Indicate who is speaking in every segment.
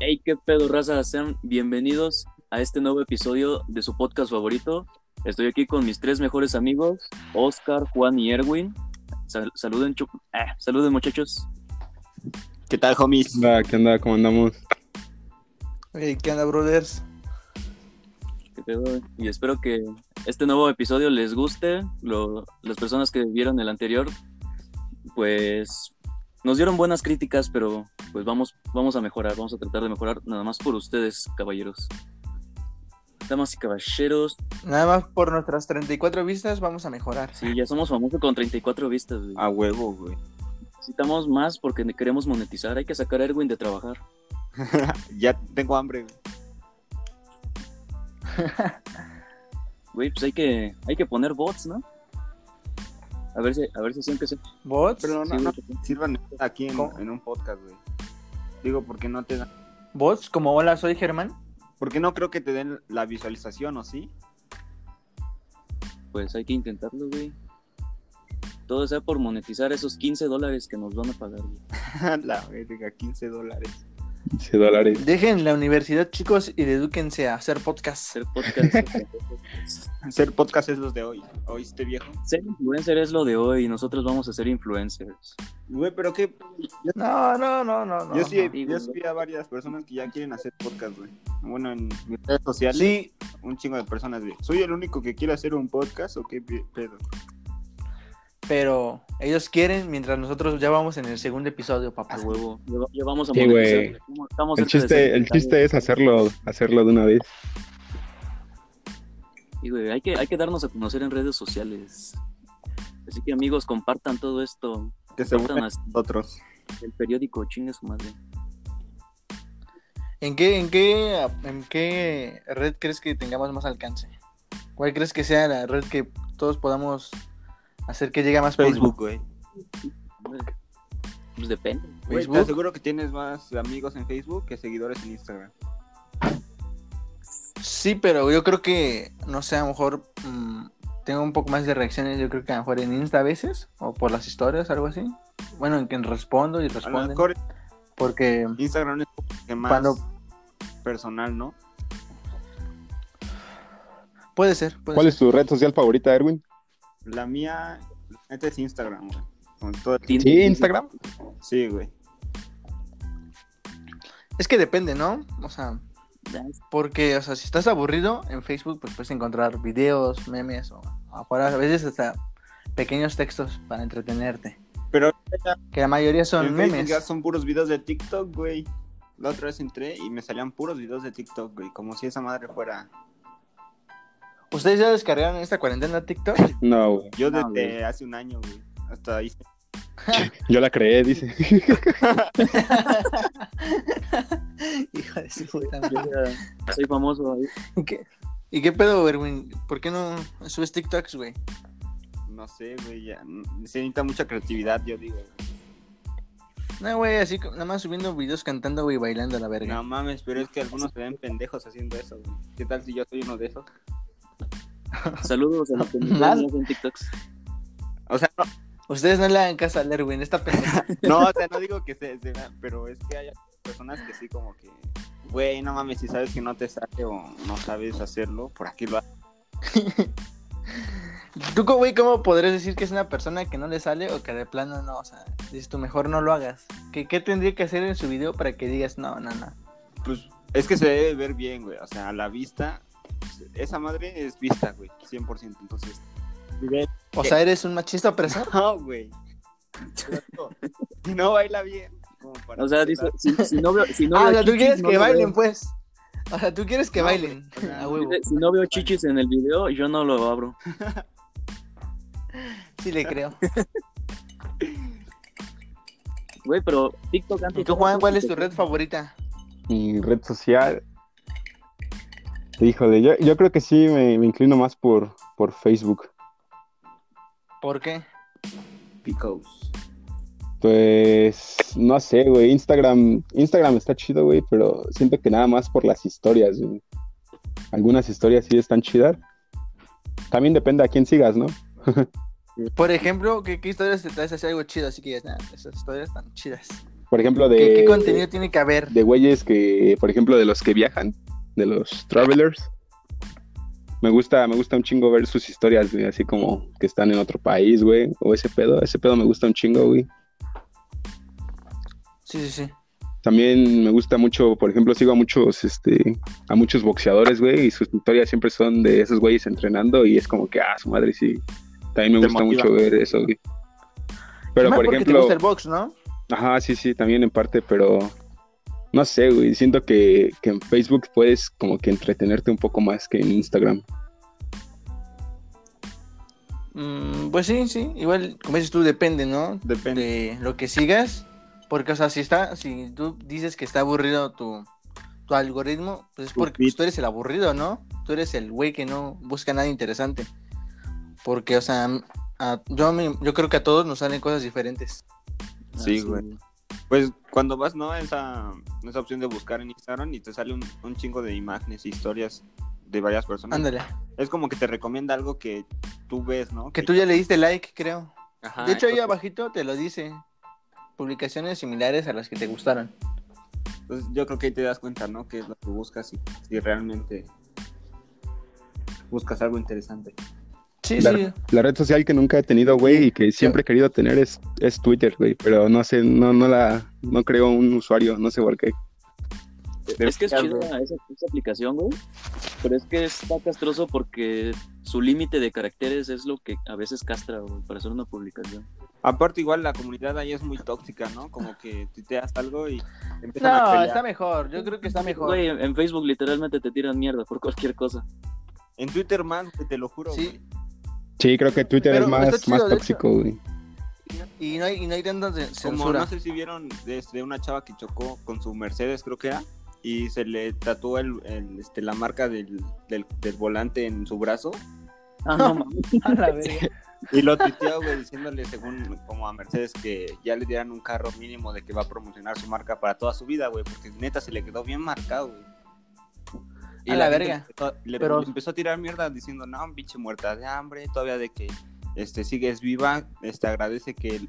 Speaker 1: Hey, qué pedo, raza. Sean bienvenidos a este nuevo episodio de su podcast favorito. Estoy aquí con mis tres mejores amigos, Oscar, Juan y Erwin. Sal- saluden, chu- ah, saluden, muchachos.
Speaker 2: ¿Qué tal, homies?
Speaker 3: ¿Qué onda? ¿Qué onda? ¿Cómo andamos?
Speaker 4: Hey, ¿qué onda, brothers?
Speaker 1: Qué pedo. Y espero que este nuevo episodio les guste. Lo- las personas que vieron el anterior, pues nos dieron buenas críticas, pero pues vamos, vamos a mejorar, vamos a tratar de mejorar nada más por ustedes, caballeros. Damas y caballeros,
Speaker 4: Nada más por nuestras 34 vistas vamos a mejorar.
Speaker 1: sí, ya somos famosos con 34 vistas. güey.
Speaker 2: A huevo, güey.
Speaker 1: Necesitamos más porque queremos monetizar. Hay que sacar a Erwin de trabajar.
Speaker 2: Ya tengo hambre, güey.
Speaker 1: Güey, pues hay que, hay que poner bots, ¿no? A ver si, a ver si siempre se...
Speaker 4: ¿Bots?
Speaker 2: Pero no,
Speaker 1: sí,
Speaker 2: no
Speaker 1: güey.
Speaker 2: sirvan aquí en,
Speaker 4: ¿Cómo?
Speaker 2: en un podcast, güey. Digo, porque no te dan...
Speaker 4: ¿Bots? Como hola, soy Germán.
Speaker 2: Porque no creo que te den la visualización, ¿o sí?
Speaker 1: Pues hay que intentarlo, güey. Todo sea por monetizar esos 15 dólares que nos van a pagar, güey.
Speaker 2: la verga, 15 dólares.
Speaker 3: 10 dólares.
Speaker 4: Dejen la universidad, chicos, y dedúquense a hacer podcast.
Speaker 1: Hacer podcast.
Speaker 2: Ser podcast es los de hoy. ¿Oíste, viejo?
Speaker 1: ser influencer es lo de hoy. Nosotros vamos a ser influencers.
Speaker 2: Güey, pero qué...
Speaker 4: No, no, no, no, no.
Speaker 2: yo sí,
Speaker 1: no.
Speaker 2: yo sí vi a varias personas que ya quieren hacer podcast, güey. Bueno, en mis redes sociales,
Speaker 4: Sí,
Speaker 2: un chingo de personas, güey. ¿Soy el único que quiere hacer un podcast o qué pe- pedo?
Speaker 4: pero ellos quieren mientras nosotros ya vamos en el segundo episodio,
Speaker 1: A
Speaker 4: papá.
Speaker 1: huevo. Ya, va- ya vamos a
Speaker 3: Sí,
Speaker 1: monetizar.
Speaker 3: güey.
Speaker 1: Estamos- estamos
Speaker 3: El
Speaker 1: cerca de ser
Speaker 3: chiste, el
Speaker 1: monetizados.
Speaker 3: chiste es hacerlo, hacerlo de una vez.
Speaker 1: Y, güey, hay que, hay que darnos a conocer en redes sociales. Así que, amigos, compartan todo esto.
Speaker 2: Que se
Speaker 1: Compartan
Speaker 2: unan a
Speaker 1: las-
Speaker 2: nosotros.
Speaker 1: el periódico, chingue su madre.
Speaker 4: ¿En qué, en qué, en qué red crees que tengamos más alcance? ¿Cuál crees que sea la red que todos podamos hacer que llegue a más
Speaker 2: Facebook,
Speaker 4: público?
Speaker 2: güey.
Speaker 1: Pues depende.
Speaker 2: Güey,
Speaker 4: Facebook.
Speaker 2: te aseguro que tienes más amigos en Facebook que seguidores en Instagram.
Speaker 4: Sí, pero yo creo que, no sé, a lo mejor mm, tengo un poco más de reacciones, yo creo que a lo mejor en Insta a veces, o por las historias, algo así. Bueno, en que respondo y
Speaker 2: A lo
Speaker 4: responden.
Speaker 2: mejor
Speaker 4: Porque
Speaker 2: Instagram es como que más
Speaker 4: Cuando-
Speaker 2: personal, ¿no?
Speaker 4: puede ser, puede
Speaker 3: ¿Cuál
Speaker 4: ser.
Speaker 3: es tu red social favorita, Erwin?
Speaker 2: La mía, la neta es Instagram, güey. Con todo el-
Speaker 1: Tinder.
Speaker 3: Sí, Instagram.
Speaker 2: Sí, güey.
Speaker 4: Es que depende, ¿no? O sea, porque, o sea, si estás aburrido en Facebook, pues puedes encontrar videos, memes, o o para- a veces hasta pequeños textos para entretenerte.
Speaker 2: Pero ahorita ya
Speaker 4: Que la mayoría son
Speaker 2: en Facebook
Speaker 4: memes.
Speaker 2: ya son puros videos de TikTok, güey. La otra vez entré y me salían puros videos de TikTok, güey. Como si esa madre fuera.
Speaker 4: ¿Ustedes ya descargaron en esta cuarentena TikTok?
Speaker 3: No, güey.
Speaker 2: Yo
Speaker 1: No,
Speaker 2: desde
Speaker 1: güey.
Speaker 2: hace un año, güey. Hasta ahí.
Speaker 3: Yo la creé, dice.
Speaker 4: Hijo de su puta
Speaker 1: Yo
Speaker 4: madre.
Speaker 1: ya soy famoso. ¿eh? ahí.
Speaker 4: ¿Y qué, ¿Y qué pedo, Erwin? ¿Por qué no subes TikToks, güey?
Speaker 2: No sé, güey. ya, mm, Se necesita mucha creatividad, yo digo. güey.
Speaker 4: No, güey, así co- nada más subiendo videos cantando, güey, bailando a la verga.
Speaker 2: No mames, pero es que algunos se ven pendejos haciendo eso, güey. ¿Qué tal si yo soy uno de esos?
Speaker 1: Saludos a los que me
Speaker 4: Mal.
Speaker 1: siguen en TikToks.
Speaker 2: O sea, no,
Speaker 4: Ustedes no le hagan caso al Erwin, esta pendeja.
Speaker 2: No, o sea, no digo que se, se vea, pero es que hay personas que sí como que, güey, no mames, si sabes que no te sale o no sabes hacerlo, por aquí lo haces.
Speaker 4: Tú, co- güey, ¿cómo podrías decir que es una persona que no le sale o que de plano no? O sea, dices tú, mejor no lo hagas. ¿Qué, qué tendría que hacer en su video para que digas, no, no, no?
Speaker 2: Pues es que se debe ver bien, güey, o sea, a la vista, esa madre es vista, güey, 100%, entonces.
Speaker 4: O
Speaker 2: ¿Qué?
Speaker 4: sea, ¿eres un machista opresor?
Speaker 2: No, güey. Si no baila bien, como para...
Speaker 1: O sea, dice, si, si no veo, si no
Speaker 4: ah, o
Speaker 1: veo
Speaker 4: sea, tú
Speaker 1: chichis,
Speaker 4: quieres
Speaker 1: no
Speaker 4: que
Speaker 1: lo
Speaker 4: bailen,
Speaker 1: veo.
Speaker 4: pues. O sea, tú quieres que
Speaker 2: No,
Speaker 4: bailen.
Speaker 2: güey, o sea,
Speaker 4: a huevo.
Speaker 1: Dice, Si no veo chichis en el video, yo no lo abro.
Speaker 4: Sí le creo.
Speaker 1: Güey, pero TikTok antes.
Speaker 4: ¿Y tú, Juan, cuál es tu red favorita?
Speaker 3: Mi red social. Híjole, yo, yo creo que sí me, me inclino más por, por Facebook.
Speaker 4: ¿Por qué?
Speaker 2: Picos.
Speaker 3: Pues no sé, güey. Instagram, Instagram está chido, güey, pero siento que nada más por las historias, güey. Algunas historias sí están chidas. También depende a quién sigas, ¿no?
Speaker 4: Por ejemplo, ¿qué, qué historias te traes así algo chido? Así que ya, nada, esas historias están chidas.
Speaker 3: Por ejemplo, de.
Speaker 4: ¿Qué, qué contenido tiene que haber?
Speaker 3: de güeyes que, por ejemplo, de los que viajan, de los travelers. Me gusta, me gusta un chingo ver sus historias, güey, así como que están en otro país, güey, o ese pedo, ese pedo me gusta un chingo, güey.
Speaker 4: Sí, sí, sí.
Speaker 3: También me gusta mucho, por ejemplo, sigo a muchos, este, a muchos boxeadores, güey, y sus historias siempre son de esos güeyes entrenando y es como que, ah, su madre sí. También me
Speaker 2: Te
Speaker 3: gusta
Speaker 2: motiva.
Speaker 3: mucho ver eso, güey. Pero,
Speaker 4: Más
Speaker 3: por
Speaker 4: porque
Speaker 3: ejemplo...
Speaker 4: te gusta el box, ¿no?
Speaker 3: Ajá, sí, sí, también en parte, pero no sé, güey. Siento que, que en Facebook puedes como que entretenerte un poco más que en Instagram.
Speaker 4: Mm, pues sí, sí. Igual, como dices tú, depende, ¿no?
Speaker 2: Depende.
Speaker 4: De lo que sigas. Porque, o sea, si, está, si tú dices que está aburrido tu, tu algoritmo, pues es
Speaker 2: Tu
Speaker 4: porque
Speaker 2: feed.
Speaker 4: pues, tú eres el aburrido, ¿no? Tú eres el güey que no busca nada interesante. Porque, o sea, a- yo, me- yo creo que a todos nos salen cosas diferentes.
Speaker 2: Sí,
Speaker 1: Ah,
Speaker 2: güey. Pues cuando vas, ¿no? Esa, esa opción de buscar en Instagram y te sale un, un chingo de imágenes, historias de varias personas.
Speaker 4: Ándale.
Speaker 2: Es como que te recomienda algo que tú ves, ¿no?
Speaker 4: Que tú ya le diste like, creo.
Speaker 2: Ajá,
Speaker 4: de hecho, ahí
Speaker 2: entonces-
Speaker 4: abajito te lo dice. Publicaciones similares a las que te gustaron.
Speaker 2: Entonces Pues, yo creo que ahí te das cuenta, ¿no? Que es lo que buscas y si realmente buscas algo interesante.
Speaker 4: Sí,
Speaker 3: La,
Speaker 4: sí.
Speaker 3: la red social que nunca he tenido, güey, y que siempre he querido tener es, es Twitter, güey. Pero no sé, no, no la, no creo un usuario, no sé por qué.
Speaker 1: Es que es
Speaker 2: Algo.
Speaker 1: chida esa, esa aplicación, güey. Pero es que está castroso porque su límite de caracteres es lo que a veces castra, güey, para hacer una publicación.
Speaker 2: Aparte igual la comunidad ahí es muy tóxica, ¿no? Como que tuiteas algo y te empiezan a
Speaker 4: No,
Speaker 2: pelear.
Speaker 4: está mejor. Yo creo que está mejor.
Speaker 1: Güey, en Facebook literalmente te tiran mierda por cualquier cosa.
Speaker 2: En Twitter más, güey, te lo juro.
Speaker 4: sí.
Speaker 2: güey.
Speaker 3: Sí, creo que Twitter
Speaker 4: Pero
Speaker 3: es más,
Speaker 4: está chido,
Speaker 3: más
Speaker 4: de hecho.
Speaker 3: tóxico, güey.
Speaker 4: Y no hay, y no hay tanta ce-
Speaker 2: Como
Speaker 4: censura.
Speaker 2: no sé si vieron desde una chava que chocó con su Mercedes, creo que era, y se le tatuó el, el, este, la marca del, del, del volante en su brazo
Speaker 1: Ah, no, mames.
Speaker 4: A la verga.
Speaker 2: y lo tuiteó, güey, diciéndole según como a Mercedes que ya le dieran un carro mínimo de que va a promocionar su marca para toda su vida, güey, porque neta se le quedó bien marcado, güey.
Speaker 4: A la
Speaker 2: gente
Speaker 4: verga.
Speaker 2: le empezó- Le,
Speaker 4: Pero-
Speaker 2: le empezó a tirar mierda diciendo, no, pinche muerta de hambre, todavía de que este, sigues viva, este, agradece que el,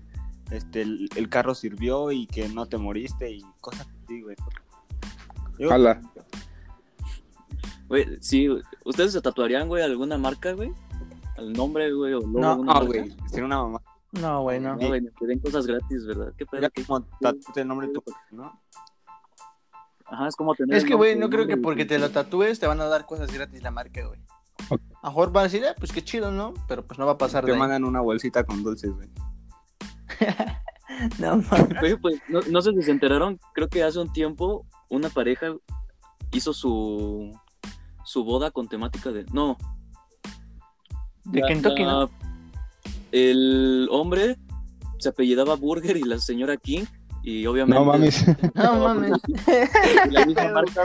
Speaker 2: este, el, el carro sirvió y que no te moriste y cosas así, güey. Yo-
Speaker 3: Ala.
Speaker 1: Güey, sí, güey. ¿ustedes se tatuarían, güey, alguna marca, güey? ¿Al nombre, güey, o logo
Speaker 4: No,
Speaker 1: de una
Speaker 2: No,
Speaker 1: marca?
Speaker 2: güey, sería una mamá.
Speaker 4: No, güey, no.
Speaker 1: No, güey, ni que den cosas gratis, ¿verdad? ¿Qué pedo?
Speaker 2: Era como tatuarte el nombre de tu ¿no?
Speaker 1: Ajá, es como tener...
Speaker 4: Es que,
Speaker 1: el
Speaker 4: güey,
Speaker 1: nombre,
Speaker 4: no creo que
Speaker 1: güey,
Speaker 4: porque te lo tatúes te van a dar cosas gratis la marca, güey. A lo mejor van a decir, "Ah, pues qué chido, ¿no? Pero pues no va a pasar
Speaker 2: Te
Speaker 4: de ahí.
Speaker 2: mandan una bolsita con dulces, güey.
Speaker 4: No, mames.
Speaker 1: Güey, pues, no, no sé si se enteraron, creo que hace un tiempo una pareja hizo su, su boda con temática de... No.
Speaker 4: De
Speaker 1: La-
Speaker 4: Kentucky,
Speaker 1: la-
Speaker 4: ¿no?
Speaker 1: El hombre se apellidaba Burger y la señora King y obviamente... pues,
Speaker 3: No mames.
Speaker 4: No mames.
Speaker 1: La misma marca,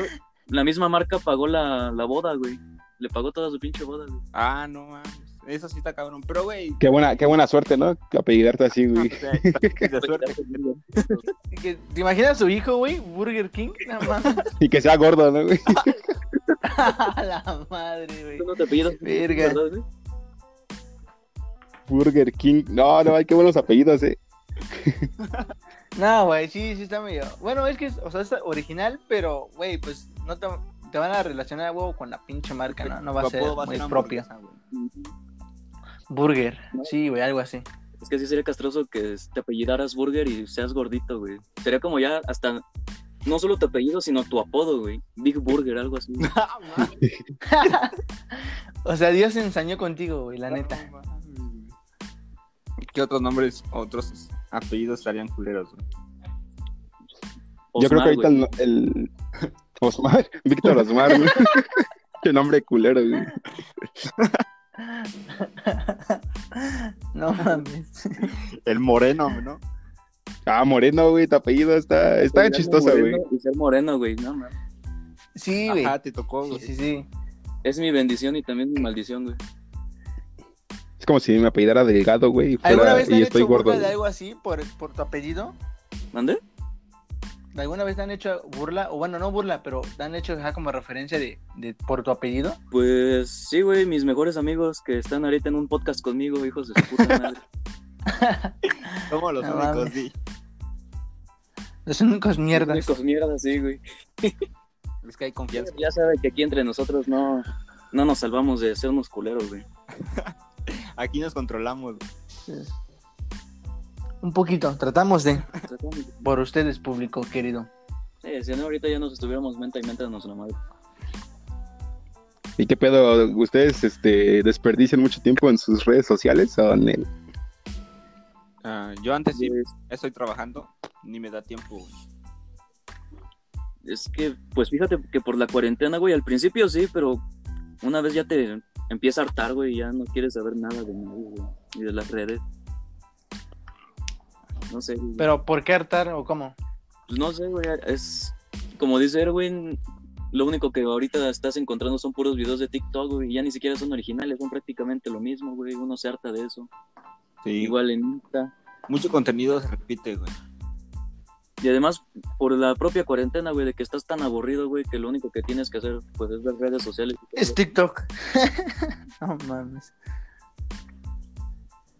Speaker 1: la misma marca pagó la, la boda, güey. Le pagó toda su pinche boda, güey.
Speaker 2: Ah, no mames. Eso sí está cabrón. Pero, güey.
Speaker 3: Qué buena, qué buena suerte, ¿no? Apellidarte así, güey.
Speaker 2: o sea, es de suerte.
Speaker 4: Y que- ¿Te imaginas a su hijo, güey? Burger King. No mames.
Speaker 3: Y que sea gordo, ¿no, güey?
Speaker 4: A la madre, güey.
Speaker 1: Tú no te apellidas,
Speaker 4: Verga.
Speaker 1: ¿verdad, güey?
Speaker 3: Burger King. No, no, hay qué buenos apellidos, eh.
Speaker 4: No, güey, sí, sí está medio. Bueno, es que, es- o sea, está original, pero, güey, pues no te, te van a relacionar a huevo con la pinche marca, ¿no? No va a
Speaker 2: Tu
Speaker 4: ser
Speaker 2: apodo
Speaker 4: muy
Speaker 2: una
Speaker 4: propio.
Speaker 2: hamburguesa, güey.
Speaker 4: Burger. Sí, güey, algo así.
Speaker 1: Es que sí sería castroso que te apellidaras Burger y seas gordito, güey. Sería como ya hasta... No solo tu apellido, sino tu apodo, güey. Big Burger, algo así. güey.
Speaker 2: Ah, mames,
Speaker 4: O sea, Dios se ensañó contigo, güey, la
Speaker 2: Ah, no
Speaker 4: neta.
Speaker 2: mames. ¿Qué otros nombres, otros apellidos estarían culeros, güey?
Speaker 3: Yo creo que
Speaker 1: Osmar,
Speaker 3: ahorita
Speaker 1: güey.
Speaker 3: el, el- Osmar, Víctor Osmar, güey. Qué nombre culero, güey.
Speaker 4: No mames.
Speaker 2: El moreno, ¿no?
Speaker 3: Ah, Moreno, güey, tu apellido está, está
Speaker 1: Ser
Speaker 3: chistoso,
Speaker 1: moreno
Speaker 3: güey.
Speaker 1: Y ser moreno, güey. No, mames.
Speaker 4: Sí, güey.
Speaker 2: Ajá, te tocó,
Speaker 4: Sí,
Speaker 2: güey.
Speaker 4: sí, sí.
Speaker 1: Es mi bendición y también mi maldición, güey.
Speaker 3: Es como si me apellidara delgado, güey, y,
Speaker 4: ¿Alguna
Speaker 3: fuera-
Speaker 4: vez te han
Speaker 3: y
Speaker 4: hecho
Speaker 3: estoy gordo.
Speaker 4: burla de
Speaker 3: güey.
Speaker 4: algo así por, por tu apellido?
Speaker 1: ¿Mande?
Speaker 4: ¿Alguna vez te han hecho burla? O bueno, no burla, pero te han hecho ajá, como referencia de, de por tu apellido.
Speaker 1: Pues sí, güey. Mis mejores amigos que están ahorita en un podcast conmigo, hijos de su puta madre.
Speaker 2: Somos los
Speaker 4: No
Speaker 2: únicos,
Speaker 4: mames.
Speaker 2: sí.
Speaker 4: Los únicos mierdas.
Speaker 1: Los únicos mierdas, sí, güey.
Speaker 2: Es que hay confianza.
Speaker 1: Ya sabe que aquí entre nosotros no, no nos salvamos de hacernos culeros, güey.
Speaker 2: Aquí nos controlamos.
Speaker 4: Un poquito, tratamos de.
Speaker 1: Tratamos de-
Speaker 4: Por ustedes, público querido.
Speaker 1: Eh, si no, ahorita ya nos estuviéramos menta y mentándonos la madre.
Speaker 3: ¿Y qué pedo? ¿Ustedes este, desperdician mucho tiempo en sus redes sociales o en el-
Speaker 2: Ah, yo antes sí
Speaker 1: Es,
Speaker 2: estoy trabajando, ni me da tiempo. güey.
Speaker 1: es que, pues fíjate que por la cuarentena, güey, al principio sí, pero una vez ya te empieza a hartar, güey, y ya no quieres saber nada de nadie, güey, ni de las redes. No sé, güey.
Speaker 4: Pero ¿por qué hartar o cómo?
Speaker 1: Pues no sé, güey, es como dice Erwin, lo único que ahorita estás encontrando son puros videos de TikTok, güey, y ya ni siquiera son originales, son prácticamente lo mismo, güey, uno se harta de eso.
Speaker 2: Igual.
Speaker 1: Igual en Insta.
Speaker 2: Mucho contenido se repite, güey.
Speaker 1: Y además, por la propia cuarentena, güey, de que estás tan aburrido, güey, que lo único que tienes que hacer, pues, es ver redes sociales.
Speaker 4: Es TikTok. no mames.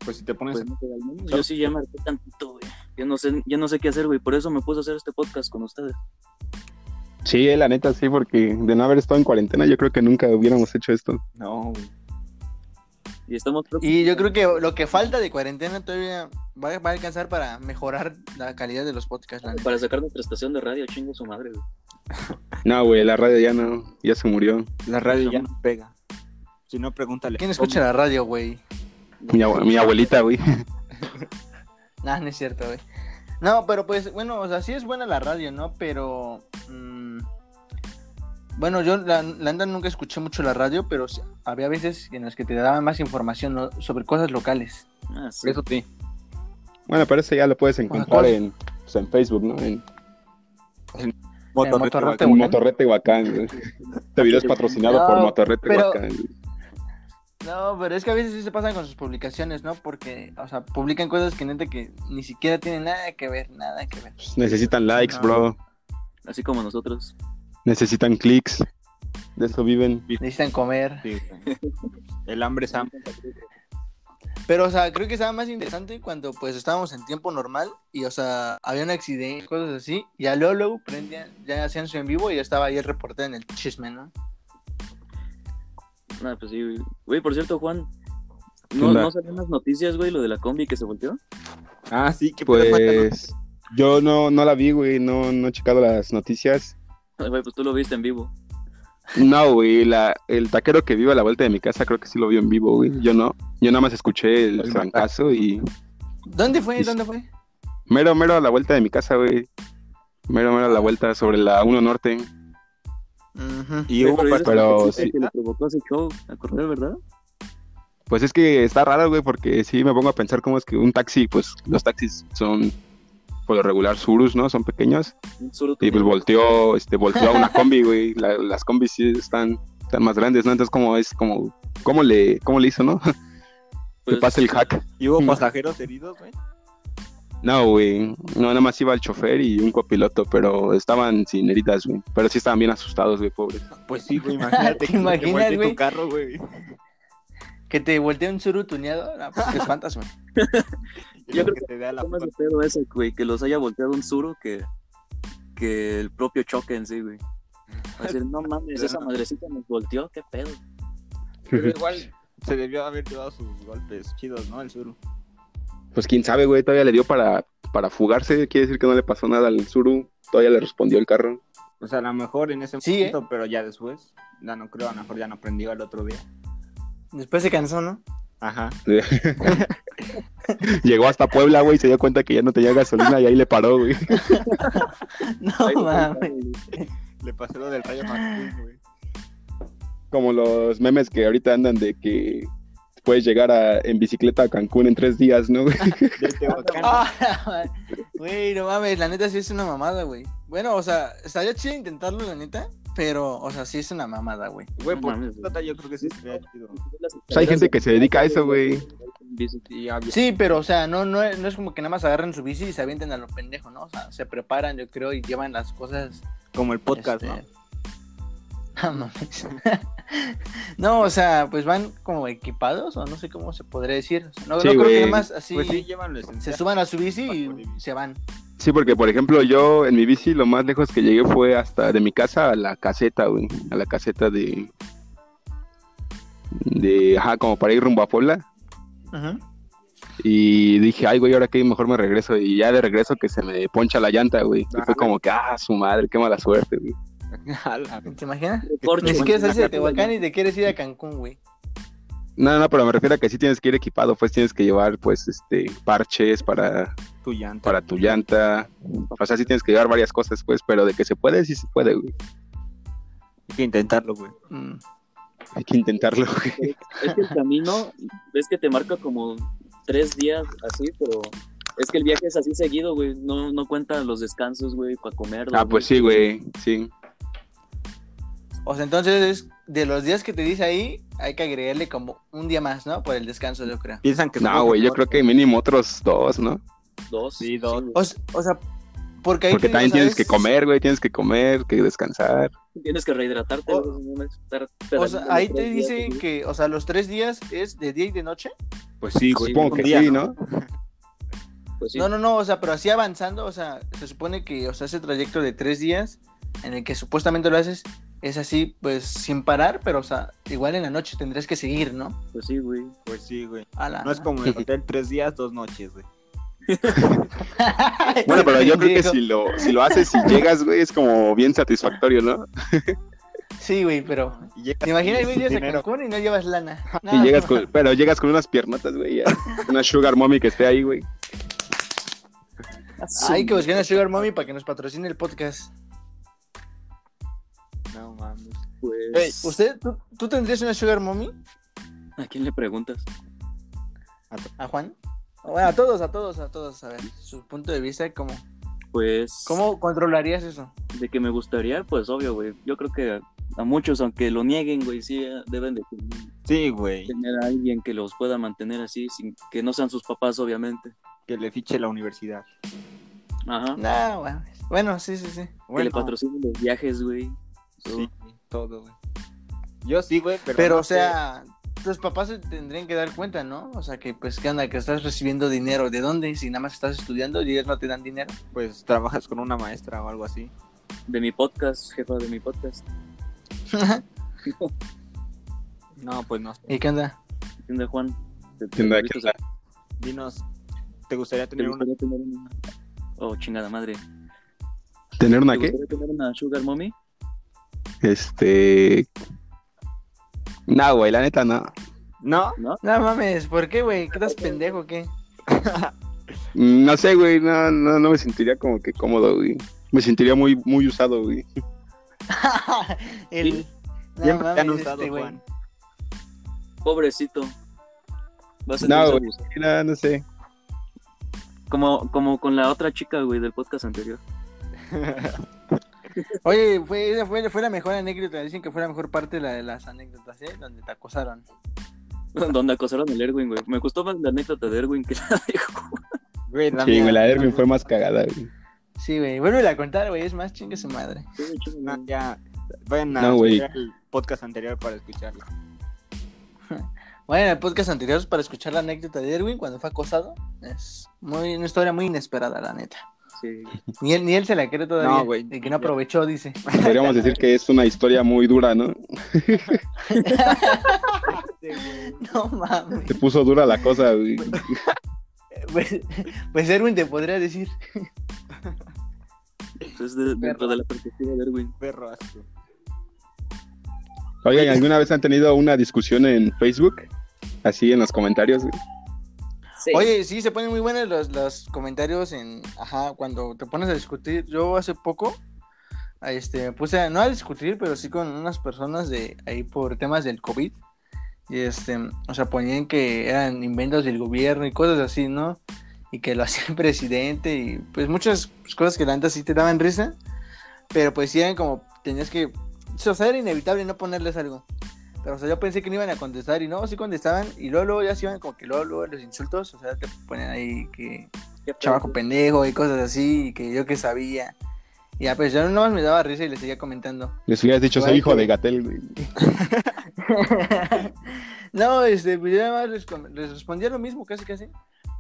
Speaker 2: Pues si te pones.
Speaker 1: Pues, no sé, al menos yo sí ya me harté tantito, güey. Ya no, sé, ya no sé qué hacer, güey, por eso me puse a hacer este podcast con ustedes.
Speaker 3: Sí, eh, la neta sí, porque de no haber estado en cuarentena yo creo que nunca hubiéramos hecho esto.
Speaker 2: No, güey.
Speaker 1: Y estamos...
Speaker 4: Y yo creo que lo que falta de cuarentena todavía va, va a alcanzar para mejorar la calidad de los podcasts. la neta.
Speaker 1: Para sacar nuestra estación de radio, chingo su madre, güey.
Speaker 3: No, güey, la radio ya no, ya se murió.
Speaker 2: La radio ya no pega. Si no, pregúntale.
Speaker 4: ¿Quién escucha la radio, güey?
Speaker 3: Mi, abue- mi abuelita, güey.
Speaker 4: Nah, no es cierto, güey. No, pero pues, bueno, o sea, sí es buena la radio, ¿no? Pero. mm, bueno, yo la, la neta nunca escuché mucho la radio, pero sí había veces en las que te daban más información ¿no? sobre cosas locales.
Speaker 1: Ah, sí.
Speaker 2: Eso sí.
Speaker 3: Bueno, pero eso ya lo puedes encontrar
Speaker 4: ¿cuál?
Speaker 3: en, pues, en Facebook, ¿no? En,
Speaker 2: Motor-
Speaker 4: motorrote,
Speaker 3: en
Speaker 4: Tehuacán.
Speaker 3: Motorrete Huacán, güey. Este video es patrocinado
Speaker 4: No,
Speaker 3: por Motorrete
Speaker 4: pero-
Speaker 3: Huacán, güey.
Speaker 4: No, pero es que a veces sí se pasan con sus publicaciones, ¿no? Porque, o sea, publican cosas que neta que ni siquiera tienen nada que ver, nada que ver.
Speaker 3: Pues, necesitan likes,
Speaker 4: No.
Speaker 3: bro.
Speaker 1: Así como nosotros.
Speaker 3: Necesitan clics. De eso viven.
Speaker 4: Necesitan comer.
Speaker 2: Sí, güey. El hambre es hambre.
Speaker 4: Pero, o sea, creo que estaba más interesante cuando, pues, estábamos en tiempo normal y, o sea, había un accidente, cosas así. Y ya luego, luego prendían, ya hacían su en vivo y ya estaba ahí el reportero en el chisme, ¿no?
Speaker 1: Nada, pues sí, güey. Güey, por cierto, Juan,
Speaker 3: ¿Qué
Speaker 1: ¿no,
Speaker 3: onda?
Speaker 1: ¿no salieron las noticias, güey, lo de la combi que se volteó?
Speaker 2: Ah, sí, que
Speaker 3: Pues yo no, no la vi, güey. No, no he checado las noticias.
Speaker 1: Ay, Güey, pues tú lo viste en vivo.
Speaker 3: No, güey, la, el taquero que vive a la vuelta de mi casa creo que sí lo vio en vivo, güey. Yo no. Yo nada más escuché el
Speaker 2: El
Speaker 3: trancazo y
Speaker 4: ¿Dónde fue?
Speaker 3: Sí.
Speaker 4: ¿Dónde fue?
Speaker 3: mero, mero a la vuelta de mi casa, güey. Mero, mero a la vuelta sobre la 1 Norte.
Speaker 4: Ujú.
Speaker 2: Y
Speaker 1: Güey,
Speaker 2: hubo
Speaker 1: pero
Speaker 2: personas
Speaker 3: pero
Speaker 1: que,
Speaker 3: sí.
Speaker 1: que le provocó ese show a correr, ¿verdad?
Speaker 3: Pues es que está raro, güey, porque sí me pongo a pensar cómo es que un taxi, pues los taxis son por lo regular surus, ¿no? Son pequeños.
Speaker 1: Un solo
Speaker 3: Y pues volteó, este, volteó a una combi, güey. La- las combis sí están, están más grandes, ¿no? Entonces, como es, como, ¿cómo le, cómo le hizo, no?
Speaker 1: Pues,
Speaker 3: le pasa el hack.
Speaker 2: Y hubo pasajeros heridos, güey.
Speaker 3: No, güey. No, nada más iba el chofer y un copiloto, pero estaban sin heridas, güey. Pero sí estaban bien asustados, güey, pobres.
Speaker 2: Pues sí, güey, imagínate.
Speaker 4: ¿Te
Speaker 2: que se te
Speaker 4: imaginas,
Speaker 2: voltee
Speaker 4: güey?
Speaker 2: tu carro, güey.
Speaker 4: Que te volteó un suru tuneado. No, pues te espantas, güey.
Speaker 1: Yo creo
Speaker 2: que te da la
Speaker 1: ¿Cómo es el
Speaker 3: pues.
Speaker 2: puta-
Speaker 1: pedo ese, güey? Que los haya volteado un suro que, que el propio choque en sí, güey. Va a decir, no mames, esa madrecita nos volteó, qué pedo.
Speaker 2: Pero igual se debió haber llevado sus golpes chidos, ¿no? El sur.
Speaker 3: Pues quién sabe, güey. Todavía le dio para, para fugarse. Quiere decir que no le pasó nada al Zuru. Todavía le respondió el carro.
Speaker 2: O sea, a lo mejor en ese
Speaker 4: Sí,
Speaker 2: momento, pero ya después. Ya no creo, a lo mejor ya no aprendió al otro día.
Speaker 4: Después se cansó, ¿no?
Speaker 2: Ajá.
Speaker 3: Llegó hasta Puebla, güey. y Se dio cuenta que ya no tenía gasolina y ahí le paró, güey.
Speaker 1: Ahí
Speaker 4: No
Speaker 1: lo
Speaker 4: mames.
Speaker 1: tengo, güey.
Speaker 2: Le pasó lo del rayo McQueen, güey.
Speaker 3: Como los memes que ahorita andan de que puedes llegar a- en bicicleta a Cancún en tres días, ¿no? güey?
Speaker 2: Del Tehuacán.
Speaker 4: Ah, Güey, no mames, la neta sí es una mamada, güey. Bueno, o sea, estaría chido intentarlo, la neta. Pero, o sea, sí es una mamada, güey.
Speaker 2: Güey,
Speaker 1: No
Speaker 2: por
Speaker 1: mames,
Speaker 2: nota yo creo que sí estaría chido.
Speaker 3: Pues hay gente que se dedica a eso, güey.
Speaker 1: Dice,
Speaker 2: Y había-
Speaker 4: Sí, pero, o sea, no, no, es- no es como que nada más agarren su bici y se avienten a lo pendejo, ¿no? O sea, se preparan, yo creo, y llevan las cosas.
Speaker 2: Como el podcast, ¿no?
Speaker 4: este, No mames. no, o sea, pues van como equipados, o no sé cómo se podría decir. O sea, no,
Speaker 3: Sí,
Speaker 4: no creo
Speaker 3: güey.
Speaker 4: que nada más así
Speaker 2: Pues sí, llevan lo esencial.
Speaker 4: se suban a su bici
Speaker 2: Bajo de
Speaker 4: y
Speaker 2: bici.
Speaker 4: se van.
Speaker 3: Sí, porque por ejemplo yo en mi bici lo más lejos que llegué fue hasta de mi casa a la caseta, güey, a la caseta de... De, ajá, como para ir rumbo a Puebla.
Speaker 4: Ajá.
Speaker 3: Y dije, ay, güey, ahora que mejor me regreso. Y ya de regreso que se me poncha la llanta, güey. Y
Speaker 2: Ah.
Speaker 3: fue como que, ah, su madre, qué mala suerte, güey.
Speaker 2: A la-
Speaker 4: ¿Te imaginas?
Speaker 1: Corcho,
Speaker 4: Ni
Speaker 2: Sí,
Speaker 1: man.
Speaker 2: que
Speaker 4: siquiera
Speaker 2: es así
Speaker 4: saliste de Tehuacán y te quieres ir a Cancún, güey.
Speaker 3: No, no, pero me refiero a que sí tienes que ir equipado, pues tienes que llevar, pues, este, parches para,
Speaker 2: tu llanta.
Speaker 3: para tu llanta. O sea, sí tienes que llevar varias cosas, pues, pero de que se puede, sí se puede, güey.
Speaker 2: Hay que intentarlo, güey.
Speaker 4: Mm.
Speaker 3: Hay que intentarlo, güey.
Speaker 1: Es que el camino, ves que te marca como tres días así, pero es que el viaje es así seguido, güey. No, no cuentan los descansos, güey, para comer.
Speaker 3: Ah, pues sí, güey, sí.
Speaker 4: O sea, entonces, de los días que te dice ahí, hay que agregarle como un día más, ¿no? Por el descanso, yo creo.
Speaker 2: Piensan que
Speaker 3: No, güey, yo creo que mínimo otros dos, ¿no?
Speaker 1: Dos.
Speaker 2: Sí, dos.
Speaker 1: güey.
Speaker 4: O, s- o sea, porque ahí
Speaker 3: Porque
Speaker 4: te digo,
Speaker 3: también tienes que
Speaker 4: ¿sabes?
Speaker 3: comer, güey, tienes que comer, que descansar.
Speaker 1: Tienes que rehidratarte.
Speaker 4: O-
Speaker 1: güey, no mames, estar
Speaker 4: O
Speaker 1: pedaleando
Speaker 4: sea, ahí te
Speaker 1: tres días
Speaker 4: dice
Speaker 1: seguidos.
Speaker 4: que, o sea, los tres días es de día y de noche.
Speaker 2: Pues sí, güey.
Speaker 3: Supongo
Speaker 2: un
Speaker 3: que
Speaker 2: día,
Speaker 3: sí, ¿no?
Speaker 1: Pues sí.
Speaker 4: No, no, no, o sea, pero así avanzando, o sea, se supone que, o sea, ese trayecto de tres días en el que supuestamente lo haces es así, pues, sin parar, pero, o sea, igual en la noche tendrías que seguir, ¿no?
Speaker 1: Pues sí, güey.
Speaker 2: Pues sí, güey.
Speaker 4: A la...
Speaker 2: No es como el hotel tres días, dos noches, güey.
Speaker 3: Bueno, pero yo creo que
Speaker 4: Pendejo.
Speaker 3: si lo, si lo haces y llegas, güey, es como bien satisfactorio, ¿no?
Speaker 4: Sí, güey, pero...
Speaker 2: Y llegas
Speaker 4: ¿Te imaginas,
Speaker 2: sin
Speaker 4: güey, llegas a
Speaker 2: dinero.
Speaker 4: Cancún y no llevas lana?
Speaker 3: Y
Speaker 4: No,
Speaker 3: llegas
Speaker 4: no.
Speaker 3: con, pero llegas con unas piernotas, güey, ya. una sugar mommy que esté ahí, güey.
Speaker 4: Hay que pues, buscar a Sugar Mommy para que nos patrocine el podcast.
Speaker 2: No mames.
Speaker 1: Pues,
Speaker 4: ¿Usted, tú, tú tendrías una Sugar Mommy?
Speaker 1: ¿A quién le preguntas?
Speaker 4: ¿A Juan? Bueno, a todos, a todos, a todos. A ver, su punto de vista, ¿cómo,
Speaker 1: Pues.
Speaker 4: cómo controlarías eso?
Speaker 1: De que me gustaría, pues obvio, güey. Yo creo que a, a muchos, aunque lo nieguen, güey, sí eh, deben de tener-
Speaker 2: Sí, güey.
Speaker 1: tener a alguien que los pueda mantener así, sin que no sean sus papás, obviamente.
Speaker 2: Que le fiche la universidad.
Speaker 1: Ajá.
Speaker 4: No, bueno, bueno, sí, sí,
Speaker 1: Que
Speaker 4: sí.
Speaker 1: le
Speaker 2: Bueno,
Speaker 1: patrocinen los viajes, güey.
Speaker 2: Sí, todo, güey. Yo sí, güey, pero.
Speaker 4: Pero,
Speaker 2: no
Speaker 4: o
Speaker 2: sé.
Speaker 4: sea, tus papás se tendrían que dar cuenta, ¿no? O sea, que, pues, ¿qué onda? Que estás recibiendo dinero. ¿De dónde? Si nada más estás estudiando y ellos no te dan dinero.
Speaker 2: Pues trabajas con una maestra o algo así.
Speaker 1: De mi podcast, jefa de mi podcast.
Speaker 2: No, pues no. sé.
Speaker 4: ¿Y qué onda?
Speaker 1: ¿Entiende, Juan? ¿Te-
Speaker 3: ¿Quién da-
Speaker 1: te-
Speaker 3: quién da?
Speaker 2: Dinos, ¿te gustaría
Speaker 1: ¿Te
Speaker 2: tener una?
Speaker 1: gustaría tener una? Oh, chingada madre.
Speaker 3: ¿Tener una
Speaker 1: ¿Te
Speaker 3: qué?
Speaker 1: gustaría tener una Sugar Mommy?
Speaker 3: Este. No, güey, la neta no.
Speaker 2: No,
Speaker 4: No mames, ¿por qué, güey? ¿Qué estás pendejo o qué?
Speaker 3: Mm, No sé, güey, no, no, no me sentiría como que cómodo, güey. Me sentiría muy, muy usado, güey.
Speaker 4: El... No
Speaker 2: siempre te han
Speaker 4: mames,
Speaker 2: usado,
Speaker 4: este, güey.
Speaker 2: Juan.
Speaker 1: Pobrecito. Vas a
Speaker 3: No,
Speaker 1: tener-
Speaker 3: güey. No, no sé.
Speaker 1: Como, como con la otra chica, güey, del podcast anterior.
Speaker 4: Oye, fue, esa fue, fue la mejor anécdota. Dicen que fue la mejor parte de la de las anécdotas, ¿eh? Donde te acosaron.
Speaker 1: Donde acosaron al Erwin, güey. Me gustó más la anécdota de Erwin que la de Juan.
Speaker 2: Güey, la
Speaker 3: Sí,
Speaker 2: mía-
Speaker 3: güey, la de Erwin fue más cagada, güey.
Speaker 4: Sí, güey. Vuelve a contar, güey. Es más chingue su madre.
Speaker 2: No, ya. Vayan a
Speaker 3: No, güey.
Speaker 2: escuchar el podcast anterior para escucharlo.
Speaker 4: Vayan al podcast anterior para escuchar la anécdota de Erwin cuando fue acosado. Es muy, una historia muy inesperada, la neta.
Speaker 1: Sí.
Speaker 4: Ni él, ni él se la cree todavía.
Speaker 2: No, güey.
Speaker 4: Y que no aprovechó, dice.
Speaker 3: Podríamos decir que es una historia muy dura, ¿no?
Speaker 4: No mames.
Speaker 3: Se puso dura la cosa, güey.
Speaker 4: Pues, pues Erwin te podría decir.
Speaker 1: Entonces, pues de- dentro de la perspectiva de Erwin.
Speaker 2: Perro asco.
Speaker 3: Oigan, ¿alguna vez han tenido una discusión en Facebook? Así en los comentarios, güey.
Speaker 4: Oye, sí, se ponen muy buenos los, los comentarios en... Ajá, cuando te pones a discutir. Yo hace poco, a este, me puse, a- no a discutir, pero sí con unas personas de ahí por temas del COVID. Y este, o sea, ponían que eran inventos del gobierno y cosas así, ¿no? Y que lo hacía el presidente y pues muchas pues, cosas que la neta sí te daban risa. Pero pues sí eran como, tenías que... O sea, era inevitable no ponerles algo. Pero, o sea, yo pensé que no iban a contestar y no, sí contestaban. Y luego, luego ya se iban como que luego, luego los insultos, o sea, te ponen ahí que
Speaker 1: Qué feo.
Speaker 4: chamaco pendejo y cosas así, y que yo que sabía. Y ya, pues yo nomás me daba risa y le seguía comentando.
Speaker 3: Les hubieras dicho, soy
Speaker 4: Güey,
Speaker 3: hijo
Speaker 4: güey.
Speaker 3: de Gatel, güey.
Speaker 4: No, este, pues yo además les, com- les respondía lo mismo, casi casi.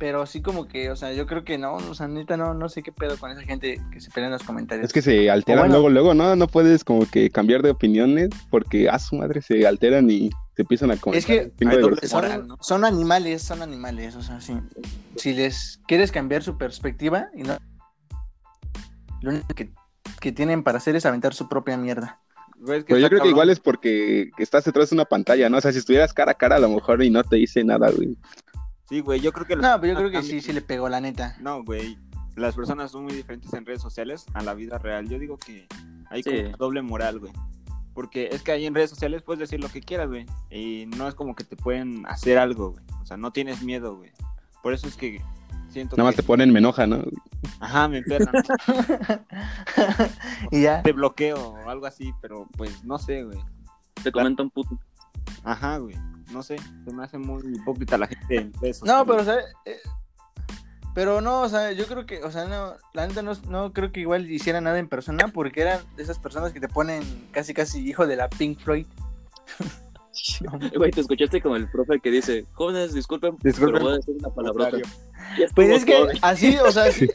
Speaker 4: Pero sí como que, o sea, yo creo que no, o sea, neta, no, no sé qué pedo con esa gente que se pelea en los comentarios.
Speaker 3: Es que se alteran
Speaker 4: Bueno.
Speaker 3: luego, luego, ¿no? No puedes como que cambiar de opiniones porque a su madre se alteran y te empiezan a comentar.
Speaker 4: que
Speaker 3: un chingo
Speaker 2: hay
Speaker 3: de
Speaker 2: doble-
Speaker 3: groserías.
Speaker 4: son,
Speaker 2: moral, ¿no?
Speaker 4: son animales, son animales, o sea, sí. Si les quieres cambiar su perspectiva y no... Lo único que, que tienen para hacer es aventar su propia mierda.
Speaker 2: Güey, es que
Speaker 3: Pero yo
Speaker 2: está
Speaker 3: creo que
Speaker 2: cabrón.
Speaker 3: igual es porque estás detrás de una pantalla, ¿no? O sea, si estuvieras cara a cara a lo mejor y no te dice nada, güey.
Speaker 2: Sí, güey, yo creo que... las
Speaker 4: No, pero yo creo
Speaker 2: personas
Speaker 4: que sí,
Speaker 2: cambian.
Speaker 4: sí le pegó, la neta.
Speaker 2: No, güey. Las personas son muy diferentes en redes sociales a la vida real. Yo digo que hay
Speaker 1: Sí.
Speaker 2: como doble moral, güey. Porque es que ahí en redes sociales puedes decir lo que quieras, güey. Y no es como que te pueden hacer algo, güey. O sea, no tienes miedo, güey. Por eso es que siento
Speaker 3: Nada más
Speaker 2: que...
Speaker 3: te ponen me enoja, ¿no?
Speaker 2: Ajá, me perran.
Speaker 4: y ya.
Speaker 2: te bloqueo o algo así, pero pues no sé, güey.
Speaker 1: Te comenta un puto.
Speaker 2: Ajá, güey. No sé. Se me hace muy hipócrita la gente en redes sociales.
Speaker 4: No, pero, o sea, eh, pero no, o sea, yo creo que, o sea, no, la neta no, no creo que igual hiciera nada en persona porque eran de esas personas que te ponen casi, casi hijo de la Pink Floyd.
Speaker 1: Güey, te escuchaste como el profe que dice, jóvenes, disculpen,
Speaker 2: Disculpen
Speaker 1: pero voy a decir una palabrota. Ya estuvo
Speaker 4: Pues es que
Speaker 1: suave.
Speaker 4: así, o sea, así,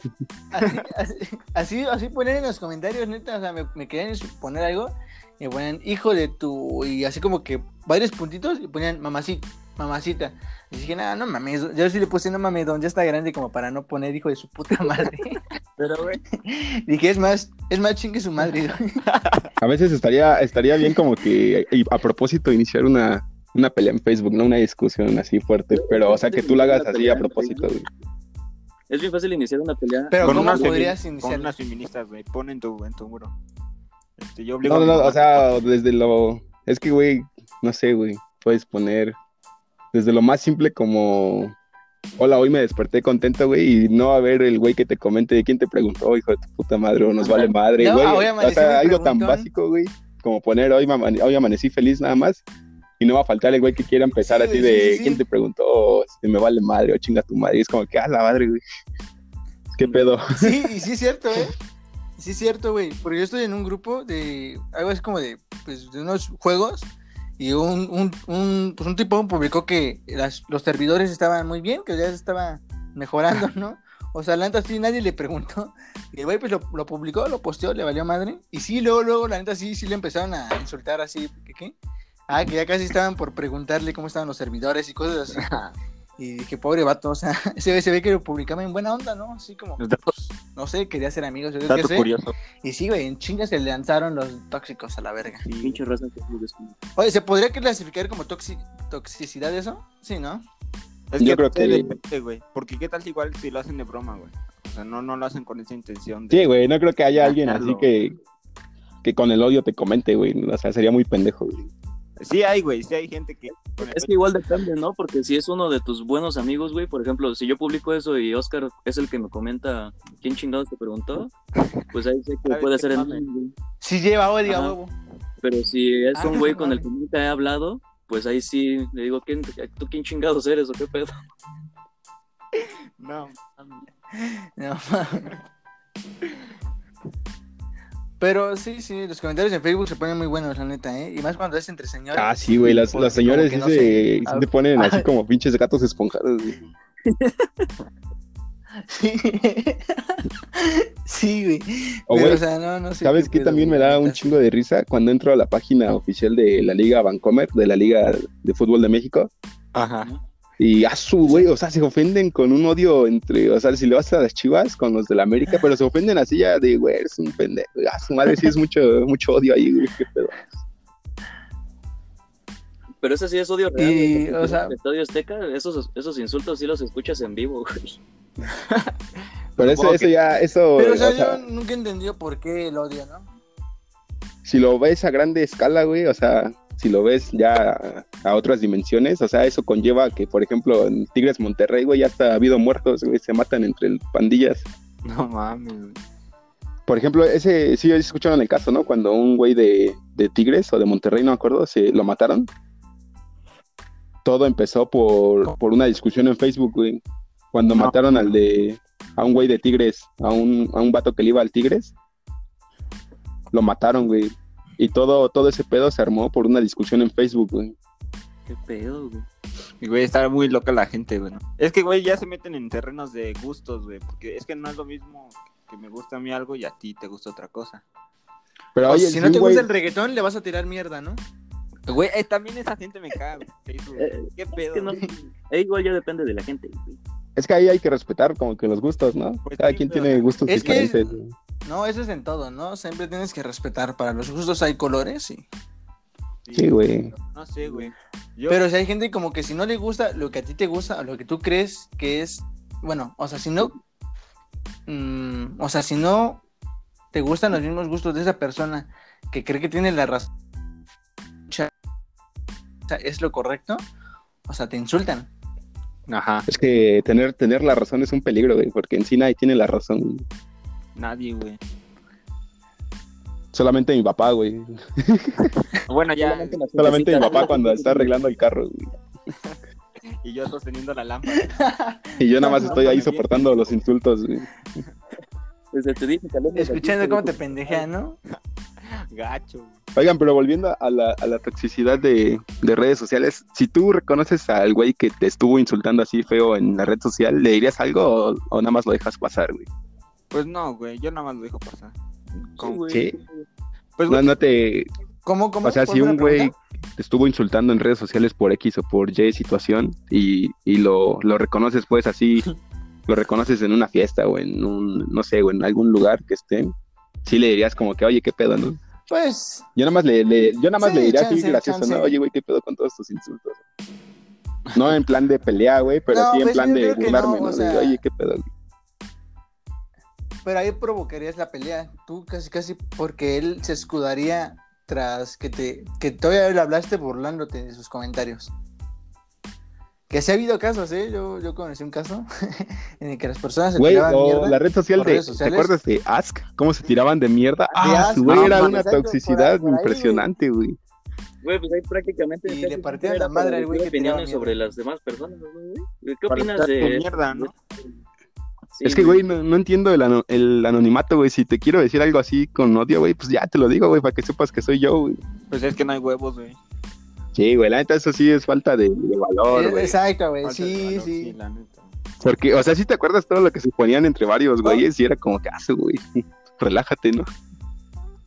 Speaker 4: así, así, así poner en los comentarios, neta, o sea, me, me querían poner algo y ponían hijo de tu, y así como que varios puntitos y ponían mamacita, mamacita. Y dije, nada, no mames, yo sí le puse, no mames, don, ya está grande como para no poner hijo de su puta madre.
Speaker 2: Pero, güey.
Speaker 4: Dije, es más, es más chingue su madre.
Speaker 3: A veces estaría, estaría bien como que y a propósito iniciar una, una pelea en Facebook, ¿no? Una discusión así fuerte, pero o sea, que tú la hagas así a propósito, güey.
Speaker 1: Es bien fácil iniciar una pelea.
Speaker 4: Pero
Speaker 2: Con
Speaker 4: ¿cómo
Speaker 2: unas femi-
Speaker 4: podrías
Speaker 2: Con
Speaker 4: iniciar?
Speaker 2: unas feministas, güey. Pon en tu, en tu muro. Este, yo obligo
Speaker 3: No,
Speaker 2: a mi
Speaker 3: no,
Speaker 2: mamá.
Speaker 3: o sea, desde lo... Es que, güey, no sé, güey, puedes poner desde lo más simple como... Hola, hoy me desperté contento, güey, y no va a haber el güey que te comente de quién te preguntó, hijo de tu puta madre, o nos vale madre,
Speaker 4: No,
Speaker 3: güey.
Speaker 4: hoy
Speaker 3: o
Speaker 4: amanecí muy
Speaker 3: sea, algo tan
Speaker 4: preguntón.
Speaker 3: básico, güey, como poner hoy, me amane- hoy amanecí feliz nada más, y no va a faltar el güey que quiera empezar
Speaker 4: Sí,
Speaker 3: así
Speaker 4: güey,
Speaker 3: de
Speaker 4: sí, sí, sí.
Speaker 3: quién te preguntó, o si me vale madre, o chinga tu madre, y es como que, ah, la madre, güey.
Speaker 4: Mm.
Speaker 3: ¿Qué pedo?
Speaker 4: Sí, y sí es cierto, ¿eh? Sí es cierto, güey. Porque yo estoy en un grupo de algo así como de, pues, de unos juegos. Y un, un, un, pues, un tipo publicó que las- los servidores estaban muy bien, que ya se estaba mejorando, ¿no? O sea, la neta sí nadie le preguntó. Y el güey pues lo, lo publicó, lo posteó, le valió madre. Y sí, luego, luego, la neta sí, sí le empezaron a insultar así, ¿qué? qué? Ah, que ya casi estaban por preguntarle cómo estaban los servidores y cosas así. Y dije, pobre vato, o sea, se ve, se ve que lo publicaba en buena onda, ¿no? Así como, pues, no sé, quería ser amigos, yo creo que
Speaker 2: Dato
Speaker 4: sé.
Speaker 2: curioso.
Speaker 4: Y sí, güey, en chingas se lanzaron los tóxicos a la verga.
Speaker 1: Pinche raza que vives con-
Speaker 4: Oye, ¿se podría clasificar como toxi- toxicidad eso? Sí, ¿no?
Speaker 2: Es
Speaker 3: Yo creo que-
Speaker 2: depende, güey. Porque qué tal igual si lo hacen de broma, güey. O sea, no, no lo hacen con esa intención. De...
Speaker 3: Sí, güey, no creo que haya alguien así
Speaker 2: Matarlo.
Speaker 3: que, que con el odio te comente, güey. O sea, sería muy pendejo, güey.
Speaker 2: Sí hay, güey. Sí hay gente que.
Speaker 1: Es que igual depende, ¿no? Porque si es uno de tus buenos amigos, güey, por ejemplo, si yo publico eso y Oscar es el que me comenta quién chingados te preguntó, pues ahí sé que
Speaker 2: Sabes
Speaker 1: puede
Speaker 2: que
Speaker 1: ser el
Speaker 2: mames.
Speaker 1: mismo, güey.
Speaker 4: Sí lleva odio,
Speaker 1: Ajá.
Speaker 4: a huevo.
Speaker 1: Pero si es
Speaker 4: Ah,
Speaker 1: un güey con el
Speaker 4: mames.
Speaker 1: que nunca he hablado, pues ahí sí le digo, ¿quién, ¿tú quién chingados eres o qué pedo?
Speaker 2: No.
Speaker 4: No, mames. Pero sí, sí, los comentarios en Facebook se ponen muy buenos, la neta, ¿eh? Y más cuando es entre señores.
Speaker 3: Ah, sí, güey, las,
Speaker 4: Porque
Speaker 3: las señores sí,
Speaker 4: como que
Speaker 3: se,
Speaker 4: no sé.
Speaker 3: sí
Speaker 4: Ah,
Speaker 3: te ponen
Speaker 4: ah.
Speaker 3: así como pinches gatos esponjados, güey.
Speaker 4: Sí, sí güey.
Speaker 3: O,
Speaker 4: Pero,
Speaker 3: güey,
Speaker 4: o sea, no, no sé.
Speaker 3: ¿sabes qué
Speaker 4: pedo,
Speaker 3: también me
Speaker 4: güey,
Speaker 3: da
Speaker 4: la
Speaker 3: un
Speaker 4: neta.
Speaker 3: chingo de risa? Cuando entro a la página oficial de la Liga Bancomer, de la Liga de Fútbol de México,
Speaker 2: Ajá.
Speaker 3: y a su, güey, o sea, se ofenden con un odio entre, o sea, si le vas a las chivas con los de la América, pero se ofenden así ya de, güey, eres un pendejo. A su madre sí es mucho, mucho odio ahí, güey, qué pedo.
Speaker 1: Pero ese sí es odio real.
Speaker 4: Y,
Speaker 1: güey.
Speaker 4: o sea-
Speaker 1: El Estadio Azteca, esos, esos insultos sí los escuchas en vivo, güey.
Speaker 3: Pero eso,
Speaker 2: Supongo
Speaker 3: eso
Speaker 2: que-
Speaker 3: ya, eso...
Speaker 4: Pero, o sea,
Speaker 3: o sea,
Speaker 4: yo nunca he entendido por qué el odio, ¿no?
Speaker 3: si lo ves a grande escala, güey, o sea, si lo ves ya a otras dimensiones, o sea, eso conlleva que, por ejemplo, en Tigres Monterrey, güey, ya hasta ha habido muertos, güey, se matan entre pandillas.
Speaker 2: No mames, güey.
Speaker 3: Por ejemplo, ese, sí, escucharon el caso, ¿no? Cuando un güey de, de Tigres o de Monterrey, no me acuerdo, se lo mataron. Todo empezó por, por una discusión en Facebook, güey. Cuando
Speaker 2: No.
Speaker 3: mataron al de, a un güey de Tigres, a un, a un vato que le iba al Tigres, lo mataron, güey. Y todo, todo ese pedo se armó por una discusión en Facebook, güey.
Speaker 1: Qué pedo, güey.
Speaker 2: Y, güey, está muy loca la gente, güey. ¿no? Es que, güey, ya se meten en terrenos de gustos, güey. Porque es que no es lo mismo que me gusta a mí algo y a ti te gusta otra cosa.
Speaker 3: Pero
Speaker 4: O
Speaker 3: oye,
Speaker 4: si
Speaker 3: sí,
Speaker 4: no te
Speaker 3: güey,
Speaker 4: gusta el reggaetón, le vas a tirar mierda, ¿no?
Speaker 2: Güey, eh, también esa gente me caga, güey. Facebook, güey.
Speaker 1: Eh,
Speaker 2: ¿Qué
Speaker 1: Es
Speaker 2: pedo?
Speaker 1: que no-
Speaker 2: güey?
Speaker 1: e igual ya depende de la gente, güey.
Speaker 3: es que ahí hay que respetar como que los gustos, ¿no?
Speaker 2: Pues
Speaker 3: Cada
Speaker 2: sí,
Speaker 3: quien
Speaker 2: pero-
Speaker 3: tiene gustos
Speaker 4: Es que-
Speaker 3: diferentes.
Speaker 4: No, eso es en todo, ¿no? Siempre tienes que respetar. Para los gustos hay colores y...
Speaker 3: Sí, güey.
Speaker 2: No sé, güey. Yo,
Speaker 4: Pero si hay gente como que si no le gusta lo que a ti te gusta o lo que tú crees que es, bueno, o sea, si no, mm, o sea, si no te gustan los mismos gustos de esa persona que cree que tiene la razón, cha- o sea, es lo correcto, o sea, te insultan.
Speaker 2: Ajá.
Speaker 3: Es que tener, tener la razón es un peligro, güey, porque en sí nadie tiene la razón. güey.
Speaker 2: Nadie, güey.
Speaker 3: Solamente mi papá, güey.
Speaker 2: Bueno, ya.
Speaker 1: Solamente las
Speaker 3: Solamente mi
Speaker 1: jefecitas,
Speaker 3: papá
Speaker 1: ¿no?
Speaker 3: cuando está arreglando el carro, güey.
Speaker 2: Y yo sosteniendo la lámpara.
Speaker 3: Y yo nada más
Speaker 2: No,
Speaker 3: estoy
Speaker 2: no,
Speaker 3: ahí
Speaker 2: me
Speaker 3: soportando los insultos, güey.
Speaker 1: Desde te dije, Caleb, desde
Speaker 4: Escuchando
Speaker 1: aquí,
Speaker 4: cómo te
Speaker 1: güey.
Speaker 4: pendejean, ¿no?
Speaker 2: Gacho, güey.
Speaker 3: Oigan, pero volviendo a la, a la toxicidad de, de redes sociales, si tú reconoces al güey que te estuvo insultando así feo en la red social, ¿le dirías algo o, o nada más lo dejas pasar, güey?
Speaker 2: Pues no, güey. Yo nada más lo dejo pasar.
Speaker 1: Sí, güey.
Speaker 3: Sí.
Speaker 2: Pues,
Speaker 3: No,
Speaker 2: güey,
Speaker 3: no te...
Speaker 4: ¿Cómo, cómo?
Speaker 3: O sea,
Speaker 4: ¿Cuál
Speaker 3: si
Speaker 4: fue la
Speaker 3: un güey
Speaker 4: pregunta?
Speaker 3: te estuvo insultando en redes sociales por X o por Y situación y, y lo, lo reconoces pues así, lo reconoces en una fiesta o en un, no sé, o en algún lugar que estén, sí le dirías como que, oye, qué pedo, ¿no?
Speaker 4: Pues,
Speaker 3: Yo nada más le, le- yo nada más
Speaker 4: Sí,
Speaker 3: le diría así
Speaker 4: chance,
Speaker 3: gracioso,
Speaker 4: chance.
Speaker 3: ¿no? Oye, güey, ¿qué pedo con todos tus insultos? No en plan de pelea, güey, pero
Speaker 4: No,
Speaker 3: sí en
Speaker 4: pues,
Speaker 3: plan
Speaker 4: yo
Speaker 3: de
Speaker 4: creo que
Speaker 3: burlarme,
Speaker 4: no,
Speaker 3: ¿no?
Speaker 4: o
Speaker 3: De,
Speaker 4: sea-
Speaker 3: Oye, ¿qué pedo? güey?".
Speaker 4: pero ahí provocarías la pelea, tú casi casi porque él se escudaría tras que te que todavía le hablaste burlándote de sus comentarios. Que se ha habido casos, ¿eh? Yo, yo conocí un caso en el que las personas se
Speaker 3: Güey,
Speaker 4: tiraban
Speaker 3: o
Speaker 4: mierda.
Speaker 3: la red social
Speaker 4: por
Speaker 3: de,
Speaker 4: redes
Speaker 3: ¿te
Speaker 4: sociales.
Speaker 3: acuerdas de Ask? ¿Cómo se tiraban de mierda? Ah,
Speaker 4: Ask,
Speaker 3: su güey,
Speaker 2: no
Speaker 3: era
Speaker 2: mames.
Speaker 3: una
Speaker 4: Exacto, por ahí,
Speaker 3: toxicidad
Speaker 4: por ahí, güey.
Speaker 3: impresionante, güey.
Speaker 1: Güey, pues ahí prácticamente.
Speaker 4: Y
Speaker 1: casi
Speaker 4: le partieron
Speaker 1: era
Speaker 4: la madre
Speaker 1: para
Speaker 4: al güey
Speaker 1: decir
Speaker 4: que tiraba
Speaker 1: opiniones
Speaker 4: mierda.
Speaker 1: sobre las demás personas, ¿no, güey? ¿Qué
Speaker 2: para
Speaker 1: opinas
Speaker 2: estar
Speaker 1: de.
Speaker 2: tu mierda, no?
Speaker 1: Sí,
Speaker 3: es que, güey, no, no entiendo el, ano- el anonimato, güey. Si te quiero decir algo así con odio, güey, pues ya te lo digo, güey, para que sepas que soy yo, güey.
Speaker 2: Pues es que no hay huevos, güey.
Speaker 3: Sí, güey, la neta, eso sí es falta de, de valor,
Speaker 4: Eh,
Speaker 3: güey.
Speaker 4: Exacto, güey.
Speaker 2: Falta de
Speaker 4: Sí,
Speaker 2: valor,
Speaker 4: sí.
Speaker 2: la neta.
Speaker 3: Porque, o sea, si te acuerdas todo lo que se ponían entre varios güeyes y era como que, ah, su güey, relájate, ¿no?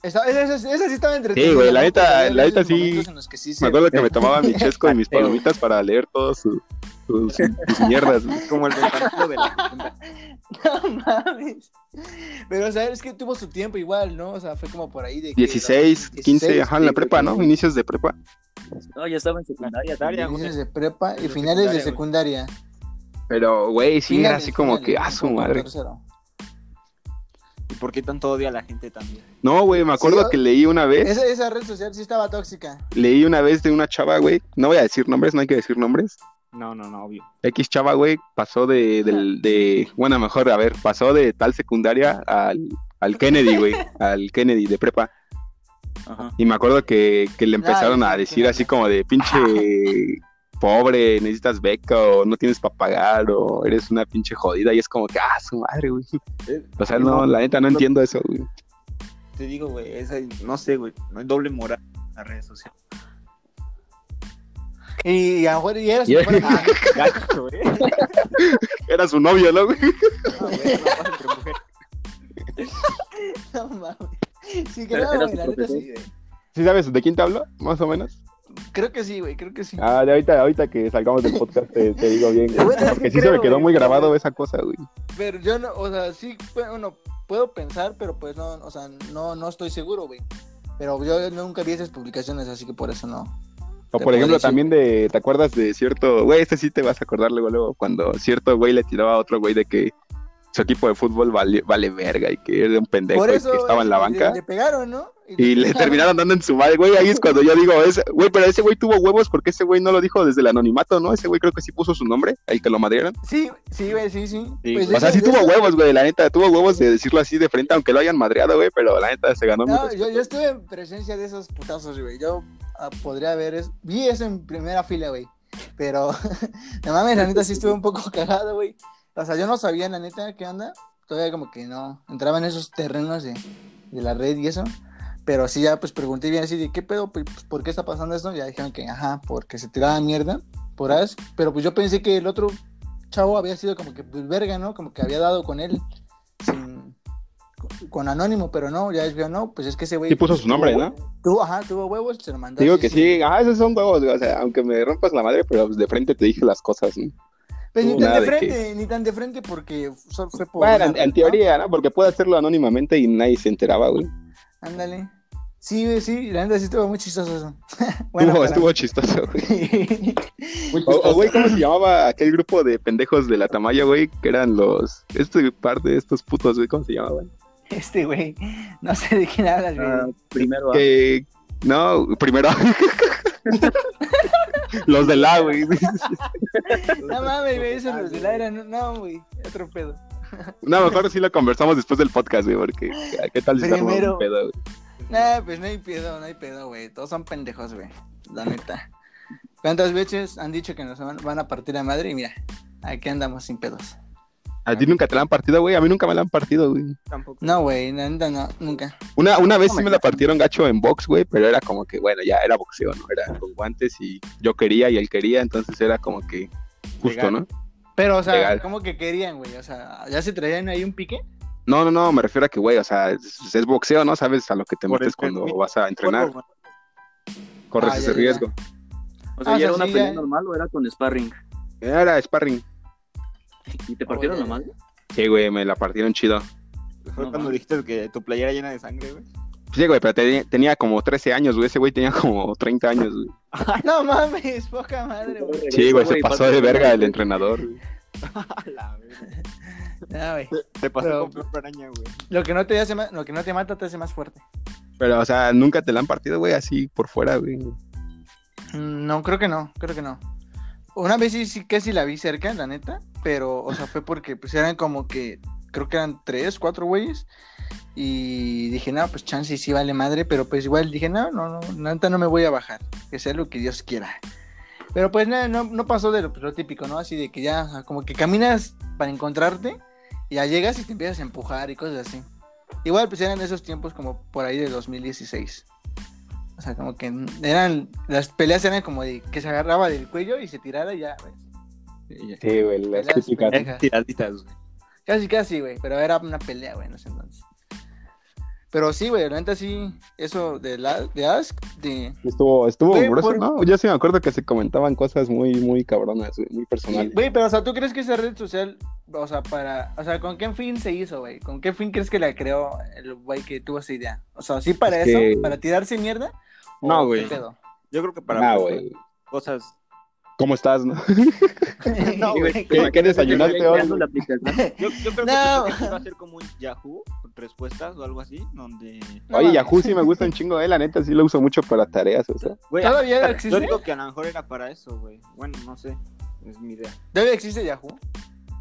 Speaker 4: Esa, esa- esa- esa sí estaba entretenida.
Speaker 3: güey, la
Speaker 4: ¿no?
Speaker 3: neta-
Speaker 4: Porque había
Speaker 3: la neta
Speaker 4: esos
Speaker 3: sí-
Speaker 4: momentos en los que sí se-
Speaker 3: Me acuerdo que me tomaba mi chesco y mis palomitas para leer todas sus, sus- sus mierdas, güey.
Speaker 2: Como el del partido de la
Speaker 4: No mames. Pero, o sea, es que tuvo su tiempo igual, ¿no? O sea, fue como por ahí de... que-
Speaker 3: 16, 15,
Speaker 4: 16,
Speaker 3: ajá, en la prepa, ¿no? Inicios de prepa.
Speaker 1: No, ya estaba en secundaria.
Speaker 2: Secundaria,
Speaker 1: también.
Speaker 4: Inicios de prepa y
Speaker 2: De
Speaker 4: finales de
Speaker 2: secundaria,
Speaker 4: secundaria.
Speaker 3: Pero, güey, sí, era
Speaker 4: Finales,
Speaker 3: así como
Speaker 4: finales,
Speaker 3: que, ah,
Speaker 4: ¿no?
Speaker 3: su
Speaker 4: Como
Speaker 3: madre.
Speaker 4: tercero.
Speaker 2: ¿Y por qué tanto odia a la gente también?
Speaker 3: No, güey, me
Speaker 4: ¿Sí?
Speaker 3: acuerdo que leí una vez,
Speaker 4: Esa, esa red social sí estaba tóxica.
Speaker 3: leí una vez de una chava, güey. No voy a decir nombres, no hay que decir nombres.
Speaker 2: No, no, no, obvio.
Speaker 3: X chava, güey, pasó de, del- de- bueno, mejor, a ver, pasó de tal secundaria al, al Kennedy, güey, al Kennedy de prepa.
Speaker 1: Ajá.
Speaker 3: Y me acuerdo que, que le empezaron
Speaker 4: ya
Speaker 3: a
Speaker 4: sé
Speaker 3: decir
Speaker 4: quién
Speaker 3: así como de pinche pobre, necesitas beca o no tienes para pagar o eres una pinche jodida y es como que, ah, su madre, güey. O sea, no, la neta no entiendo eso, güey.
Speaker 2: Te digo, güey, esa, no sé, güey, no hay doble moral en las redes sociales.
Speaker 4: Y, y, a lo mejor- y era su
Speaker 3: Yeah.
Speaker 4: buena-
Speaker 2: Ah, gacho, eh.
Speaker 3: Era su novio, ¿no, güey?
Speaker 2: No, güey, no pasa entre mujeres.
Speaker 4: No mames. Sí, que
Speaker 1: Era-
Speaker 4: no,
Speaker 1: era
Speaker 4: güey,
Speaker 1: su
Speaker 4: la neta
Speaker 1: profesor.
Speaker 4: sí, güey.
Speaker 3: ¿Sí sabes de quién te hablo? Más o menos.
Speaker 4: Creo que sí, güey, creo que sí.
Speaker 3: Ah, de ahorita, ahorita que salgamos del podcast te, te digo bien, güey.
Speaker 4: Bueno, es que
Speaker 3: Porque sí se
Speaker 4: creo,
Speaker 3: me quedó
Speaker 4: güey.
Speaker 3: muy grabado esa cosa, güey.
Speaker 4: Pero yo no, o sea, sí, bueno, puedo pensar, pero pues no, o sea, no, no estoy seguro, güey. Pero yo nunca vi esas publicaciones, así que por eso no.
Speaker 3: O
Speaker 4: Te
Speaker 3: por
Speaker 4: puedo
Speaker 3: ejemplo,
Speaker 4: decir.
Speaker 3: también de, ¿te acuerdas de cierto, güey, este sí te vas a acordar luego, luego, cuando cierto güey le tiraba a otro güey de que su equipo de fútbol vale, vale verga y que era un pendejo
Speaker 4: por
Speaker 3: y
Speaker 4: eso eh,
Speaker 3: que estaba en la
Speaker 4: le-
Speaker 3: banca?
Speaker 4: Le, pegaron, ¿no?
Speaker 3: Y
Speaker 4: eh,
Speaker 3: le terminaron dando en su madre, güey, ahí es cuando yo digo, ese- güey, pero ese güey tuvo huevos porque ese güey no lo dijo desde el anonimato, ¿no? Ese güey creo que sí puso su nombre, ahí que lo madrieron.
Speaker 4: Sí, sí, güey, sí, Pues sí.
Speaker 2: Sí, güey.
Speaker 4: de
Speaker 3: O sea,
Speaker 4: eso-
Speaker 3: sí
Speaker 4: de
Speaker 3: tuvo
Speaker 4: eso-
Speaker 3: huevos, güey, la neta, tuvo huevos de decirlo así de frente, aunque lo hayan madreado, güey, pero la neta se ganó mi
Speaker 4: No,
Speaker 3: respeto.
Speaker 4: yo, yo estuve en presencia de esos putazos, güey. Yo ah, podría ver es... Vi eso en primera fila, güey. Pero, no mames, la neta sí estuve un poco cagado, güey. O sea, yo no sabía, la neta, qué onda. Todavía como que no. Entraba en esos terrenos de, de la red y eso. Pero así ya pues pregunté bien así de qué pedo, pues, ¿por qué está pasando esto? Ya dijeron que, ajá, porque se tiraba mierda por as. Pero pues yo pensé que el otro chavo había sido como que, pues verga, ¿no? Como que había dado con él sin- con, con anónimo, pero no, ya dijeron, no, pues es que ese güey.
Speaker 3: Sí puso su nombre, ¿no?
Speaker 4: Tuvo, ajá, tuvo huevos, se lo mandó.
Speaker 3: Te digo
Speaker 4: así,
Speaker 3: que sí, ah, esos son huevos, güey, o sea, aunque me rompas la madre, pero pues, de frente te dije las cosas. ¿no?
Speaker 4: Pues ni
Speaker 3: Nada
Speaker 4: tan de
Speaker 3: de
Speaker 4: frente, ni tan de frente porque solo fue por.
Speaker 3: Bueno,
Speaker 4: una
Speaker 3: en,
Speaker 4: red,
Speaker 3: en
Speaker 4: ¿no?
Speaker 3: teoría, ¿no? Porque puede hacerlo anónimamente y nadie se enteraba, güey.
Speaker 4: Ándale. Sí, güey, sí, la neta sí estuvo muy chistoso eso.
Speaker 3: estuvo,
Speaker 4: para-
Speaker 3: estuvo chistoso, güey.
Speaker 2: Muy
Speaker 3: O,
Speaker 2: chistoso.
Speaker 3: o, güey, ¿cómo se llamaba aquel grupo de pendejos de la Tamaya, güey? Que eran los. Este parte de estos putos, güey, ¿cómo se llamaban?
Speaker 4: Este güey, no sé de quién hablas, güey.
Speaker 1: Ah, primero, ah,
Speaker 3: Que. No, primero. los del A, güey.
Speaker 2: pues,
Speaker 4: no mames, güey, eso los del aire, no, no, güey, otro pedo.
Speaker 3: No, mejor sí lo conversamos después del podcast, güey, porque. ¿Qué tal si se arma un
Speaker 4: Primero.
Speaker 3: pedo, güey?
Speaker 4: Nah, pues no hay pedo, no hay pedo, güey. Todos son pendejos, güey. La neta. ¿Cuántas veces han dicho que nos van, van a partir a madre? Y mira, aquí andamos sin pedos.
Speaker 3: A ti nunca te la han partido, güey. A mí nunca me la han partido, güey.
Speaker 2: Tampoco.
Speaker 4: No, güey, la neta no, nunca.
Speaker 3: Una, una vez sí me la partieron gacho en box, güey, pero era como que, bueno, ya era boxeo, ¿no? Era con guantes y yo quería y él quería, entonces era como que justo,
Speaker 2: Legal.
Speaker 3: ¿no?
Speaker 4: Pero, o sea,
Speaker 3: Legal.
Speaker 4: ¿cómo que querían, güey? O sea, ¿ya se traían ahí un pique?
Speaker 3: No, no, no, me refiero a que, güey, o sea, es, es boxeo, ¿no? Sabes a lo que te
Speaker 2: Por
Speaker 3: metes
Speaker 2: el permiso.
Speaker 3: cuando vas a entrenar,
Speaker 2: Bueno,
Speaker 3: corres
Speaker 4: Ah, ya,
Speaker 3: ese
Speaker 4: ya, ya.
Speaker 3: riesgo.
Speaker 1: O sea,
Speaker 4: Ah,
Speaker 1: ¿ya
Speaker 4: o sea,
Speaker 1: era una
Speaker 4: sí,
Speaker 1: pelea
Speaker 4: ya.
Speaker 1: normal o era con sparring?
Speaker 3: Era sparring.
Speaker 1: ¿Y te partieron
Speaker 4: Oye.
Speaker 1: la madre?
Speaker 3: Sí, güey, me la partieron chido.
Speaker 2: Fue
Speaker 1: No,
Speaker 2: cuando
Speaker 1: mames.
Speaker 2: dijiste que tu playera llena de sangre, güey.
Speaker 3: Sí, güey, pero te- tenía como 13 años, güey, ese güey tenía como 30 años, güey.
Speaker 4: No mames, poca madre, güey.
Speaker 3: Sí, güey, se
Speaker 1: Güey,
Speaker 3: pasó
Speaker 1: parte-
Speaker 3: de verga el entrenador. güey.
Speaker 4: No, pues. güey.
Speaker 2: Te
Speaker 4: Pero-
Speaker 2: pasó con Pepe Araña, güey.
Speaker 4: Lo que no te hace ma- lo que no te mata te hace más fuerte.
Speaker 3: Pero, o sea, nunca te la han partido, güey, así por fuera, güey.
Speaker 4: Mm, No, creo que no, creo que no. Una vez sí, sí casi la vi cerca, la neta, pero, o sea, fue porque pues eran como que, creo que eran tres, cuatro güeyes, y dije, no, pues chance y sí vale madre, pero pues igual dije, no, no, no, la neta no me voy a bajar, que sea lo que Dios quiera. Pero pues nada, no, no pasó de lo, pues, lo típico, ¿no? Así de que ya, o sea, como que caminas para encontrarte, y ya llegas y te empiezas a empujar y cosas así. Igual pues eran esos tiempos como por ahí de 2016. O sea, como que eran, las peleas eran como de que se agarraba del cuello y se tirara y ya, güey.
Speaker 3: Sí, güey,
Speaker 4: las Las típicas. pendejas. Ajá.
Speaker 2: Tiraditas, güey.
Speaker 4: Casi, casi, güey, pero era una pelea, güey, en ese entonces. Pero sí, güey, la neta sí, eso de, la, de Ask, de...
Speaker 3: Estuvo, estuvo
Speaker 4: Güey,
Speaker 3: grueso,
Speaker 4: por-
Speaker 3: ¿no? Yo sí me acuerdo que se comentaban cosas muy, muy cabronas, güey, muy personales.
Speaker 4: Güey, pero o sea, ¿tú crees que esa red social, o sea, para... O sea, ¿con qué fin se hizo, güey? ¿Con qué fin crees que la creó el güey que tuvo esa idea? O sea, ¿sí para
Speaker 3: Es
Speaker 4: eso?
Speaker 3: que-
Speaker 4: ¿Para tirarse mierda? ¿O
Speaker 3: No,
Speaker 4: qué
Speaker 3: güey.
Speaker 4: pedo?
Speaker 2: Yo creo que para
Speaker 3: Nah,
Speaker 2: pues,
Speaker 3: güey.
Speaker 2: cosas.
Speaker 3: ¿Cómo estás, no?
Speaker 4: no,
Speaker 1: Sí, güey,
Speaker 4: güey.
Speaker 3: ¿Qué, qué
Speaker 1: Yo
Speaker 3: desayunaste
Speaker 1: ya
Speaker 3: hoy?
Speaker 1: no la aplicación.
Speaker 2: Yo, yo creo
Speaker 4: No.
Speaker 2: que pensé que iba a ser como un Yahoo, con respuestas o algo así, donde.
Speaker 4: No
Speaker 3: Oye,
Speaker 4: mames.
Speaker 3: Yahoo sí me gusta un chingo, eh, la neta, sí lo uso mucho para tareas, o sea.
Speaker 2: Güey,
Speaker 4: ¿Todavía
Speaker 2: para-
Speaker 4: existe?
Speaker 2: Yo digo que a lo mejor era para eso, güey. Bueno, no sé. Es mi idea.
Speaker 4: ¿Todavía existe Yahoo?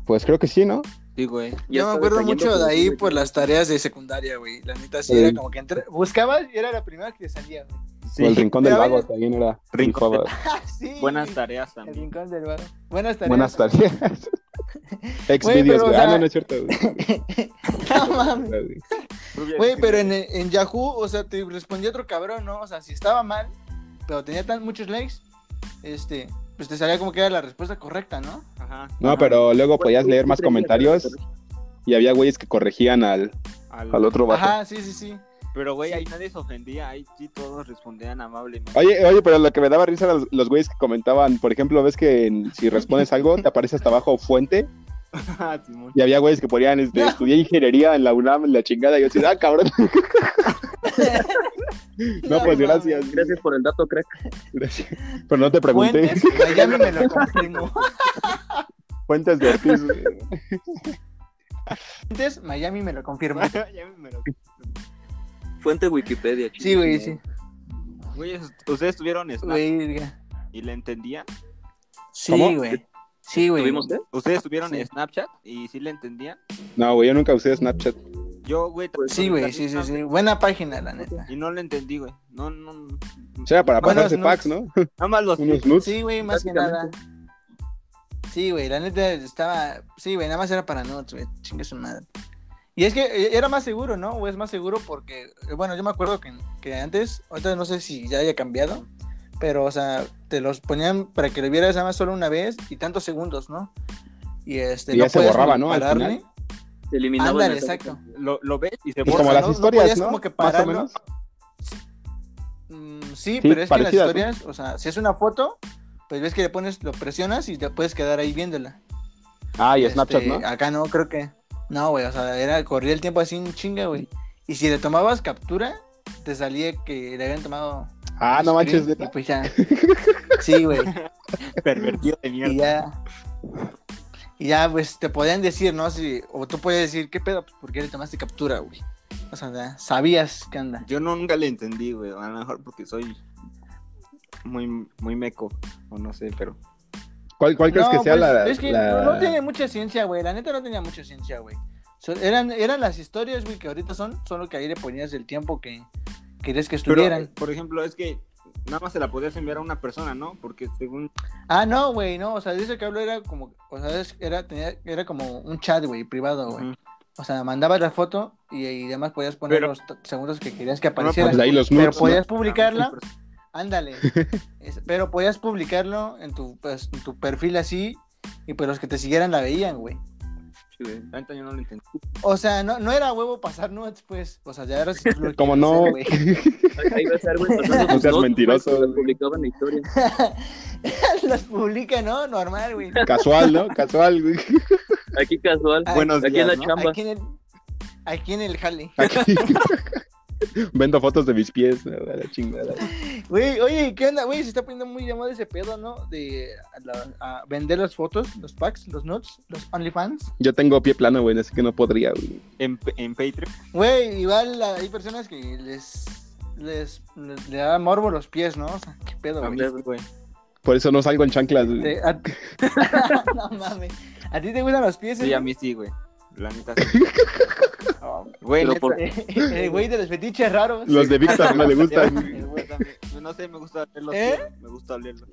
Speaker 3: Pues creo que sí, ¿no?
Speaker 2: Sí, güey.
Speaker 1: Ya
Speaker 4: Yo me
Speaker 1: está
Speaker 4: acuerdo
Speaker 1: detallando
Speaker 4: mucho de
Speaker 1: con
Speaker 4: ahí
Speaker 1: los-
Speaker 4: por las tareas de secundaria, güey. La neta sí
Speaker 3: Sí.
Speaker 4: era como que entra- buscabas y era la primera que salía, güey.
Speaker 3: O el Rincón del
Speaker 4: Pero a
Speaker 3: Vago
Speaker 4: ver-
Speaker 3: también era.
Speaker 2: Rincón del-
Speaker 3: rifaba.
Speaker 4: Ah, sí.
Speaker 2: Buenas
Speaker 4: güey.
Speaker 2: tareas
Speaker 4: El
Speaker 2: también.
Speaker 4: rincón del vago. Buenas tareas.
Speaker 3: Buenas tareas. Ex
Speaker 4: Güey,
Speaker 3: videos,
Speaker 4: pero, o
Speaker 3: güey. Ah,
Speaker 4: sea-
Speaker 3: no, no es cierto, güey.
Speaker 4: No mames.
Speaker 3: Güey.
Speaker 4: Güey, pero en, en Yahoo, o sea, te respondía otro cabrón, ¿no? O sea, si estaba mal, pero tenía tan muchos likes, este, pues te salía como que era la respuesta correcta, ¿no?
Speaker 2: Ajá.
Speaker 3: No, pero luego podías
Speaker 1: Tú-
Speaker 3: leer
Speaker 1: tú
Speaker 3: más
Speaker 1: creías
Speaker 3: comentarios y había güeyes que corregían al,
Speaker 2: Al-
Speaker 3: al otro vato.
Speaker 4: Ajá, sí, sí, sí.
Speaker 2: Pero, güey, ahí nadie se ofendía. Ahí sí todos respondían amablemente.
Speaker 3: Oye, oye, pero lo que me daba risa eran los- los güeyes que comentaban, por ejemplo, ves que en- si respondes algo te aparece hasta abajo fuente
Speaker 2: Ah, Simón.
Speaker 3: y había güeyes que ponían, este,
Speaker 4: No.
Speaker 3: estudié ingeniería en la UNAM, en la chingada, y yo decía, ah, cabrón. no, pues
Speaker 4: mames.
Speaker 3: gracias,
Speaker 1: Gracias por el dato, crack.
Speaker 3: gracias. Pero no te pregunté.
Speaker 4: Fuentes, güey, ya me lo confirmó.
Speaker 3: Fuentes de Ortiz. güey.
Speaker 4: Fuentes, Miami me lo confirmó.
Speaker 2: Ya me lo-
Speaker 1: Fuente Wikipedia.
Speaker 4: Sí, güey, sí.
Speaker 2: Güey, es- ustedes tuvieron Snap
Speaker 4: Güey, diga.
Speaker 2: y le entendían.
Speaker 3: ¿Cómo?
Speaker 4: sí, güey. Sí, güey.
Speaker 1: ¿Tuvimos qué?
Speaker 2: Ustedes tuvieron
Speaker 4: Sí.
Speaker 2: Snapchat y sí le entendían.
Speaker 3: No, güey, yo nunca usé Snapchat.
Speaker 2: Yo, güey, tra-
Speaker 4: Pues Sí, güey, sí, sí, sí. Buena página, la neta.
Speaker 2: Y no le entendí, güey. No, no. no.
Speaker 3: O sea, para
Speaker 4: Buenos
Speaker 3: pasarse
Speaker 4: nudes.
Speaker 3: packs, ¿no?
Speaker 2: Nada más los.
Speaker 3: Unos nudes.
Speaker 4: Sí, güey, más que nada.
Speaker 1: Básicamente.
Speaker 4: Sí, güey, la neta estaba. Sí, güey, nada más era para nuts, güey. Chingue su madre. Y es que e, era más seguro, ¿no? O es más seguro porque, eh, bueno, yo me acuerdo que, que antes, ahorita no sé si ya haya cambiado, pero, o sea, te los ponían para que lo vieras nada más solo una vez y tantos segundos, ¿no? Y este,
Speaker 3: Y ya
Speaker 4: no
Speaker 3: se
Speaker 4: podías
Speaker 3: borraba, ¿no? Al
Speaker 4: pararle.
Speaker 3: final.
Speaker 1: Se eliminaba.
Speaker 4: Ándale,
Speaker 1: la-
Speaker 4: exacto.
Speaker 2: Lo, lo ves y se
Speaker 3: Pues
Speaker 4: O
Speaker 2: borra.
Speaker 3: como las
Speaker 4: sea, no- no
Speaker 3: historias,
Speaker 4: podías
Speaker 3: ¿no?
Speaker 4: como que
Speaker 3: Más o
Speaker 4: pararlo.
Speaker 3: menos.
Speaker 4: Mm, sí,
Speaker 3: Sí,
Speaker 4: pero es que las
Speaker 3: parecidas, ¿no?
Speaker 4: historias, o sea, si es una foto, pues ves que le pones, lo presionas y te puedes quedar ahí viéndola.
Speaker 3: Ah, y
Speaker 4: Este,
Speaker 3: Snapchat, ¿no?
Speaker 4: Acá no, creo que. No, güey, o sea, era, corría el tiempo así en chinga, güey. Y si le tomabas captura, te salía que le habían tomado.
Speaker 3: Ah, no manches,
Speaker 4: screen, y
Speaker 3: neta.
Speaker 4: pues ya. Sí, güey.
Speaker 2: Pervertido de
Speaker 4: Y
Speaker 2: mierda.
Speaker 4: ya. Y ya, pues te podían decir, ¿no? Si, o tú puedes decir, ¿qué pedo? Pues, ¿Por qué le tomaste captura, güey? O sea, ya sabías que anda.
Speaker 2: Yo nunca le entendí, güey. A lo mejor porque soy muy, muy meco. O no sé, pero.
Speaker 3: ¿Cuál, cuál crees que sea
Speaker 4: pues,
Speaker 3: la,
Speaker 4: Es que
Speaker 3: la-
Speaker 4: no, no tiene mucha ciencia, güey. La neta no tenía mucha ciencia, güey. So- eran, eran las historias, güey, que ahorita son, solo que ahí le ponías el tiempo que querías que
Speaker 2: Pero,
Speaker 4: estuvieran.
Speaker 2: por ejemplo, es que nada más se la podías enviar a una persona, ¿no? Porque según.
Speaker 4: Ah, no, güey, no. O sea, dice que hablo era como, o sea, es- era, tenía, era como un chat, güey, privado, güey.
Speaker 2: Ujú.
Speaker 4: O sea, mandabas la foto y, y además podías poner
Speaker 2: Pero-
Speaker 4: los t- segundos que querías que
Speaker 2: pues, Ah,
Speaker 4: apareciera.
Speaker 3: Pues de ahí los
Speaker 4: pero
Speaker 3: nudes, ¿no?
Speaker 4: podías publicarla. Ándale. Es- pero podías publicarlo en tu, pues, en tu perfil así y pues los que te siguieran la veían, güey.
Speaker 1: Sí, güey.
Speaker 2: La neta, yo no lo entendí.
Speaker 4: O sea, no, no era huevo pasar nudes, pues. O sea, ya era si tú lo
Speaker 3: Como
Speaker 4: quieres
Speaker 3: no.
Speaker 4: hacer, güey.
Speaker 1: Ahí va a ser, güey, pasando
Speaker 3: No
Speaker 1: tus
Speaker 3: seas
Speaker 1: notes,
Speaker 3: mentiroso,
Speaker 1: güey,
Speaker 3: güey.
Speaker 1: Publicaban la historia.
Speaker 4: Los publica, ¿no? Normal, güey.
Speaker 3: Casual, ¿no? Casual, güey.
Speaker 1: Aquí casual.
Speaker 4: Ah,
Speaker 2: Buenos
Speaker 1: aquí
Speaker 2: días.
Speaker 1: en la
Speaker 2: ¿no?
Speaker 1: chamba.
Speaker 4: Aquí en el, aquí en el jale.
Speaker 3: Aquí. Vendo fotos de mis pies, ¿no? A la chingada.
Speaker 4: Güey, oye, ¿qué onda? Güey, se está poniendo muy llamado ese pedo, ¿no? De a la- a vender las fotos, los packs, los nudes, los OnlyFans.
Speaker 3: Yo tengo pie plano, güey, así que no podría, güey.
Speaker 2: En, en Patreon.
Speaker 4: Güey, igual la- hay personas que les, les, les- le da morbo los pies, ¿no? O sea, qué pedo,
Speaker 2: A
Speaker 4: güey.
Speaker 2: mí,
Speaker 1: Claro.
Speaker 2: güey.
Speaker 3: Por eso no salgo en chanclas, güey.
Speaker 4: Te- a- no mames. ¿A ti te gustan los pies?
Speaker 2: Sí,
Speaker 4: eh?
Speaker 2: a mí sí, güey. La neta. sí.
Speaker 4: Oh,
Speaker 2: Güey,
Speaker 1: Pero
Speaker 2: neta,
Speaker 1: por-
Speaker 4: el güey de los fetiches raros.
Speaker 3: Los de Víctor no le gustan. güey.
Speaker 2: El güey también. No sé, me gusta olerlo.
Speaker 4: ¿Eh?
Speaker 2: sí, Me gusta olerlo.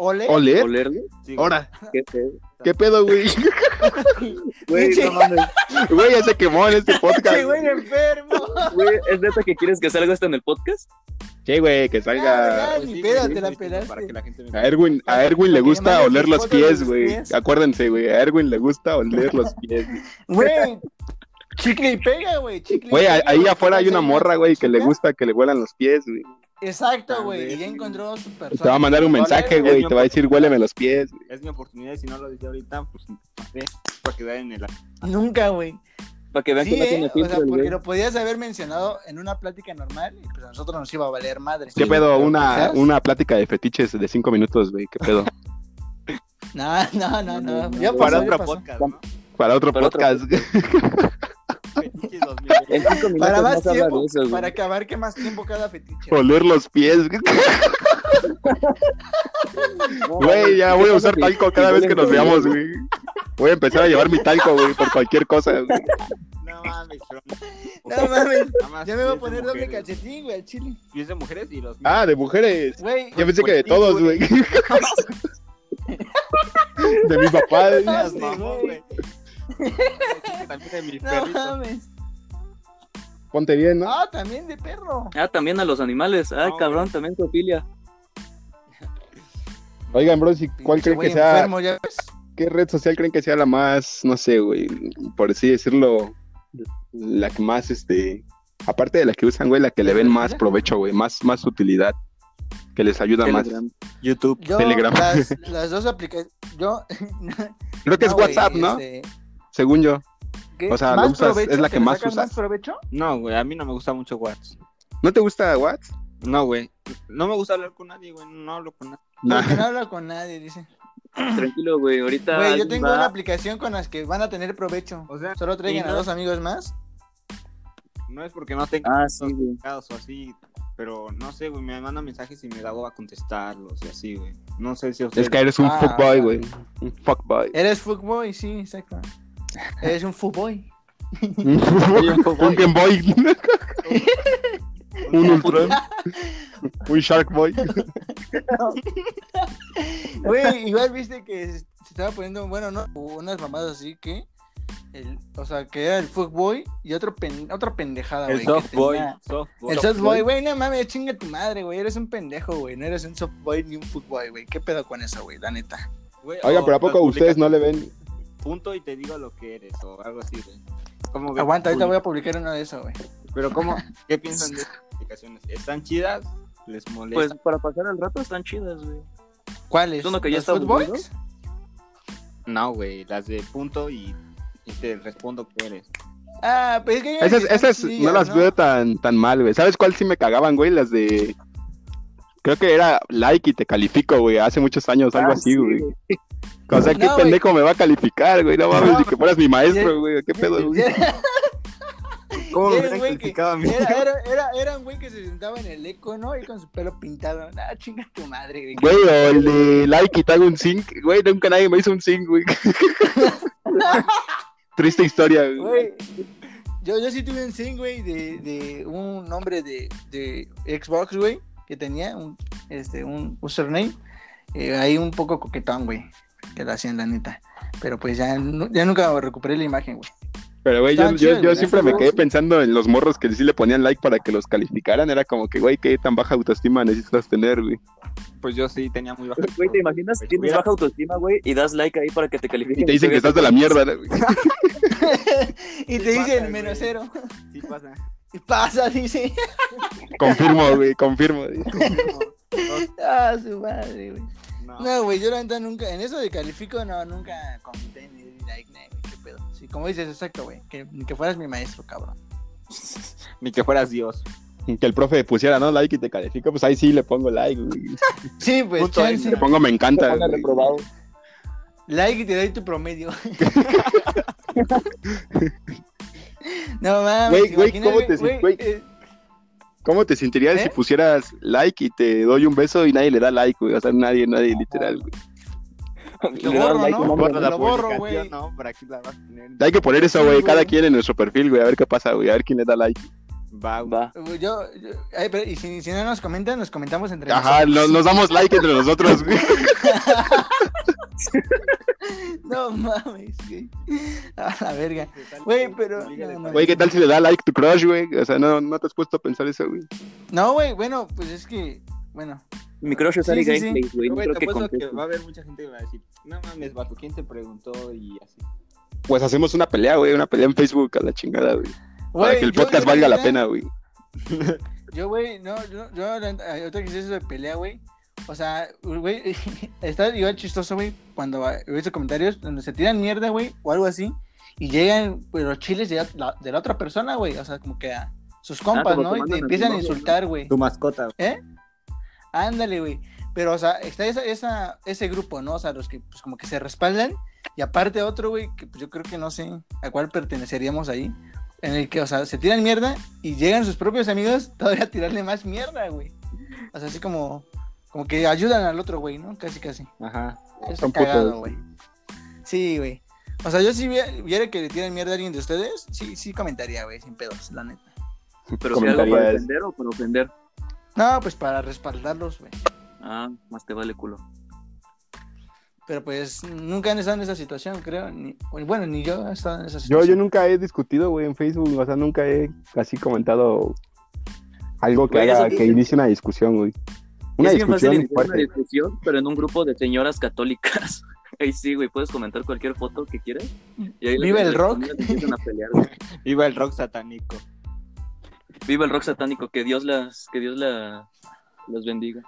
Speaker 4: Ole.
Speaker 3: ¿Oler?
Speaker 1: ¿Olerlo?
Speaker 2: Sí, güey.
Speaker 3: Ahora,
Speaker 1: Qué feo.
Speaker 3: ¿qué pedo, güey?
Speaker 1: Güey,
Speaker 4: Pinche-
Speaker 1: no mames.
Speaker 3: Güey, ya se quemó en este podcast.
Speaker 4: Ese güey enfermo.
Speaker 1: Güey, ¿es neta que quieres que salga esto en el podcast?
Speaker 3: Sí, güey, que salga.
Speaker 4: Ah,
Speaker 2: Pues
Speaker 4: ni
Speaker 2: sí,
Speaker 4: pedo,
Speaker 2: güey,
Speaker 4: te la
Speaker 2: sí, sí,
Speaker 4: pelaste.
Speaker 2: Para que la gente me... Pues,
Speaker 3: A Erwin, a Erwin le
Speaker 4: Para que le
Speaker 3: gusta
Speaker 4: mandes
Speaker 3: oler
Speaker 4: sus
Speaker 3: los
Speaker 4: fotos de
Speaker 3: pies,
Speaker 4: sus
Speaker 3: güey.
Speaker 4: pies.
Speaker 3: Acuérdense, güey. A Erwin le gusta oler los pies.
Speaker 4: Güey, chicle y pega, güey. chicle y
Speaker 3: Güey, a-
Speaker 4: pega,
Speaker 3: ahí
Speaker 4: güey.
Speaker 3: afuera hay una
Speaker 4: Sí,
Speaker 3: morra, güey, que le
Speaker 4: chica.
Speaker 3: gusta que le huelan los pies, güey.
Speaker 4: Exacto, güey. Y ya encontró su persona.
Speaker 3: Te va a mandar un mensaje, güey. Te va a decir, huéleme los pies. güey.
Speaker 2: Es mi oportunidad y si no lo dije ahorita, pues ¿eh? para quedar en
Speaker 4: Pues,
Speaker 2: el...
Speaker 4: Nunca, güey.
Speaker 1: Para que vean
Speaker 4: Sí,
Speaker 1: que no tiene
Speaker 4: eh, o
Speaker 1: filtro,
Speaker 4: sea,
Speaker 1: el
Speaker 4: porque
Speaker 1: güey.
Speaker 4: lo podías haber mencionado en una plática normal y pues a nosotros nos iba a valer madre.
Speaker 3: ¿Qué pedo?
Speaker 4: Pero
Speaker 3: Una,
Speaker 4: quizás-
Speaker 3: una plática de fetiches de cinco minutos, güey. ¿Qué pedo?
Speaker 4: No, no, no, no. Ya pasó,
Speaker 2: Para
Speaker 4: ya
Speaker 2: otro
Speaker 4: pasó.
Speaker 2: podcast, ¿no?
Speaker 3: Para otro
Speaker 1: Para otro
Speaker 3: podcast. güey.
Speaker 2: Fetiches 2020.
Speaker 1: En cinco minutos
Speaker 4: Para
Speaker 1: no
Speaker 4: más
Speaker 1: se habla
Speaker 4: tiempo,
Speaker 1: de eso,
Speaker 4: para
Speaker 1: güey.
Speaker 4: que abarque más tiempo cada fetiche.
Speaker 3: Oler los pies. güey.
Speaker 1: No,
Speaker 3: Güey, ya voy a
Speaker 1: ¿qué
Speaker 3: usar
Speaker 1: pasa si-
Speaker 3: talco
Speaker 1: si
Speaker 3: cada vez
Speaker 1: huelen
Speaker 3: que nos
Speaker 1: todo?
Speaker 3: veamos, güey. Voy a empezar a llevar mi talco, güey, por cualquier cosa. güey.
Speaker 2: No mames, pero
Speaker 4: No mames,
Speaker 2: Nada más
Speaker 4: ya me voy
Speaker 2: pies de
Speaker 4: a poner doble
Speaker 2: mujeres.
Speaker 4: calcetín, güey, al chile.
Speaker 2: Pies de mujeres y los
Speaker 3: Ah, de mujeres.
Speaker 4: Güey,
Speaker 3: Yo pensé que de todos, güey. De mi papá. güey.
Speaker 2: míos,
Speaker 4: sí,
Speaker 2: mamón,
Speaker 4: güey.
Speaker 2: güey. También de mis
Speaker 4: no
Speaker 2: perritos.
Speaker 4: mames.
Speaker 3: Ponte bien, ¿no?
Speaker 4: No, también de perro.
Speaker 1: Ah, también a los animales. Ah,
Speaker 2: No,
Speaker 1: cabrón, también tofilia.
Speaker 3: Oigan, bro, ¿y ¿cuál
Speaker 4: Pinche
Speaker 3: creen
Speaker 4: güey
Speaker 3: que sea?
Speaker 4: enfermo, ya ves.
Speaker 3: ¿Qué red social creen que sea la más, no sé, güey, por así decirlo, la que más, este, aparte de la que usan, güey, la que le ven más provecho, güey, más, más utilidad, que les ayuda más?
Speaker 1: Telegram.
Speaker 2: YouTube.
Speaker 4: Yo,
Speaker 3: Telegram.
Speaker 4: Las, las dos aplicaciones. Yo.
Speaker 3: Creo que es
Speaker 4: no, güey,
Speaker 3: WhatsApp, ¿no?
Speaker 4: este,
Speaker 3: Según yo.
Speaker 4: ¿qué?
Speaker 3: O sea,
Speaker 4: ¿Más
Speaker 3: lo usas-
Speaker 4: provecho?
Speaker 3: es la
Speaker 4: ¿Te
Speaker 3: que
Speaker 4: le
Speaker 3: más
Speaker 4: sacas
Speaker 3: usas.
Speaker 4: más provecho?
Speaker 2: No, güey, a mí no me gusta mucho WhatsApp.
Speaker 3: ¿No te gusta WhatsApp?
Speaker 2: No, güey. No me gusta hablar con nadie, güey. No hablo con nadie.
Speaker 3: Nah.
Speaker 4: Porque no habla con nadie, dice.
Speaker 1: Tranquilo, güey. Ahorita.
Speaker 4: Güey, yo
Speaker 1: alguien
Speaker 4: tengo
Speaker 1: va-
Speaker 4: una aplicación con las que van a tener provecho.
Speaker 2: O sea,
Speaker 4: Solo traigan
Speaker 2: sí,
Speaker 4: a
Speaker 2: no.
Speaker 4: dos amigos más.
Speaker 2: no es porque no tenga
Speaker 1: Ah, sí, güey.
Speaker 2: o así, pero no sé, güey, me mandan mensajes y me da a contestarlos y así, güey. No sé si a ustedes
Speaker 3: Es que eres un
Speaker 4: Ah, Eh,
Speaker 3: fuckboy,
Speaker 4: o sea,
Speaker 3: güey. Un fuckboy.
Speaker 4: Eres fuckboy, sí, exacto. Eres un fuckboy.
Speaker 3: un Game Boy. un Ultra. un Shark Boy.
Speaker 4: Güey, igual viste que se estaba poniendo, bueno, no, unas mamadas así que el, o sea, que era el fuckboy y otro pen- otra pendejada, güey.
Speaker 2: El
Speaker 4: que
Speaker 2: softboy.
Speaker 4: tenía-
Speaker 2: softboy.
Speaker 4: El softboy, güey, no mames, chinga tu madre, güey. Eres un pendejo, güey. No eres un softboy ni un fuckboy, güey. ¿Qué pedo con eso, güey? La neta.
Speaker 2: Güey,
Speaker 3: Oigan,
Speaker 2: o
Speaker 3: pero ¿a poco
Speaker 2: publica
Speaker 3: ustedes no le ven?
Speaker 2: Punto y te digo lo que eres o algo así, güey. ¿Cómo ven?
Speaker 4: Aguanta, ahorita
Speaker 2: Uy,
Speaker 4: voy a publicar uno de esos, güey.
Speaker 2: Pero ¿cómo? ¿Qué piensan de estas aplicaciones? ¿Están chidas? ¿Les
Speaker 1: Pues
Speaker 2: molesta?
Speaker 1: para pasar el rato están chidas, güey.
Speaker 4: ¿Cuáles?
Speaker 1: ¿Es uno que ya
Speaker 4: ¿Los
Speaker 1: está
Speaker 4: fuckboys?
Speaker 1: aburrido?
Speaker 4: Pues-
Speaker 2: no, güey. Las de punto y, y te respondo que eres.
Speaker 4: Ah, pues es que hay unas
Speaker 3: Esas,
Speaker 4: que están
Speaker 3: esas no
Speaker 4: chidillas,
Speaker 3: las veo tan, tan mal, güey. ¿Sabes cuál sí me cagaban, güey? Las de... Creo que era like y te califico, güey, hace muchos años, algo
Speaker 1: Ah,
Speaker 3: así,
Speaker 1: sí,
Speaker 3: güey. O sea, ¿qué
Speaker 4: No, güey.
Speaker 3: pendejo me va a calificar, güey? No mames,
Speaker 4: No.
Speaker 3: ni que fueras mi maestro, güey. ¿Qué pedo, güey?
Speaker 2: ¿Cómo
Speaker 4: me
Speaker 2: me
Speaker 4: hubieran
Speaker 2: calificado a mí?
Speaker 4: Era, era, era, era un güey que se sentaba en el eco, ¿no? Y con su pelo pintado. Ah, chinga tu madre, güey.
Speaker 3: Güey, o el de like y te hago un zinc. Güey, nunca nadie me hizo un zinc, güey. Triste historia, güey.
Speaker 4: Güey, Yo, yo sí tuve un zinc, güey, de, de un nombre de, de Xbox, güey, que tenía un, este, un username. eh, ahí un poco coquetón, güey, que lo hacían la neta. Pero pues ya, nu- ya nunca recuperé la imagen, güey.
Speaker 3: Pero, güey, yo,
Speaker 4: Estaban
Speaker 3: yo,
Speaker 4: chidas,
Speaker 3: yo
Speaker 4: güey,
Speaker 3: siempre
Speaker 4: esas
Speaker 3: me
Speaker 4: dos.
Speaker 3: quedé pensando en los morros que sí le ponían like para que los calificaran. Era como que, güey, qué tan baja autoestima necesitas tener, güey.
Speaker 2: Pues yo sí tenía muy baja.
Speaker 1: Güey, ¿te imaginas?
Speaker 2: Pues,
Speaker 1: Tienes
Speaker 2: hubiera-
Speaker 1: baja autoestima, güey, y das like ahí para que te califiquen.
Speaker 3: Y te dicen que estás de la mierda, ¿no, güey?
Speaker 4: y te
Speaker 2: pasa,
Speaker 4: dicen
Speaker 2: güey?
Speaker 4: menos cero.
Speaker 2: Sí pasa.
Speaker 4: Y pasa, dice.
Speaker 3: Confirmo, güey, confirmo. güey.
Speaker 4: Ah, su madre, güey.
Speaker 2: No.
Speaker 4: No, güey, yo la neta nunca, en eso de califico, no, nunca comenté ni di like, ni qué pedo. Sí, como dices, exacto, güey, que, ni que fueras mi maestro, cabrón.
Speaker 2: Ni que fueras Dios.
Speaker 3: Que el profe pusiera, ¿no? Like y te califica, pues ahí sí le pongo like, güey.
Speaker 4: Sí, pues,
Speaker 2: Punto ahí,
Speaker 4: chance.
Speaker 3: Le pongo me encanta, güey.
Speaker 4: Like y te doy tu promedio. no mames.
Speaker 3: Güey, güey,
Speaker 4: imagínate,
Speaker 3: ¿cómo te
Speaker 4: güey,
Speaker 3: güey?
Speaker 4: eh,
Speaker 3: ¿Cómo te sentirías
Speaker 4: ¿Eh?
Speaker 3: si pusieras like y te doy un beso y nadie le da like, güey? O sea, nadie, nadie, literal, güey.
Speaker 4: Lo
Speaker 1: Le das
Speaker 4: borro,
Speaker 1: like,
Speaker 4: ¿no?
Speaker 1: mames.
Speaker 4: Lo borro, güey.
Speaker 2: No, por aquí la vas a tener.
Speaker 3: Hay que poner eso,
Speaker 4: Sí,
Speaker 3: güey,
Speaker 4: güey.
Speaker 3: cada quien en nuestro perfil, güey, a ver qué pasa, güey, a ver quién le da like.
Speaker 2: Va, güey.
Speaker 1: Va.
Speaker 4: Yo, yo- ay, pero, y si, si no nos comentan, nos comentamos entre
Speaker 3: Ajá,
Speaker 4: nosotros.
Speaker 3: nos, nos damos like entre nosotros, güey.
Speaker 4: No mames, güey. A la verga.
Speaker 2: Se sale
Speaker 4: Güey,
Speaker 2: con
Speaker 4: pero-
Speaker 2: tu liga de
Speaker 4: no, no.
Speaker 2: padre.
Speaker 3: Güey, ¿qué tal si le da like tu crush, güey? O sea, no, no te has puesto a pensar eso, güey.
Speaker 4: No, güey, bueno, pues es que, bueno.
Speaker 1: Mi crush es
Speaker 4: Sí,
Speaker 1: Ari
Speaker 4: sí, sí.
Speaker 1: Gameplays, güey.
Speaker 2: Pero,
Speaker 1: No
Speaker 2: güey,
Speaker 1: creo
Speaker 2: te
Speaker 1: que
Speaker 2: apuesto que
Speaker 1: conteste.
Speaker 2: va a haber mucha gente que va a decir, no mames, vato, ¿quién te preguntó? Y así.
Speaker 3: Pues hacemos una pelea, güey, una pelea en Facebook a la chingada, güey. Para
Speaker 4: Güey,
Speaker 3: que el
Speaker 4: yo,
Speaker 3: podcast
Speaker 4: yo,
Speaker 3: valga la
Speaker 4: neta,
Speaker 3: pena, güey.
Speaker 4: Yo, güey, no, yo, yo la neta, ay, ahorita que hice eso de pelea, güey. O sea, güey, está igual chistoso, güey, cuando va- veo esos comentarios donde se tiran mierda, güey, o algo así, y llegan pues, los chiles de la, de la otra persona, güey. O sea, como que a sus compas,
Speaker 1: como
Speaker 4: ¿no? Y
Speaker 1: tomando
Speaker 4: te
Speaker 1: en el
Speaker 4: empiezan a
Speaker 1: timón, ¿no?
Speaker 4: insultar, güey.
Speaker 2: Tu mascota, güey.
Speaker 4: Ándale, güey. Pero, o sea, está esa, esa, ese grupo, ¿no? O sea, los que pues como que se respaldan. Y aparte otro, güey, que pues, yo creo que no sé a cuál perteneceríamos ahí. En el que, o sea, se tiran mierda y llegan sus propios amigos todavía a tirarle más mierda, güey. O sea, así como, como que ayudan al otro, güey, ¿no? Casi, casi.
Speaker 2: Ajá.
Speaker 4: Es
Speaker 3: Son
Speaker 4: cagado,
Speaker 3: putos.
Speaker 4: güey. Sí, güey. O sea, yo si vie- viera que le tiran mierda a alguien de ustedes, sí, sí comentaría, güey, sin pedos, la neta.
Speaker 1: Pero si algo para
Speaker 3: comentarías.
Speaker 1: defender o para ofender.
Speaker 4: No, pues para respaldarlos, güey.
Speaker 1: Ah, más te vale culo.
Speaker 4: Pero pues nunca han estado en esa situación, creo. Ni, bueno, ni yo he estado en esa
Speaker 3: Yo,
Speaker 4: situación.
Speaker 3: yo nunca he discutido, güey, en Facebook, o sea, nunca he así comentado algo que
Speaker 1: Güey,
Speaker 3: haga,
Speaker 1: eso-
Speaker 3: que inicie una discusión, güey. Una
Speaker 1: es bien fácil
Speaker 3: discusión
Speaker 1: iniciar una
Speaker 3: fuerte.
Speaker 1: discusión, pero en un grupo de señoras católicas. Ahí sí, güey, puedes comentar cualquier foto que quieras. Y ahí las-
Speaker 4: Viva el
Speaker 1: las
Speaker 4: rock.
Speaker 1: señoras empiezan a pelear, güey.
Speaker 2: Viva el rock satánico.
Speaker 1: Viva el rock satánico, que Dios las, que Dios la, las bendiga.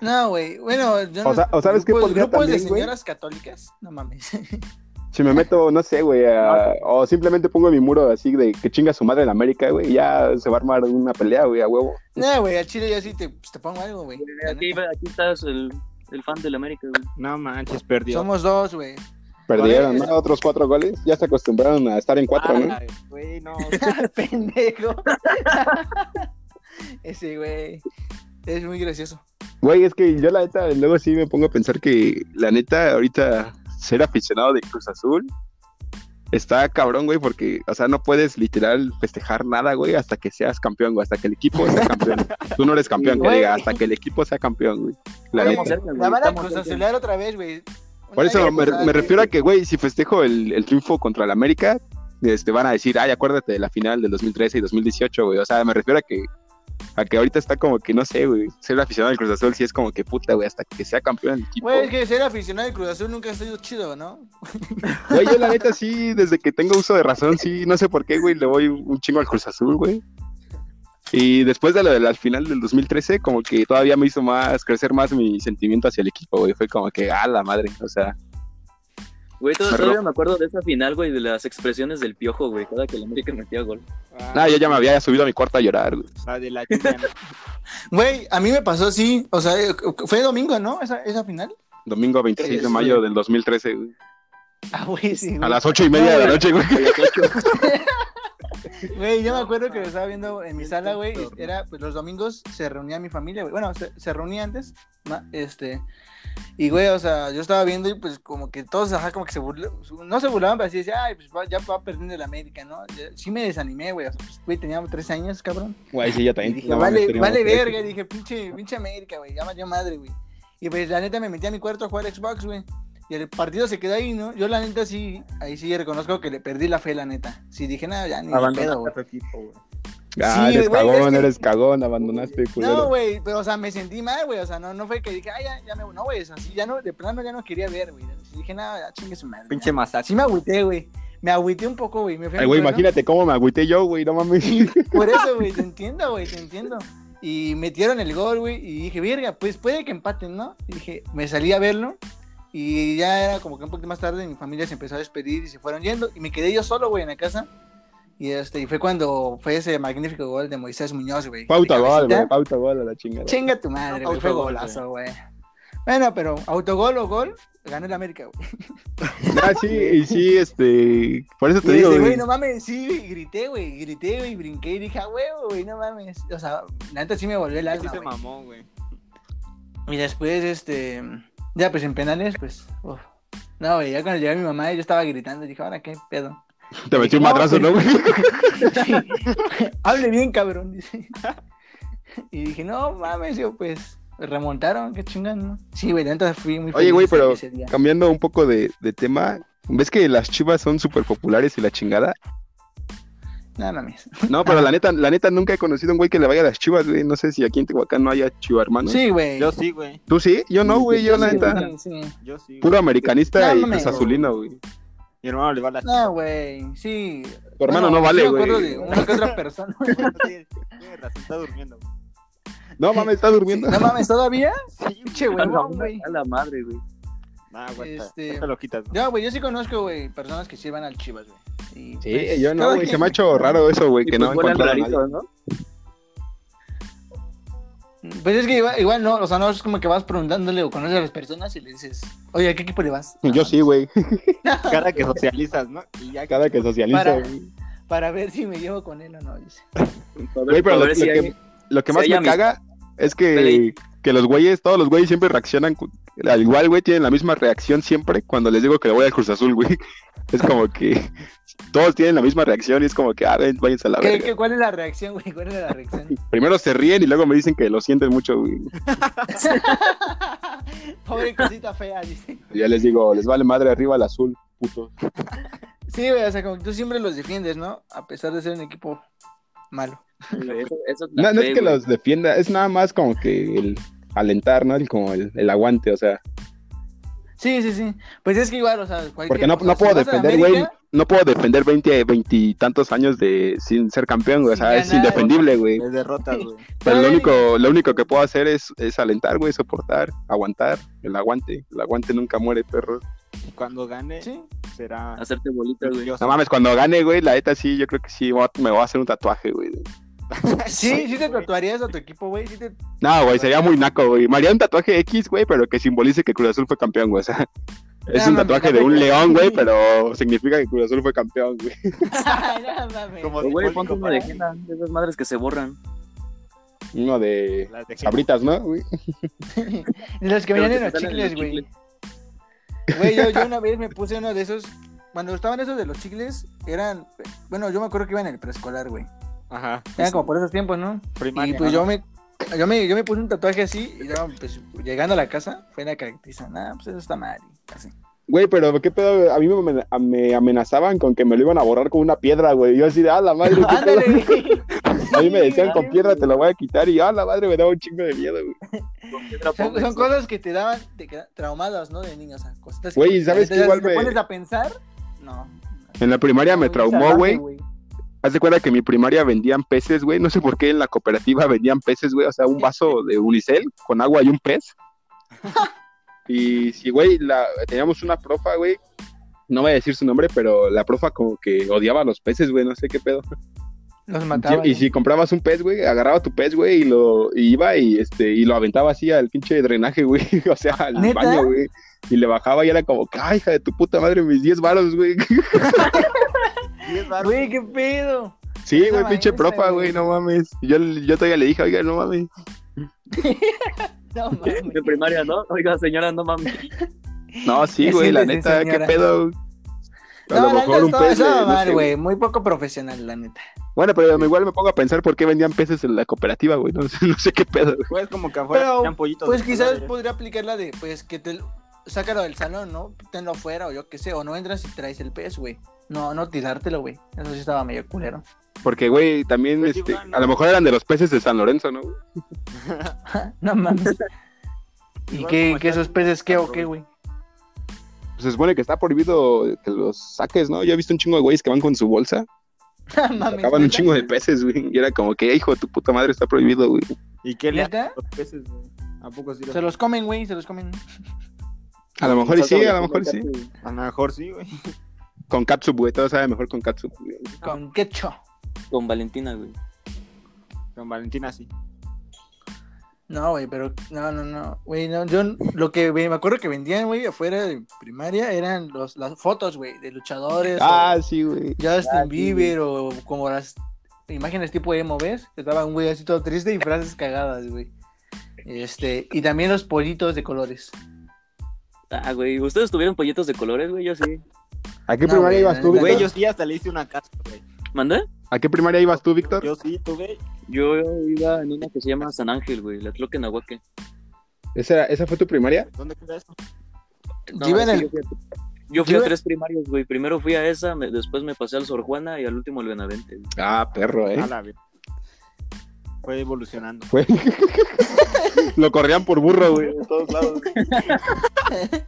Speaker 4: No, güey. Bueno, yo no.
Speaker 3: O sea- o sabes qué
Speaker 4: grupos,
Speaker 3: podría
Speaker 4: grupos de
Speaker 3: también, güey?
Speaker 4: señoras católicas. No mames.
Speaker 3: Si me meto, no sé, güey, a- o simplemente pongo mi muro así de que chinga su madre en América, güey, ya se va a armar una pelea, güey, a huevo.
Speaker 4: no, güey, al chile yo sí te, pues, te pongo algo, güey. la
Speaker 1: Aquí,
Speaker 4: neta.
Speaker 1: aquí estás el, el fan del América, güey.
Speaker 2: No manches, perdió.
Speaker 4: Somos dos, güey.
Speaker 3: Perdieron,
Speaker 4: Güey,
Speaker 3: ¿no? Otros cuatro goles. Ya se acostumbraron a estar en cuatro,
Speaker 2: Ah,
Speaker 3: ¿no?
Speaker 2: Güey, no.
Speaker 4: Pendejo. Ese, güey. Es muy gracioso.
Speaker 3: Güey, es que yo la neta, luego sí me pongo a pensar que la neta, ahorita ser aficionado de Cruz Azul está cabrón, güey, porque, o sea, no puedes literal festejar nada, güey, hasta que seas campeón, güey, hasta que el equipo sea campeón. Tú no eres campeón, que
Speaker 4: Güey.
Speaker 3: diga, hasta que el equipo sea campeón, güey. La
Speaker 4: Güey,
Speaker 3: neta.
Speaker 1: cerca, güey,
Speaker 4: La van a
Speaker 1: estamos cerca.
Speaker 4: cruzazulear otra vez, güey.
Speaker 3: Por eso
Speaker 4: Nadie
Speaker 3: me,
Speaker 4: sabe.
Speaker 3: me refiero a que, güey, si festejo el, el triunfo contra el América, este, van a decir, ay, acuérdate de la final del 2013 y 2018, güey. O sea, me refiero a que, a que ahorita está como que, no sé, güey, ser aficionado al Cruz Azul sí es como que puta, güey, hasta que sea campeón el equipo.
Speaker 4: Güey, es que ser aficionado al Cruz Azul nunca ha sido chido, ¿no?
Speaker 3: Güey, yo la neta sí, desde que tengo uso de razón, sí, no sé por qué, güey, le voy un chingo al Cruz Azul, güey. Y después de lo del al final del 2013, como que todavía me hizo más, crecer más mi sentimiento hacia el equipo, güey. Fue como que, ah, la madre, o sea.
Speaker 1: Güey, todo-
Speaker 3: Pero-
Speaker 1: todavía me acuerdo de esa final, güey, de las expresiones del piojo, güey, cada que el América metía gol.
Speaker 2: Ah,
Speaker 3: Nada, yo ya me había subido a mi cuarto a llorar, güey.
Speaker 2: La de la lluvia, ¿no?
Speaker 4: Güey, a mí me pasó así, o sea, fue domingo, ¿no? Esa, esa final.
Speaker 3: Domingo 26 de
Speaker 4: Sí.
Speaker 3: mayo del 2013, güey.
Speaker 4: Ah, güey, sí,
Speaker 3: A las ocho y media de la noche, güey.
Speaker 4: Güey, yo me acuerdo que lo estaba viendo en mi sala, güey. y Era, pues los domingos se reunía mi familia, güey. Bueno, se, se reunía antes, ma- este. Y, güey, o sea, yo estaba viendo y, pues, como que todos, ajá, como que se burlaban. No se burlaban, pero así decía, ay, pues va- ya va perdiendo el América, ¿no? Ya- Sí me desanimé, güey. O sea, pues, güey, teníamos tres años, cabrón.
Speaker 3: Güey, sí, yo
Speaker 4: Y dije, vale, vale verga. Y dije, pinche, pinche América, güey. Ya valió madre, güey. Y pues la neta me metí a mi cuarto a jugar Xbox, güey. Y el partido se quedó ahí, ¿no? Yo la neta sí, ahí sí reconozco que le perdí la fe, la neta. Sí dije, nada, ya ni de pedo, güey.
Speaker 2: tu equipo, güey.
Speaker 3: Ah,
Speaker 4: Sí,
Speaker 3: eres
Speaker 4: güey,
Speaker 3: cagón,
Speaker 4: es que-
Speaker 3: eres cagón, abandonaste,
Speaker 4: No,
Speaker 3: culero.
Speaker 4: güey, pero o sea, me sentí mal, güey. O sea, no, no fue que dije, ah, ya, ya me. No, güey, o sea, sí, ya no, de plano ya no quería ver, güey. Sí Dije, nada, ya chingue su madre.
Speaker 2: Pinche masacre.
Speaker 4: Así me agüité, güey. Me agüité un poco, güey. Me fui a
Speaker 3: Ay,
Speaker 4: mi
Speaker 3: güey,
Speaker 4: cuarto.
Speaker 3: imagínate cómo me agüité yo, güey, no mames.
Speaker 4: Por eso, güey, te entiendo, güey, te entiendo. Y metieron el gol, güey, y dije, verga, pues puede que empaten, ¿no? Y dije, me salí a verlo. Y ya era como que un poquito más tarde, mi familia se empezó a despedir y se fueron yendo. Y me quedé yo solo, güey, en la casa. Y, este, y fue cuando fue ese magnífico gol de Moisés Muñoz, güey.
Speaker 3: Pauta
Speaker 4: De
Speaker 3: gol,
Speaker 4: cabecita.
Speaker 3: güey, pauta gol a la chingada.
Speaker 4: Chinga tu madre, güey. Fue
Speaker 2: Autogol,
Speaker 4: golazo, güey. Bueno, pero autogol o gol, ganó el América, güey.
Speaker 3: Ah, sí, y sí, este. Por eso
Speaker 4: Y
Speaker 3: te digo,
Speaker 4: dije,
Speaker 3: güey.
Speaker 4: güey, no mames, sí, güey, grité, güey, grité, güey, brinqué y dije, "Ah, huevo, güey, no mames. O sea, la neta sí me volvió el
Speaker 2: Sí
Speaker 4: alma,
Speaker 2: se
Speaker 4: güey.
Speaker 2: mamó, güey.
Speaker 4: Y después, este, ya pues en penales, pues, uf. No, güey, ya cuando llegó mi mamá, yo estaba gritando, dije, ahora qué pedo.
Speaker 3: Te metí un madrazo, ¿no, güey?
Speaker 4: Hable bien, cabrón, dice. Y dije, no mames, yo pues, remontaron, qué chingón, ¿no? Sí, güey, la neta fui muy
Speaker 3: Oye, güey,
Speaker 4: ese-
Speaker 3: pero
Speaker 4: ese día.
Speaker 3: cambiando un poco de, de tema, ¿ves que las chivas son súper populares y la chingada?
Speaker 4: No mames.
Speaker 3: No, pero la neta, la neta nunca he conocido a un güey que le vaya a las chivas, güey. No sé si aquí en Tehuacán Ah, no haya chiva, hermano.
Speaker 4: Sí, güey.
Speaker 2: Yo sí, güey.
Speaker 3: ¿Tú sí? Yo no, güey, yo la
Speaker 4: Sí,
Speaker 3: neta.
Speaker 4: sí, sí.
Speaker 2: Yo sí. güey.
Speaker 3: Puro americanista y
Speaker 4: No,
Speaker 3: pues
Speaker 4: mames.
Speaker 3: azulino, güey.
Speaker 2: Mi hermano le va a la
Speaker 4: No, güey, sí.
Speaker 3: Tu hermano
Speaker 4: Bueno,
Speaker 3: no
Speaker 4: sí
Speaker 3: vale,
Speaker 4: me acuerdo de
Speaker 3: güey.
Speaker 4: una que otra persona.
Speaker 2: Sí, tiene razón, está durmiendo. güey.
Speaker 3: No mames, está durmiendo.
Speaker 4: No mames, ¿todavía?
Speaker 2: Sí,
Speaker 4: Pinche
Speaker 1: A la,
Speaker 4: huevón, güey.
Speaker 1: a la madre, güey.
Speaker 2: Nah, aguanta.
Speaker 4: Este-
Speaker 2: Este... lo quitas, ¿no?
Speaker 4: No, güey, yo sí conozco, güey, personas que sí van al Chivas, güey. Y,
Speaker 3: Sí,
Speaker 4: pues,
Speaker 3: yo no,
Speaker 4: cada
Speaker 3: güey.
Speaker 4: quien,
Speaker 3: Se me ha hecho raro eso, güey,
Speaker 1: Y
Speaker 3: que
Speaker 1: pues
Speaker 3: no
Speaker 1: vuelan
Speaker 3: encontrara a nadie.
Speaker 1: rarito, ¿no?
Speaker 4: Pues es que igual, igual no, o sea, no es como que vas preguntándole o conoces a las personas y le dices, oye, ¿a qué equipo le vas?
Speaker 3: Yo sí, güey.
Speaker 2: Cada que socializas, ¿no? Y ya
Speaker 3: Cada que socializa,
Speaker 4: Para-
Speaker 3: güey.
Speaker 4: Para ver si me llevo con él o no, dice.
Speaker 1: A ver-
Speaker 3: Güey, pero
Speaker 1: a
Speaker 3: lo,
Speaker 1: ver
Speaker 3: lo
Speaker 1: si
Speaker 3: que,
Speaker 1: hay-
Speaker 3: lo que
Speaker 1: si
Speaker 3: más
Speaker 1: hay
Speaker 3: me
Speaker 1: amistad.
Speaker 3: caga es
Speaker 1: Dale.
Speaker 3: que, que los güeyes, todos los güeyes siempre reaccionan. cu- Al igual, güey, tienen la misma reacción siempre cuando les digo que le voy al Cruz Azul, güey. Es como que todos tienen la misma reacción y es como que, ah, ven, váyanse a la
Speaker 4: ¿Qué,
Speaker 3: verga.
Speaker 4: qué, cuál es la reacción, güey? ¿Cuál es la reacción?
Speaker 3: Primero se ríen y luego me dicen que lo sienten mucho, güey.
Speaker 4: Pobre cosita fea, dice.
Speaker 3: Y ya les digo, les vale madre arriba el azul, puto.
Speaker 4: Sí, güey, o sea, como que tú siempre los defiendes, ¿no? A pesar de ser un equipo malo.
Speaker 1: Güey, eso- eso
Speaker 3: No, no
Speaker 1: fe,
Speaker 3: es que
Speaker 1: güey.
Speaker 3: los defienda, es nada más como que el alentar, ¿no? El, como el, el aguante, o sea.
Speaker 4: Sí, sí, sí. Pues es que igual, o sea, cualquier...
Speaker 3: Porque no,
Speaker 4: o sea,
Speaker 3: no
Speaker 4: si
Speaker 3: puedo
Speaker 4: vas a la
Speaker 3: defender, güey.
Speaker 4: América,
Speaker 3: No puedo defender 20, 20 y tantos años de sin ser campeón, güey. O
Speaker 4: Sin
Speaker 3: sea, es
Speaker 4: ganar.
Speaker 3: indefendible, güey.
Speaker 2: Es derrotas, güey.
Speaker 3: Pero lo
Speaker 4: Ay.
Speaker 3: único, lo único que puedo hacer es, es alentar, güey, soportar, aguantar, el aguante. El aguante nunca muere, perro.
Speaker 2: Y cuando gane,
Speaker 4: Sí.
Speaker 2: será.
Speaker 1: Hacerte bolita, güey.
Speaker 2: orgulloso.
Speaker 3: No mames, cuando gane, güey, la neta sí, yo creo que sí, voy a- me voy a hacer un tatuaje, güey.
Speaker 4: Sí, sí te tatuarías a tu equipo, güey. Sí te...
Speaker 3: No, güey, sería muy naco, güey. Me haría un tatuaje X, güey, pero que simbolice que Cruz Azul fue campeón, güey. O sea, es
Speaker 4: No,
Speaker 3: un
Speaker 4: mames,
Speaker 3: tatuaje
Speaker 4: no
Speaker 3: de un
Speaker 4: me-
Speaker 3: león, güey, pero significa que Cruz Azul fue campeón, güey.
Speaker 4: Ay, no
Speaker 2: Como
Speaker 4: mames.
Speaker 1: Pero, Güey,
Speaker 2: simbólico
Speaker 1: ponte uno
Speaker 2: para
Speaker 1: de henna, de esas madres que se borran.
Speaker 3: Uno de
Speaker 2: las de
Speaker 3: sabritas, ¿no? güey?
Speaker 4: De los que
Speaker 1: Pero
Speaker 4: venían
Speaker 1: te
Speaker 4: en los
Speaker 1: salen en
Speaker 4: chicles,
Speaker 1: los
Speaker 4: güey. Güey, yo, yo una vez me puse uno de esos. Cuando estaban esos de los chicles, eran. Bueno, yo me acuerdo que iba en el preescolar, güey.
Speaker 2: Ajá.
Speaker 4: Eran como por esos tiempos, ¿no?
Speaker 2: Primaria.
Speaker 4: y pues
Speaker 2: ¿no?
Speaker 4: yo me. Yo me, yo me puse un tatuaje así y ya, pues, llegando a la casa fue la caracteriza. Nada, pues eso está mal. Y
Speaker 1: Así.
Speaker 3: Güey, pero qué pedo, a mí me amen- a- me amenazaban con que me lo iban a borrar con una piedra, güey. Yo así de, ah, la madre, ¿qué pedo?".
Speaker 4: Ándale, güey.
Speaker 3: A mí me decían,
Speaker 4: Sí,
Speaker 3: con
Speaker 4: güey.
Speaker 3: piedra te la voy a quitar y, ah, la madre, me daba un chingo de miedo, güey.
Speaker 4: Son, son cosas que te daban te quedan traumadas, ¿no? De niños, o sea, cositas que-
Speaker 3: Güey, ¿sabes qué?
Speaker 4: te-
Speaker 3: Igual
Speaker 4: si te
Speaker 3: me-
Speaker 4: pones a pensar? No.
Speaker 3: En la primaria me
Speaker 4: Muy
Speaker 3: traumó,
Speaker 4: salvaje,
Speaker 3: güey. Haz de cuenta que en mi primaria vendían peces, güey. No sé por qué en la cooperativa vendían peces, güey. O sea, un vaso de unicel con agua y un pez. Y sí, güey, la- teníamos una profa, güey. No voy a decir su nombre, pero la profa como que odiaba a los peces, güey. No sé qué pedo.
Speaker 4: Los mataba.
Speaker 3: y
Speaker 4: ¿no?
Speaker 3: si comprabas un pez, güey, agarraba tu pez, güey, y lo y iba y este y lo aventaba así al pinche drenaje, güey. O sea, al
Speaker 4: ¿Neta?
Speaker 3: baño, güey. Y le bajaba y era como, ay, hija de tu puta madre, mis 10 varos, güey.
Speaker 4: Güey, qué pedo.
Speaker 3: Sí,
Speaker 4: Esa
Speaker 3: güey, pinche
Speaker 4: maestra,
Speaker 3: propa,
Speaker 4: güey.
Speaker 3: güey, no mames. Yo, yo todavía le dije, oiga, no mames.
Speaker 4: No mames.
Speaker 1: De primaria, ¿no? Oiga, señora, no mames.
Speaker 3: No, sí,
Speaker 4: ¿Qué
Speaker 3: güey, la
Speaker 4: sientes,
Speaker 3: neta,
Speaker 4: señora?
Speaker 3: qué pedo. A
Speaker 4: No,
Speaker 3: lo
Speaker 4: la
Speaker 3: mejor
Speaker 4: neta
Speaker 3: un
Speaker 4: estaba-
Speaker 3: pez. le-
Speaker 4: estaba
Speaker 3: no
Speaker 4: mal,
Speaker 3: sé,
Speaker 4: güey. Muy poco profesional, la neta.
Speaker 3: Bueno, pero igual me pongo a pensar por qué vendían peces en la cooperativa, güey. No, sé- no sé qué pedo. güey.
Speaker 2: Pues como que afuera
Speaker 4: Pero,
Speaker 2: tenían pollitos.
Speaker 4: Pues
Speaker 2: de
Speaker 4: quizás
Speaker 2: colores.
Speaker 4: podría aplicar la de, pues, que te lo- sácalo del salón, ¿no? Tenlo afuera o yo qué sé, o no entras y traes el pez, güey. No, no tirártelo, güey. Eso sí estaba medio culero.
Speaker 3: Porque, güey, también,
Speaker 2: Pues
Speaker 3: este,
Speaker 2: igual, ¿no?
Speaker 3: a lo mejor eran de los peces de San Lorenzo, ¿no? güey?
Speaker 4: no mames. ¿Y
Speaker 2: Igual
Speaker 4: qué,
Speaker 2: como
Speaker 4: qué
Speaker 2: está-
Speaker 4: esos peces qué o
Speaker 2: está
Speaker 4: qué, güey?
Speaker 3: Se supone que está prohibido que los saques, ¿no? Yo he visto un chingo de güeyes que van con su bolsa,
Speaker 4: No mames.
Speaker 3: sacaban un chingo de peces, güey. Y era como que, hijo de tu puta madre, está prohibido, güey.
Speaker 2: ¿Y qué le hacen
Speaker 4: ¿Neta?
Speaker 2: los peces, güey? ¿A poco sí los-
Speaker 4: Se los comen, güey, se los comen.
Speaker 3: A lo mejor y sí, a lo mejor y sí.
Speaker 2: A lo mejor sí, güey.
Speaker 3: Con catsup, güey, todo sabe mejor con catsup. güey.
Speaker 4: Con ketchup.
Speaker 1: Con Valentina, güey.
Speaker 2: Con Valentina sí.
Speaker 4: No, güey, pero no, no, no, güey, no, yo lo que ve- me acuerdo que vendían, güey, afuera de primaria eran los, las fotos, güey, de luchadores,
Speaker 3: Ah,
Speaker 4: o
Speaker 3: sí, güey.
Speaker 4: Justin
Speaker 1: ah, sí,
Speaker 4: Bieber, o como las imágenes tipo emo, ¿ves? Que estaba un güey así todo triste y frases cagadas, güey. Este, y también los pollitos de colores.
Speaker 1: Ah, güey. ¿Ustedes tuvieron pollitos de colores, güey? Yo sí.
Speaker 3: ¿A qué
Speaker 4: No,
Speaker 3: primaria
Speaker 4: güey,
Speaker 3: ibas tú,
Speaker 4: la-
Speaker 3: Víctor?
Speaker 2: Güey, yo sí hasta le hice una casa, güey.
Speaker 1: ¿Mandé?
Speaker 3: ¿A qué primaria ibas tú, Víctor?
Speaker 2: Yo sí tuve.
Speaker 1: Yo iba en una que se llama San Ángel, güey. La Tloquenahuaque.
Speaker 3: ¿Esa, era- ¿Esa fue tu primaria?
Speaker 2: ¿Dónde queda eso?
Speaker 1: No,
Speaker 4: Yo iba en
Speaker 1: es
Speaker 4: el-
Speaker 1: que Yo fui a, yo fui a
Speaker 4: yo-
Speaker 1: tres primarios, güey. Primero fui a esa, me- después me pasé al Sor Juana y al último al Benavente. güey.
Speaker 3: Ah, perro, ¿eh?
Speaker 2: A la vez. Fue evolucionando.
Speaker 3: Fue- Lo corrían por burro, güey, de todos lados.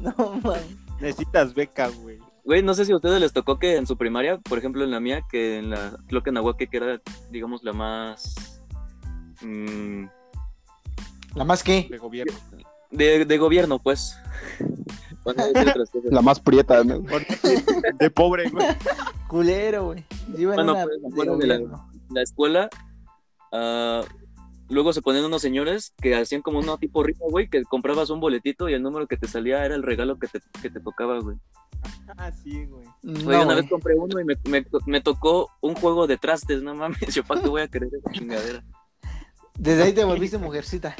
Speaker 4: No, man.
Speaker 2: Necesitas beca, güey.
Speaker 1: Güey, no sé si a ustedes les tocó que en su primaria, por ejemplo en la mía, que en la Tloquenahuaque, que era, digamos, la más... mm,
Speaker 4: ¿La más qué?
Speaker 2: De gobierno.
Speaker 1: de, de gobierno, pues. Van a decir otras cosas.
Speaker 3: La más prieta, ¿no?
Speaker 2: De pobre, güey.
Speaker 4: Culero, güey. Yo iba en
Speaker 1: Bueno,
Speaker 4: una
Speaker 1: pues,
Speaker 4: de
Speaker 1: bueno, de la-
Speaker 4: gobierno.
Speaker 1: la escuela, ah, luego se ponían unos señores que hacían como una tipo rifa, güey, que comprabas un boletito y el número que te salía era el regalo que te, que te tocaba, güey.
Speaker 2: Ah, sí, güey.
Speaker 4: No,
Speaker 1: Güey, una
Speaker 4: güey.
Speaker 1: vez compré uno y me, me- me tocó un juego de trastes, no mames, yo para qué voy a querer esa chingadera.
Speaker 4: Desde ahí te volviste mujercita.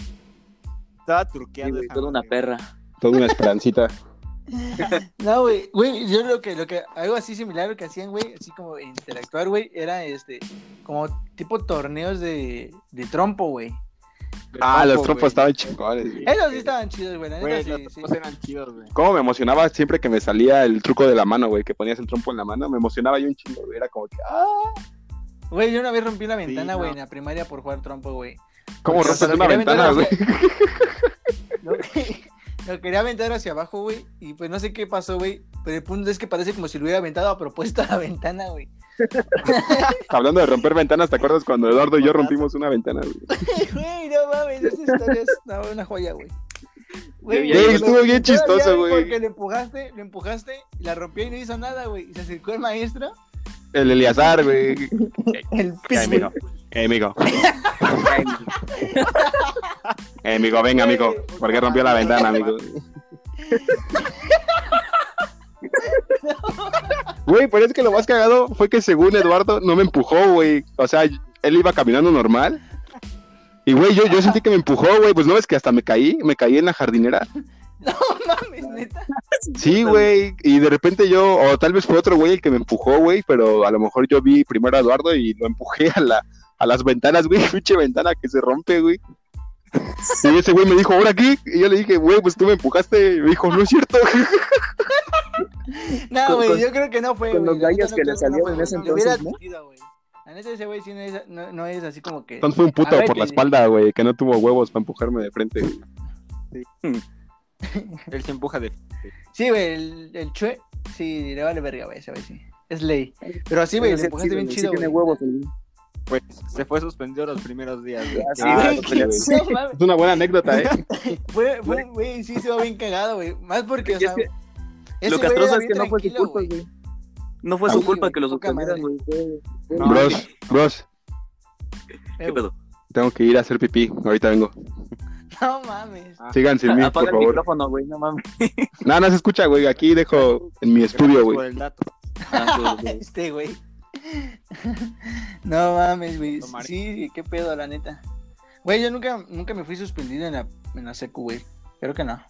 Speaker 2: Estaba
Speaker 1: Sí,
Speaker 2: turqueando.
Speaker 1: güey,
Speaker 2: esa
Speaker 1: toda una
Speaker 2: madre,
Speaker 1: perra.
Speaker 3: Toda una esperancita.
Speaker 4: No, güey, güey, yo lo que, lo que, algo así similar lo que hacían, güey, así como interactuar, güey, era este, como tipo torneos de, de trompo, güey.
Speaker 2: güey.
Speaker 3: Ah,
Speaker 2: De
Speaker 3: los
Speaker 2: trompo,
Speaker 3: trompos
Speaker 2: güey.
Speaker 3: estaban chingones, güey.
Speaker 4: Esos sí estaban chidos, güey, la
Speaker 2: Güey,
Speaker 4: neta,
Speaker 2: los
Speaker 4: sí, sí.
Speaker 2: trompos eran chidos, güey.
Speaker 3: ¿Cómo me emocionaba siempre que me salía el truco de la mano, güey? Que ponías el trompo en la mano. Me emocionaba yo un chingo, güey. Era como que, ah.
Speaker 4: Güey, yo una vez rompí una ventana,
Speaker 2: no.
Speaker 4: güey, en la primaria por jugar trompo, güey.
Speaker 3: ¿Cómo
Speaker 4: Porque
Speaker 3: rompes
Speaker 4: lo
Speaker 3: una
Speaker 4: quería aventar
Speaker 3: ventana, güey?
Speaker 4: hacia- Lo, lo quería aventar hacia abajo, güey, y pues no sé qué pasó, güey, pero el punto es que parece como si lo hubiera aventado a propuesta a la ventana, güey.
Speaker 3: Hablando de romper ventanas, ¿te acuerdas cuando Eduardo y yo rompimos una ventana, güey?
Speaker 4: Güey, no mames, esa historia es no, una joya, güey.
Speaker 1: Güey, Güey,
Speaker 3: estuvo bien
Speaker 4: todavía,
Speaker 3: chistoso, güey.
Speaker 4: Porque le empujaste, le empujaste, y la rompió y no hizo nada, güey. Y se acercó el maestro,
Speaker 3: El Eliazar, güey. Eh,
Speaker 4: el pis, Pues, güey.
Speaker 3: amigo. Eh, amigo. Eh, amigo, venga, amigo. Porque rompió la ventana, amigo. Güey, pero es que lo más cagado fue que según Eduardo no me empujó, güey. O sea, él iba caminando normal. Y, güey, yo, yo sentí que me empujó, güey. Pues no, es que hasta me caí. Me caí en la jardinera.
Speaker 4: No
Speaker 5: Ah.
Speaker 4: mames, neta.
Speaker 3: Sí, güey. Y de repente yo, o tal vez fue otro güey el que me empujó, güey. Pero a lo mejor yo vi primero a Eduardo y lo empujé a, la, a las ventanas, güey. Pinche ventana que se rompe, güey. Y ese güey me dijo, ¿ahora qué? Y yo le dije, güey, pues tú me empujaste. Y me dijo, no es cierto.
Speaker 4: No,
Speaker 1: Con-
Speaker 4: güey,
Speaker 1: con-
Speaker 4: yo creo que no fue.
Speaker 5: con
Speaker 4: güey.
Speaker 5: los gallos
Speaker 4: Yo
Speaker 5: que le
Speaker 4: creo
Speaker 5: salieron
Speaker 4: fue,
Speaker 5: en
Speaker 4: güey.
Speaker 5: ese
Speaker 4: Le hubiera
Speaker 5: entonces, ¿no?
Speaker 4: admitido, güey. La neta, ese güey sí no es, no, no es así como que.
Speaker 3: Entonces fue un puto por
Speaker 4: Agárrate.
Speaker 3: la espalda, güey, que no tuvo huevos para empujarme de frente. güey.
Speaker 2: Él se empuja de.
Speaker 4: Sí, güey, el, el chue, sí, le vale verga, güey, ese güey, sí. Es ley. Pero así, güey,
Speaker 5: Sí,
Speaker 4: le empujaste bien
Speaker 5: sí,
Speaker 4: chido,
Speaker 5: sí tiene
Speaker 4: güey.
Speaker 5: huevos, el-
Speaker 2: Pues se fue suspendido los primeros días. güey.
Speaker 5: Ah, sí,
Speaker 3: Ah,
Speaker 5: güey.
Speaker 3: no te peleas.
Speaker 4: No, mames,
Speaker 3: Es una buena anécdota, ¿eh?
Speaker 4: fue, fue, güey, sí se va bien cagado, güey. Más porque, o
Speaker 5: Y es
Speaker 4: sea,
Speaker 5: que
Speaker 4: ese
Speaker 1: lo
Speaker 4: güey
Speaker 1: castroso
Speaker 4: era
Speaker 1: es
Speaker 4: bien
Speaker 1: que no fue su
Speaker 4: tranquilo,
Speaker 1: culpa,
Speaker 4: güey.
Speaker 1: güey. No fue
Speaker 4: Ah,
Speaker 1: su
Speaker 4: sí,
Speaker 1: culpa
Speaker 4: güey,
Speaker 1: que los
Speaker 4: poca madre.
Speaker 1: suspendieran, güey.
Speaker 5: Fue- fue-
Speaker 2: No,
Speaker 3: Bros, bros,
Speaker 1: ¿Qué pedo?
Speaker 3: tengo que ir a hacer pipí. Ahorita vengo.
Speaker 4: No mames.
Speaker 3: Sigan sin mí, por
Speaker 1: Apaga el
Speaker 3: favor.
Speaker 1: micrófono, güey, no mames.
Speaker 3: No, no se escucha, güey. Aquí dejo en mi
Speaker 2: Gracias
Speaker 3: estudio,
Speaker 2: Por
Speaker 3: güey.
Speaker 2: el dato.
Speaker 1: Ah, sí, güey.
Speaker 4: Este, güey. No mames, güey.
Speaker 2: Tomar.
Speaker 4: Sí, qué pedo, la neta. Güey, yo nunca, nunca me fui suspendido en la, en la secu, güey. Creo que no.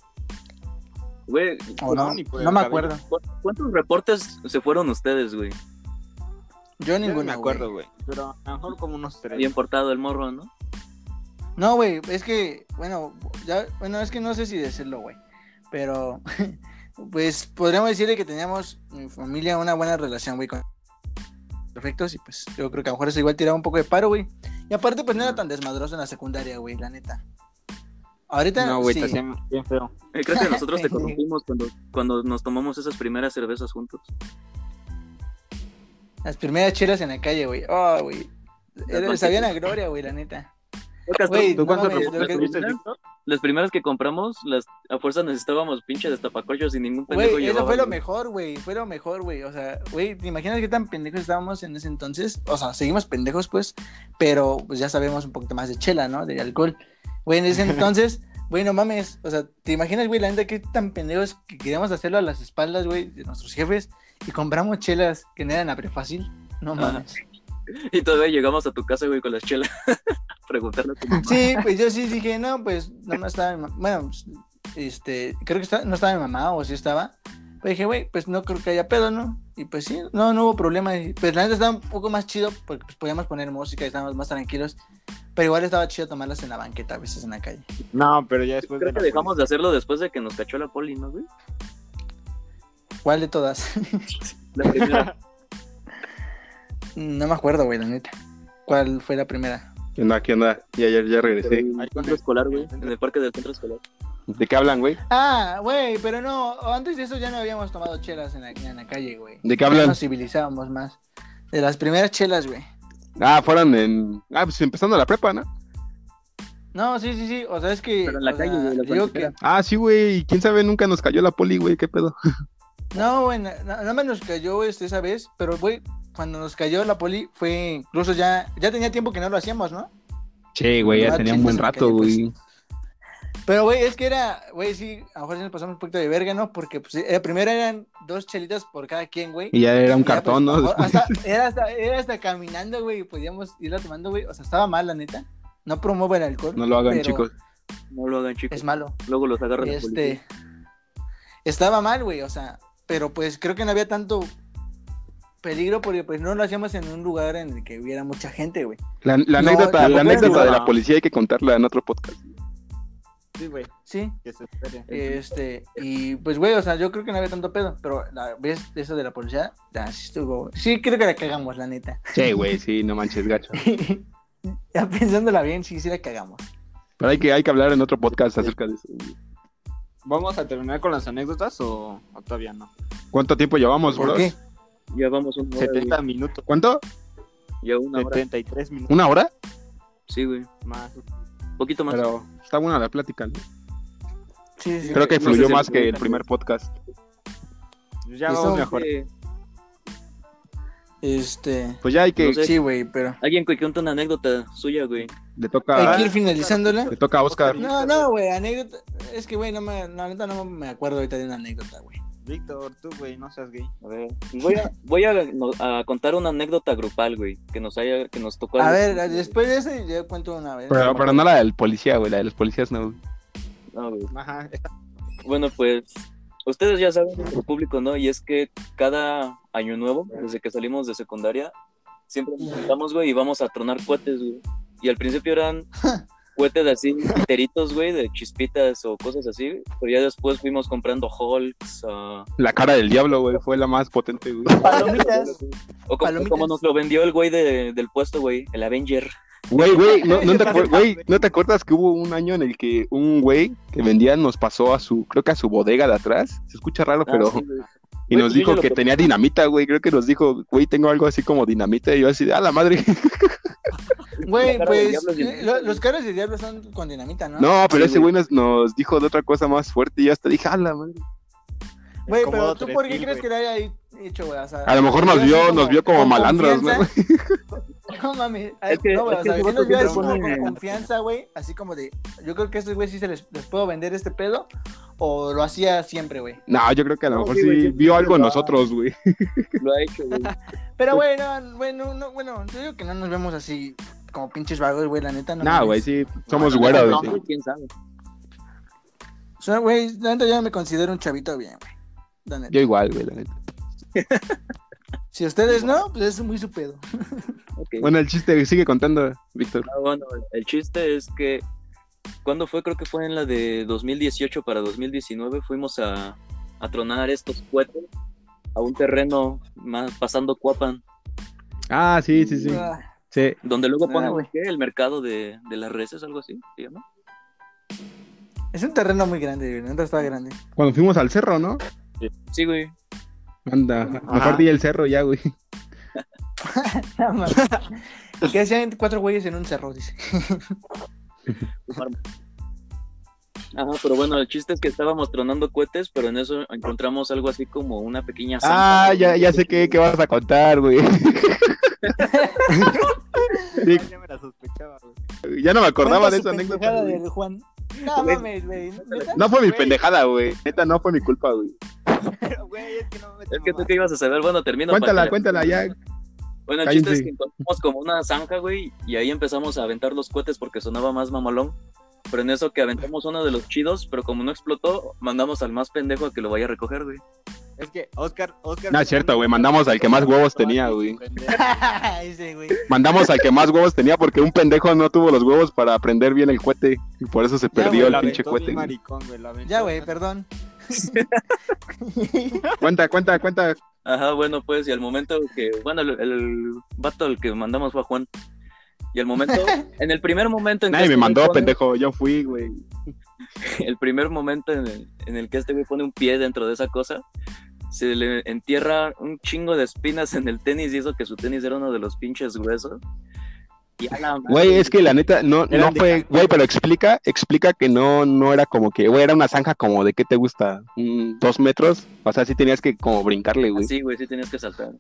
Speaker 1: Güey,
Speaker 4: O
Speaker 2: No,
Speaker 4: no,
Speaker 2: ni por
Speaker 4: no
Speaker 2: el
Speaker 4: me
Speaker 2: cabello.
Speaker 4: acuerdo.
Speaker 1: ¿cu- ¿cuántos reportes se fueron ustedes, güey?
Speaker 4: Yo
Speaker 2: Yo no
Speaker 4: ninguno,
Speaker 2: me
Speaker 4: güey.
Speaker 2: acuerdo, güey. Pero a lo mejor como unos tres.
Speaker 1: Bien portado el morro, ¿no?
Speaker 4: No, güey, es que, bueno, ya, bueno, es que no sé si decirlo, güey. Pero, pues, podríamos decirle que teníamos en familia una buena relación, güey, con perfectos. Y pues, yo creo que a lo mejor eso igual tiraba un poco de paro, güey. Y aparte, pues, no
Speaker 2: Mm.
Speaker 4: era tan desmadroso en la secundaria, güey, la neta. Ahorita,
Speaker 2: No, güey,
Speaker 4: sí.
Speaker 2: te hacían bien feo.
Speaker 1: Eh, Creo que nosotros te corrompimos cuando, cuando nos tomamos esas primeras cervezas juntos.
Speaker 4: Las primeras chelas en la calle, güey. Oh, güey.
Speaker 1: Las
Speaker 4: Era-
Speaker 1: más
Speaker 4: Sabían
Speaker 1: que-
Speaker 4: a gloria, güey, la neta. Güey,
Speaker 1: Güey,
Speaker 4: no
Speaker 2: ¿Tú cuántos
Speaker 4: mames,
Speaker 1: lo
Speaker 2: reportes
Speaker 1: que-
Speaker 2: tuviste,
Speaker 1: ¿no?
Speaker 2: Víctor?
Speaker 1: las primeras que compramos, las a fuerza necesitábamos pinches destapacochos y ningún pendejo
Speaker 4: Güey, eso
Speaker 1: llevaba,
Speaker 4: fue lo
Speaker 1: güey.
Speaker 4: mejor, güey. Fue lo mejor, güey. O sea, güey, ¿te imaginas qué tan pendejos estábamos en ese entonces? O sea, seguimos pendejos, pues, pero pues ya sabemos un poquito más de chela, ¿no? De alcohol. Güey, en ese entonces, güey, no mames. O sea, ¿te imaginas, güey, la neta qué tan pendejos que queríamos hacerlo a las espaldas, güey, de nuestros jefes y compramos chelas que no eran a prefácil? No
Speaker 1: Ajá.
Speaker 4: mames.
Speaker 1: Y todavía llegamos a tu casa, güey, con las chelas. Preguntarle a tu mamá.
Speaker 4: Sí, pues yo sí dije, no, pues no, no estaba mi mamá. Bueno, pues, este, creo que está- no estaba mi mamá o sí estaba. Pues dije, güey, pues no creo que haya pedo, ¿no? Y pues sí, no, no hubo problema. Y, pues la neta estaba un poco más chido porque pues, podíamos poner música y estábamos más tranquilos. Pero igual estaba chido tomarlas en la banqueta, a veces en la calle.
Speaker 2: No, pero ya después
Speaker 1: Creo
Speaker 2: de
Speaker 4: pues
Speaker 1: que
Speaker 2: la
Speaker 1: dejamos de hacerlo después de que nos cachó la poli, ¿no, güey?
Speaker 4: ¿Cuál de todas?
Speaker 1: La primera.
Speaker 4: no me acuerdo, güey, la neta. ¿Cuál fue la primera?
Speaker 3: ¿Qué onda? ¿Qué onda? Y ayer ya regresé.
Speaker 1: En el
Speaker 2: Ahí con
Speaker 1: centro
Speaker 2: el-
Speaker 1: escolar, güey. En el parque del centro escolar.
Speaker 3: ¿De qué hablan, güey?
Speaker 4: Ah, güey, pero no, antes de eso ya no habíamos tomado chelas en la, en la calle, güey.
Speaker 3: ¿De qué
Speaker 4: Ya
Speaker 3: hablan?
Speaker 4: Nos civilizábamos más. De las primeras chelas, güey.
Speaker 3: Ah, fueron en. Ah, pues empezando la prepa, ¿no?
Speaker 4: No, sí, sí, sí. O sea, es que.
Speaker 1: Pero en la
Speaker 4: o
Speaker 1: calle,
Speaker 4: sea,
Speaker 1: güey, la
Speaker 4: digo que-
Speaker 1: cuarentena.
Speaker 3: Ah, sí, güey. ¿Quién sabe? Nunca nos cayó la poli, güey. ¿Qué pedo?
Speaker 4: No, güey, na- na- nada más nos cayó este, esa vez, pero, güey, cuando nos cayó la poli fue incluso ya. Ya tenía tiempo que no lo hacíamos, ¿no?
Speaker 3: Che,
Speaker 4: güey, ya Ah, tenía un buen chingas, rato,
Speaker 3: rato,
Speaker 4: güey.
Speaker 3: güey.
Speaker 4: Pero, güey, es que era. Güey, sí, a lo mejor sí nos pasamos un poquito de verga, ¿no? Porque pues, eh, primero eran dos chelitas por cada quien, güey.
Speaker 3: Y ya era un
Speaker 4: Y ya,
Speaker 3: cartón,
Speaker 4: pues,
Speaker 3: ¿no?
Speaker 4: a- hasta- era, hasta, era hasta caminando, güey, podíamos irla tomando, güey. O sea, estaba mal, la neta. No promueve el alcohol.
Speaker 3: No lo hagan,
Speaker 4: pero
Speaker 3: chicos.
Speaker 1: No lo hagan, chicos.
Speaker 4: Es malo.
Speaker 1: Luego los agarran la policía.
Speaker 4: Este. Estaba mal, güey, o sea, pero pues creo que no había tanto peligro porque pues no lo hacíamos en un lugar en el que hubiera mucha gente, güey.
Speaker 3: La, la
Speaker 4: No,
Speaker 3: anécdota,
Speaker 4: yo-
Speaker 3: la
Speaker 2: yo-
Speaker 3: anécdota de
Speaker 2: no.
Speaker 3: la policía hay que contarla en otro podcast.
Speaker 2: Sí, güey,
Speaker 4: Sí.
Speaker 2: que se espere.
Speaker 4: Este, y pues, güey, o sea, yo creo que no había tanto pedo, pero la vez eso de la policía, ah, sí estuvo. Sí, creo que la cagamos, la neta.
Speaker 3: Che, güey, sí, no manches, gacho.
Speaker 4: ya pensándola bien, sí, sí la cagamos.
Speaker 3: Pero hay que, hay que hablar en otro podcast acerca de eso.
Speaker 2: ¿Vamos a terminar con las anécdotas o, o todavía no?
Speaker 3: ¿Cuánto tiempo llevamos,
Speaker 4: ¿Por
Speaker 3: bros?
Speaker 4: qué?
Speaker 1: Ya vamos una hora,
Speaker 2: 70 minutos,
Speaker 3: ¿Cuánto?
Speaker 1: güey. Ya una hora.
Speaker 2: 73 minutos
Speaker 3: ¿Una hora?
Speaker 1: Sí, güey.
Speaker 2: más.
Speaker 1: Poquito más.
Speaker 3: Pero está buena la plática, ¿no?
Speaker 4: Sí, sí.
Speaker 3: Creo que
Speaker 1: No sé
Speaker 3: fluyó
Speaker 1: si
Speaker 3: más
Speaker 1: lo
Speaker 3: que el
Speaker 1: comentan.
Speaker 3: primer podcast.
Speaker 2: Pues Ya
Speaker 4: Y
Speaker 2: vamos
Speaker 4: son-
Speaker 2: mejor.
Speaker 1: Eh,
Speaker 4: Este.
Speaker 3: Pues ya hay que.
Speaker 1: No sé.
Speaker 4: Sí, güey, pero.
Speaker 1: Alguien que cuenta una anécdota suya, güey.
Speaker 3: Le
Speaker 4: Hay
Speaker 3: toca,
Speaker 4: que ir finalizándola.
Speaker 3: le toca a Oscar.
Speaker 4: No, no, güey, anécdota. Es que, güey, no me, la neta no me acuerdo ahorita de una anécdota, güey.
Speaker 2: Víctor, tú, güey, no seas gay.
Speaker 1: A ver, voy a, voy a, no- a contar una anécdota grupal, güey, que nos haya, que nos tocó.
Speaker 4: A
Speaker 1: algo.
Speaker 4: ver, después de ese yo cuento una vez.
Speaker 3: Pero, pero no la del policía, güey. La de los policías no.
Speaker 1: No, güey.
Speaker 2: Ajá,
Speaker 1: Bueno, pues, ustedes ya saben, el público, ¿no? Y es que cada año nuevo, desde que salimos de secundaria, siempre nos juntamos, güey, y vamos a tronar cohetes, güey. Y al principio eran cohetes así enteritos, güey, de chispitas o cosas así. Pero ya después fuimos comprando Hulks. ah,
Speaker 3: La cara del diablo, güey, fue la más potente, güey.
Speaker 4: Palomitas.
Speaker 1: o como,
Speaker 4: Palomitas.
Speaker 1: como nos lo vendió el güey de- del puesto, güey, el Avenger.
Speaker 3: Güey, güey, no, no te acuer- güey, ¿no te acuerdas que hubo un año en el que un güey que vendía nos pasó a su, creo que a su bodega de atrás? Se escucha raro,
Speaker 1: Ah,
Speaker 3: pero...
Speaker 1: sí, güey.
Speaker 3: Y
Speaker 1: Güey,
Speaker 3: nos
Speaker 1: pues yo
Speaker 3: dijo
Speaker 1: ya lo
Speaker 3: que
Speaker 1: probé.
Speaker 3: tenía dinamita, güey. Creo que nos dijo, güey, tengo algo así como dinamita. Y yo así, de, a la madre.
Speaker 4: Güey,
Speaker 1: La cara del
Speaker 4: pues
Speaker 1: diablo es
Speaker 4: eh,
Speaker 1: dinamita,
Speaker 4: lo-
Speaker 1: güey.
Speaker 4: los caras de diablo son con dinamita, ¿no?
Speaker 3: No, pero
Speaker 1: Ah, Sí,
Speaker 3: ese güey nos, nos dijo de otra cosa más fuerte. Y yo hasta dije, a la madre.
Speaker 4: Güey,
Speaker 2: Como
Speaker 4: pero tú, ¿por qué
Speaker 2: 3000,
Speaker 4: crees que
Speaker 2: güey.
Speaker 4: le haya ahí hecho, güey? O sea,
Speaker 3: A lo mejor nos
Speaker 4: así
Speaker 3: vio- nos vio como
Speaker 4: con
Speaker 3: malandros, ¿no?
Speaker 4: confianza. No mames.
Speaker 1: Es que-
Speaker 4: no, güey,
Speaker 1: es
Speaker 4: o
Speaker 1: que
Speaker 4: sea,
Speaker 1: ese
Speaker 4: sí
Speaker 1: vato
Speaker 4: nos vio
Speaker 1: siempre
Speaker 4: así como
Speaker 1: pone-
Speaker 4: con confianza, güey. Así como de, yo creo que a estos güey sí se les, les puedo vender este pedo. O lo hacía siempre, güey.
Speaker 3: No, yo creo que a lo
Speaker 1: No,
Speaker 3: mejor
Speaker 1: sí,
Speaker 3: sí,
Speaker 1: güey, yo-
Speaker 3: vio
Speaker 1: yo-
Speaker 3: algo en
Speaker 1: ah.
Speaker 3: nosotros, güey.
Speaker 1: Lo ha hecho, güey.
Speaker 4: Pero, güey, no, güey, no, no, bueno, yo digo que no nos vemos así como pinches vagos, güey, la neta. No,
Speaker 3: No,
Speaker 4: mames.
Speaker 3: güey, sí. Somos
Speaker 2: no,
Speaker 3: güeros.
Speaker 1: Ah, No,
Speaker 3: güey.
Speaker 1: güey, quién sabe.
Speaker 4: O sea, güey, la neta yo me considero un chavito bien, güey. La neta.
Speaker 3: Yo igual, güey, la neta.
Speaker 4: Si ustedes no, pues es muy su pedo.
Speaker 1: Ok.
Speaker 3: Bueno, el chiste sigue contando, Víctor.
Speaker 1: Ah, bueno, el chiste es que cuando fue, creo que fue en la de 2018 para 2019, fuimos a, a tronar estos cohetes a un terreno más pasando Cuapan,
Speaker 3: Ah, sí, sí, sí.
Speaker 4: Ah.
Speaker 3: Sí.
Speaker 1: donde luego
Speaker 4: Ah,
Speaker 1: ponen
Speaker 4: güey.
Speaker 1: ¿qué? el mercado de, de las reses, algo así, ¿se llama?
Speaker 4: Es un terreno muy grande, güey. La neta está grande.
Speaker 3: Cuando fuimos al cerro, ¿no?
Speaker 1: Sí, güey.
Speaker 3: Anda, mejor
Speaker 2: Ajá.
Speaker 3: di el cerro ya, güey.
Speaker 4: No mames. que hacían cuatro güeyes en un cerro, dice.
Speaker 1: Ajá, pero bueno, el chiste es que estábamos tronando cohetes, pero en eso encontramos algo así como una pequeña
Speaker 3: Ah,
Speaker 1: zampa.
Speaker 3: ya, ya sé qué, qué vas a contar, güey. Sí,
Speaker 2: Ya me la sospechaba, güey.
Speaker 3: ya no me acordaba
Speaker 4: Cuenta
Speaker 3: de
Speaker 4: su
Speaker 3: esa anécdota.
Speaker 4: pendejada
Speaker 3: güey.
Speaker 4: del Juan. No mames, güey. ¿Neta?
Speaker 3: No fue mi
Speaker 2: Güey.
Speaker 3: pendejada, güey. Neta, no fue mi culpa, güey.
Speaker 2: Pero, güey, es que no me
Speaker 1: Es que tú qué ibas a saber, bueno, termino. para que
Speaker 3: Cuéntala,
Speaker 1: le-
Speaker 3: cuéntala ya.
Speaker 1: Bueno, el chiste es
Speaker 3: Cállense.
Speaker 1: que encontramos como una zanja, güey, y ahí empezamos a aventar los cohetes porque sonaba más mamalón. Pero en eso que aventamos uno de los chidos, pero como no explotó, mandamos al más pendejo a que lo vaya a recoger, güey.
Speaker 2: Es que Oscar, Oscar.
Speaker 3: No es cierto, güey, mandamos al que más huevos tenía, güey.
Speaker 4: Ese, güey.
Speaker 3: Mandamos al que más huevos tenía porque un pendejo no tuvo los huevos para aprender bien el cohete. Y por eso se perdió
Speaker 2: güey,
Speaker 3: el
Speaker 2: la
Speaker 3: pinche
Speaker 2: aventó
Speaker 3: cohete.
Speaker 2: bien
Speaker 3: güey.
Speaker 2: maricón, güey, la aventó.
Speaker 4: Ya, güey, perdón.
Speaker 3: Cuenta, cuenta, cuenta.
Speaker 1: Ajá, bueno, pues, y al momento que, bueno, el, el vato al que mandamos fue a Juan. Y al momento, en el primer momento en
Speaker 3: Nadie
Speaker 1: que
Speaker 3: me
Speaker 1: este güey
Speaker 3: mandó,
Speaker 1: pone-
Speaker 3: pendejo. Yo fui, güey.
Speaker 1: El primer momento en el, en el que este güey pone un pie dentro de esa cosa, se le entierra un chingo de espinas en el tenis y eso que su tenis era uno de los pinches gruesos. Y a la madre,
Speaker 3: Güey, es que la neta, no, no
Speaker 2: Eran de
Speaker 3: fue, güey, pero explica, explica que no, no era como que, güey, era una zanja como de qué te gusta, Mm, dos metros, o sea, sí tenías que como brincarle, güey.
Speaker 1: Sí, güey, sí tenías que saltar.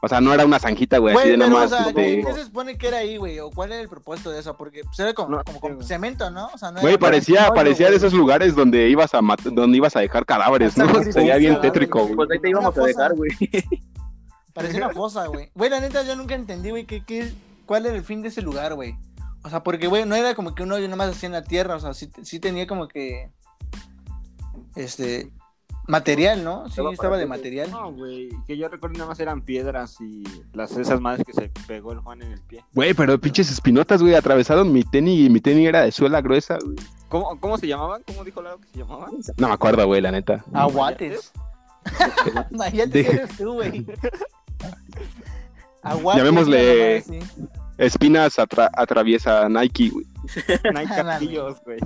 Speaker 3: O sea, no era una zanjita, güey, así
Speaker 4: Güey,
Speaker 3: de
Speaker 4: pero, o
Speaker 3: nomás,
Speaker 4: sea,
Speaker 3: este,
Speaker 4: ¿qué se supone que era ahí, güey? ¿O cuál era el propósito de eso? Porque pues, era como,
Speaker 2: No,
Speaker 4: como
Speaker 2: sí,
Speaker 4: con
Speaker 2: güey.
Speaker 4: cemento, ¿no? O sea, no
Speaker 3: Güey,
Speaker 4: era-
Speaker 3: parecía,
Speaker 4: Oye,
Speaker 3: parecía de
Speaker 4: güey.
Speaker 3: esos lugares donde ibas a mat- donde ibas a dejar cadáveres, ¿no?
Speaker 4: Exacto, sí,
Speaker 3: Sería
Speaker 4: sí,
Speaker 3: bien
Speaker 4: cadáveres,
Speaker 3: tétrico,
Speaker 4: ah, güey.
Speaker 3: güey.
Speaker 1: Pues ahí te íbamos a
Speaker 4: Una fosa.
Speaker 1: dejar, güey.
Speaker 4: Parecía una fosa, güey. Güey, la neta, yo nunca entendí, güey, que, que- cuál era el fin de ese lugar, güey. O sea, porque, güey, no era como que un hoyo nomás hacía en la tierra, o sea, sí, sí tenía como que. Este. Material, ¿no? Sí,
Speaker 1: Estaba
Speaker 4: estaba
Speaker 1: para
Speaker 4: de
Speaker 1: ti, güey.
Speaker 4: material.
Speaker 2: No, güey, que yo recuerdo nada más eran piedras y las esas madres que se pegó el Juan en el pie.
Speaker 3: Güey, pero pinches espinotas, güey, atravesaron mi tenis y mi tenis era de suela gruesa, güey.
Speaker 2: ¿Cómo, cómo se llamaban? ¿Cómo dijo Lalo que se llamaban?
Speaker 3: No me acuerdo, güey, la neta.
Speaker 4: Aguates. Aguates
Speaker 3: De-
Speaker 4: eres tú, güey. Aguates.
Speaker 3: Llamémosle-
Speaker 4: una mamada así.
Speaker 3: Espinas atra- atraviesa Nike, güey.
Speaker 2: Hay
Speaker 4: Ah, mames.
Speaker 2: castillos, güey.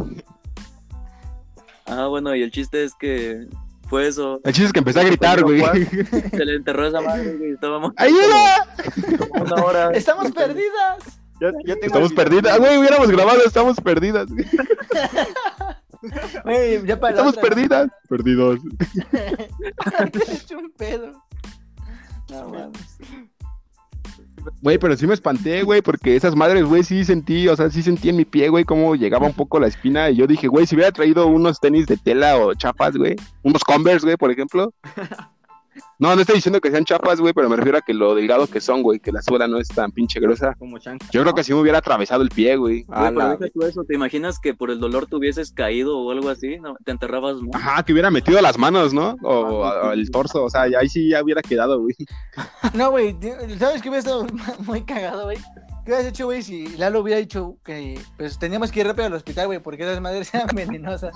Speaker 1: Ah, bueno, y el chiste es que fue eso.
Speaker 3: El chiste es que empecé a gritar, güey.
Speaker 1: Se le enterró esa madre, güey. Estábamos
Speaker 3: ¡Ayuda!
Speaker 1: como una hora.
Speaker 4: ¡Estamos perdidas!
Speaker 2: Yo, yo tengo
Speaker 3: Estamos
Speaker 2: el video,
Speaker 3: perdidas, güey, hubiéramos grabado, estamos perdidas, güey.
Speaker 4: Güey, ya para la
Speaker 3: Estamos
Speaker 4: otra, ¿no?
Speaker 3: perdidas. Perdidos.
Speaker 4: Te he hecho un pedo. No mames.
Speaker 3: Güey, pero sí me espanté, güey, porque esas madres, güey, sí sentí, o sea, sí sentí en mi pie, güey, cómo llegaba un poco la espina. Y yo dije, güey, si hubiera traído unos tenis de tela o chapas, güey, unos Converse, güey, por ejemplo, No, no estoy diciendo que sean chapas, güey, pero me refiero a que lo delgado que son, güey, que la suela no es tan pinche gruesa.
Speaker 2: Como chancla.
Speaker 3: Yo creo que si me hubiera atravesado el pie, güey.
Speaker 2: Ah,
Speaker 1: Güey, pero
Speaker 2: la-
Speaker 1: deja tú eso, ¿te imaginas que por el dolor te hubieses caído o algo así? No, te enterrabas mucho.
Speaker 3: Ajá, que hubiera metido las manos, ¿no? O, o el torso, o sea, ya- ahí sí ya hubiera quedado, güey.
Speaker 4: No, güey, di- ¿sabes qué hubiera estado muy cagado, güey? ¿Qué hubieras hecho, güey, si Lalo hubiera dicho que pues teníamos que ir rápido al hospital, güey, porque esas madres eran venenosas?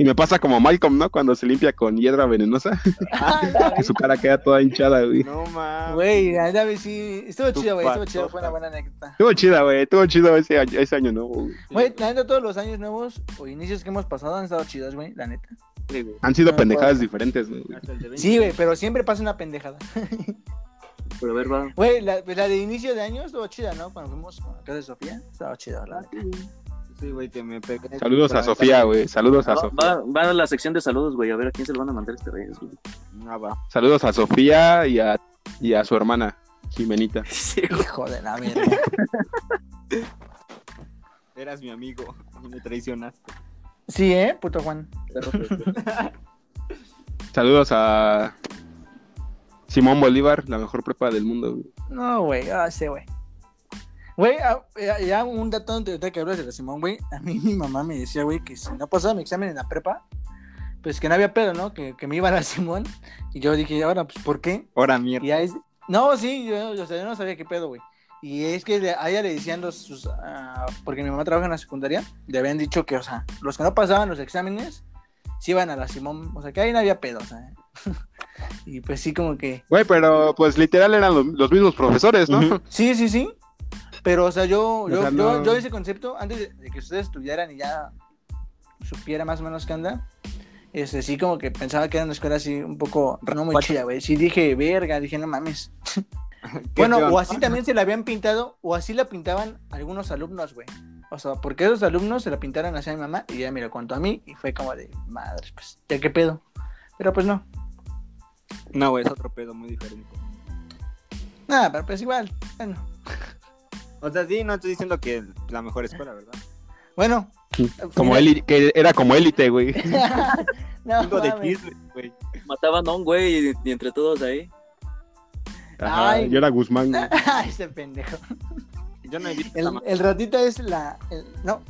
Speaker 3: Y me pasa como Malcolm, ¿no? Cuando se limpia con hiedra venenosa, que su cara queda toda hinchada, güey.
Speaker 2: No mames.
Speaker 4: Güey, la neta, güey, sí, estuvo
Speaker 2: Tu
Speaker 4: chido, güey, estuvo chido,
Speaker 2: patota.
Speaker 4: fue una buena anécdota.
Speaker 3: Estuvo chida, güey, estuvo chido ese año, ese año nuevo, güey.
Speaker 2: Sí,
Speaker 4: Güey, la neta, todos los años nuevos o inicios que hemos pasado han estado chidos, güey, la neta.
Speaker 1: Sí, güey.
Speaker 3: Han sido
Speaker 4: Ah,
Speaker 3: pendejadas
Speaker 4: bueno.
Speaker 3: diferentes, güey.
Speaker 2: hasta el de 20.
Speaker 4: Sí, güey, pero siempre pasa una pendejada.
Speaker 1: Pero a ver, va.
Speaker 4: Güey, la, la de inicio de año estuvo chida, ¿no? Cuando fuimos a casa de Sofía, estaba chida, la neta.
Speaker 2: Sí, güey, que me pegué.
Speaker 3: Saludos
Speaker 2: Para
Speaker 3: a Sofía, güey. Saludos
Speaker 4: Ah,
Speaker 3: a
Speaker 1: Va,
Speaker 3: Sofía.
Speaker 1: va- va a la sección de saludos, güey. A ver a quién se lo van a mandar este reyes, güey.
Speaker 2: Ah, va.
Speaker 3: Saludos a Sofía y a, y a su hermana, Jimenita.
Speaker 1: Sí, güey.
Speaker 4: Hijo de la verga.
Speaker 2: Eras mi amigo y me traicionaste.
Speaker 4: Sí, ¿eh? Puto Juan.
Speaker 3: Saludos a Simón Bolívar, la mejor prepa del mundo, güey.
Speaker 4: No, güey, ah, sí, güey. Güey, ah, ya, ya un dato antes ahorita que hablas de la Simón, güey. A mí mi mamá me decía, güey, que si no pasaba mi examen en la prepa, pues que no había pedo, ¿no? Que, que me iba a la Simón. Y yo dije, ahora, pues, ¿por qué?
Speaker 2: Ahora
Speaker 4: Y
Speaker 2: mierda.
Speaker 4: ahí es- No, sí, yo, yo- o sea, yo no sabía qué pedo, güey. Y es que le- a ella le decían los... sus, ah, porque mi mamá trabaja en la secundaria, le habían dicho que, o sea, los que no pasaban los exámenes, sí iban a la Simón, o sea, que ahí no había pedo, o sea. ¿eh? y pues sí, como que...
Speaker 3: Güey, pero pues literal eran lo- los mismos profesores, ¿no?
Speaker 2: Ujú.
Speaker 4: Sí, sí, sí. Pero, o sea, yo,
Speaker 3: O
Speaker 4: yo,
Speaker 3: sea,
Speaker 4: yo-
Speaker 3: no-
Speaker 4: yo ese concepto, antes de- de que ustedes estudiaran y ya supiera más o menos qué anda, este, sí, como que pensaba que era una escuela así un poco no muy chida, güey. Sí, dije, verga, dije, no mames. bueno,
Speaker 2: peor,
Speaker 4: o así también se la habían pintado, o así la pintaban algunos alumnos, güey. O sea, porque esos alumnos se la pintaron hacia mi mamá y ya me lo contó a mí y fue como de, madre, pues, ya qué pedo. Pero pues no.
Speaker 2: No, güey, es otro pedo muy diferente.
Speaker 4: Nada, pero pues igual, bueno.
Speaker 2: O sea, sí, no estoy diciendo que la mejor escuela, ¿verdad?
Speaker 4: Bueno.
Speaker 3: Como
Speaker 4: final-
Speaker 3: él, que era como élite, güey.
Speaker 4: No,
Speaker 2: Digo de
Speaker 4: mames.
Speaker 2: Kisles, güey.
Speaker 1: Mataban a un güey y, y entre todos ahí.
Speaker 3: Ajá,
Speaker 4: Ay.
Speaker 3: yo era Guzmán, güey.
Speaker 4: Ah, Este pendejo.
Speaker 2: Yo no he visto
Speaker 4: El,
Speaker 2: la ma-
Speaker 4: el ratito es la. el- no,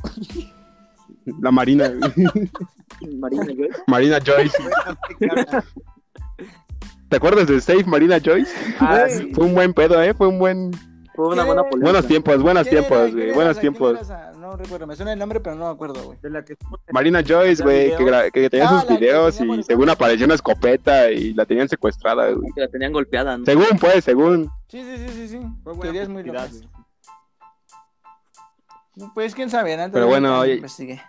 Speaker 3: La Marina, güey.
Speaker 1: Marina, güey.
Speaker 3: Marina Joyce.
Speaker 2: Güey, no sé qué hablan.
Speaker 3: ¿Te acuerdas de Save Marina Joyce?
Speaker 2: Ah,
Speaker 4: Güey.
Speaker 2: sí.
Speaker 3: Fue un buen pedo, ¿eh? Fue un buen...
Speaker 1: Fue una buena
Speaker 4: ¿Qué?
Speaker 1: polémica.
Speaker 3: Buenos tiempos, buenos
Speaker 4: ¿quién era-
Speaker 3: tiempos,
Speaker 4: quién
Speaker 3: güey.
Speaker 4: era
Speaker 3: Buenos
Speaker 4: esa-
Speaker 3: tiempos.
Speaker 4: quién era esa? No recuerdo, me suena el nombre, pero no me acuerdo, güey.
Speaker 2: De la que
Speaker 3: Marina Joyce,
Speaker 2: Ya
Speaker 3: güey,
Speaker 2: videos.
Speaker 3: que, gra- que tenía
Speaker 4: Ah, la
Speaker 3: sus
Speaker 4: que
Speaker 3: videos
Speaker 4: tenía
Speaker 3: y
Speaker 4: por-
Speaker 3: según apareció una escopeta y la tenían secuestrada, güey.
Speaker 1: Que la tenían golpeada, ¿no?
Speaker 3: Según, pues, según.
Speaker 4: Sí, sí, sí, sí. sí.
Speaker 2: fue buena
Speaker 4: Teorías muy
Speaker 2: publicidad,
Speaker 4: locas.
Speaker 2: güey.
Speaker 4: Pues quién sabe, ¿no?
Speaker 3: Pero bueno, oye.
Speaker 4: investigué.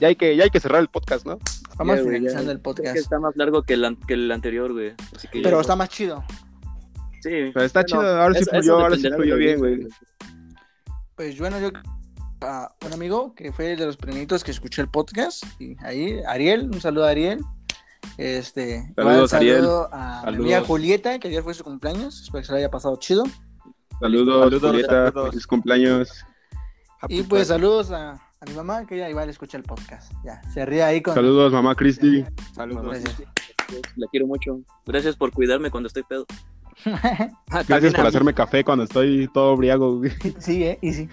Speaker 3: Ya hay que, ya hay que cerrar el podcast, ¿no?
Speaker 4: Vamos
Speaker 1: Ya, güey,
Speaker 4: finalizando
Speaker 1: ya.
Speaker 4: el
Speaker 1: Es que
Speaker 4: podcast.
Speaker 1: está más largo que el, an- que el anterior, güey. Así que ya
Speaker 4: Pero
Speaker 1: no-
Speaker 4: está más chido.
Speaker 1: Sí.
Speaker 3: Pero está chido, ahora sí
Speaker 1: eso- eso
Speaker 3: fluyó, ahora sí
Speaker 1: dependerá
Speaker 3: fluyó
Speaker 1: de
Speaker 3: bien,
Speaker 1: mí,
Speaker 3: güey.
Speaker 4: Pues bueno, yo. A un amigo que fue de los primeritos que escuchó el podcast. Y ahí, Ariel, un saludo a Ariel. Este,
Speaker 3: Saludos,
Speaker 4: igual,
Speaker 3: Ariel.
Speaker 4: saludo a mi amiga
Speaker 3: Saludos.
Speaker 4: Julieta, que ayer fue su cumpleaños. Espero que se lo haya pasado chido.
Speaker 3: Saludos,
Speaker 2: Saludos,
Speaker 3: Julieta,
Speaker 2: saludos.
Speaker 3: feliz cumpleaños.
Speaker 2: Happy
Speaker 4: Y pues
Speaker 2: birthday.
Speaker 4: saludos a, a mi mamá, que ella igual escucha el podcast. Ya, se ríe ahí con...
Speaker 3: Saludos, mamá Cristi.
Speaker 2: saludos.
Speaker 4: Gracias.
Speaker 1: La quiero mucho. Gracias por cuidarme cuando estoy pedo.
Speaker 2: Ah,
Speaker 3: Gracias
Speaker 2: también
Speaker 3: por
Speaker 2: a-
Speaker 3: hacerme café cuando estoy todo briago, güey.
Speaker 4: sí, eh, y sí.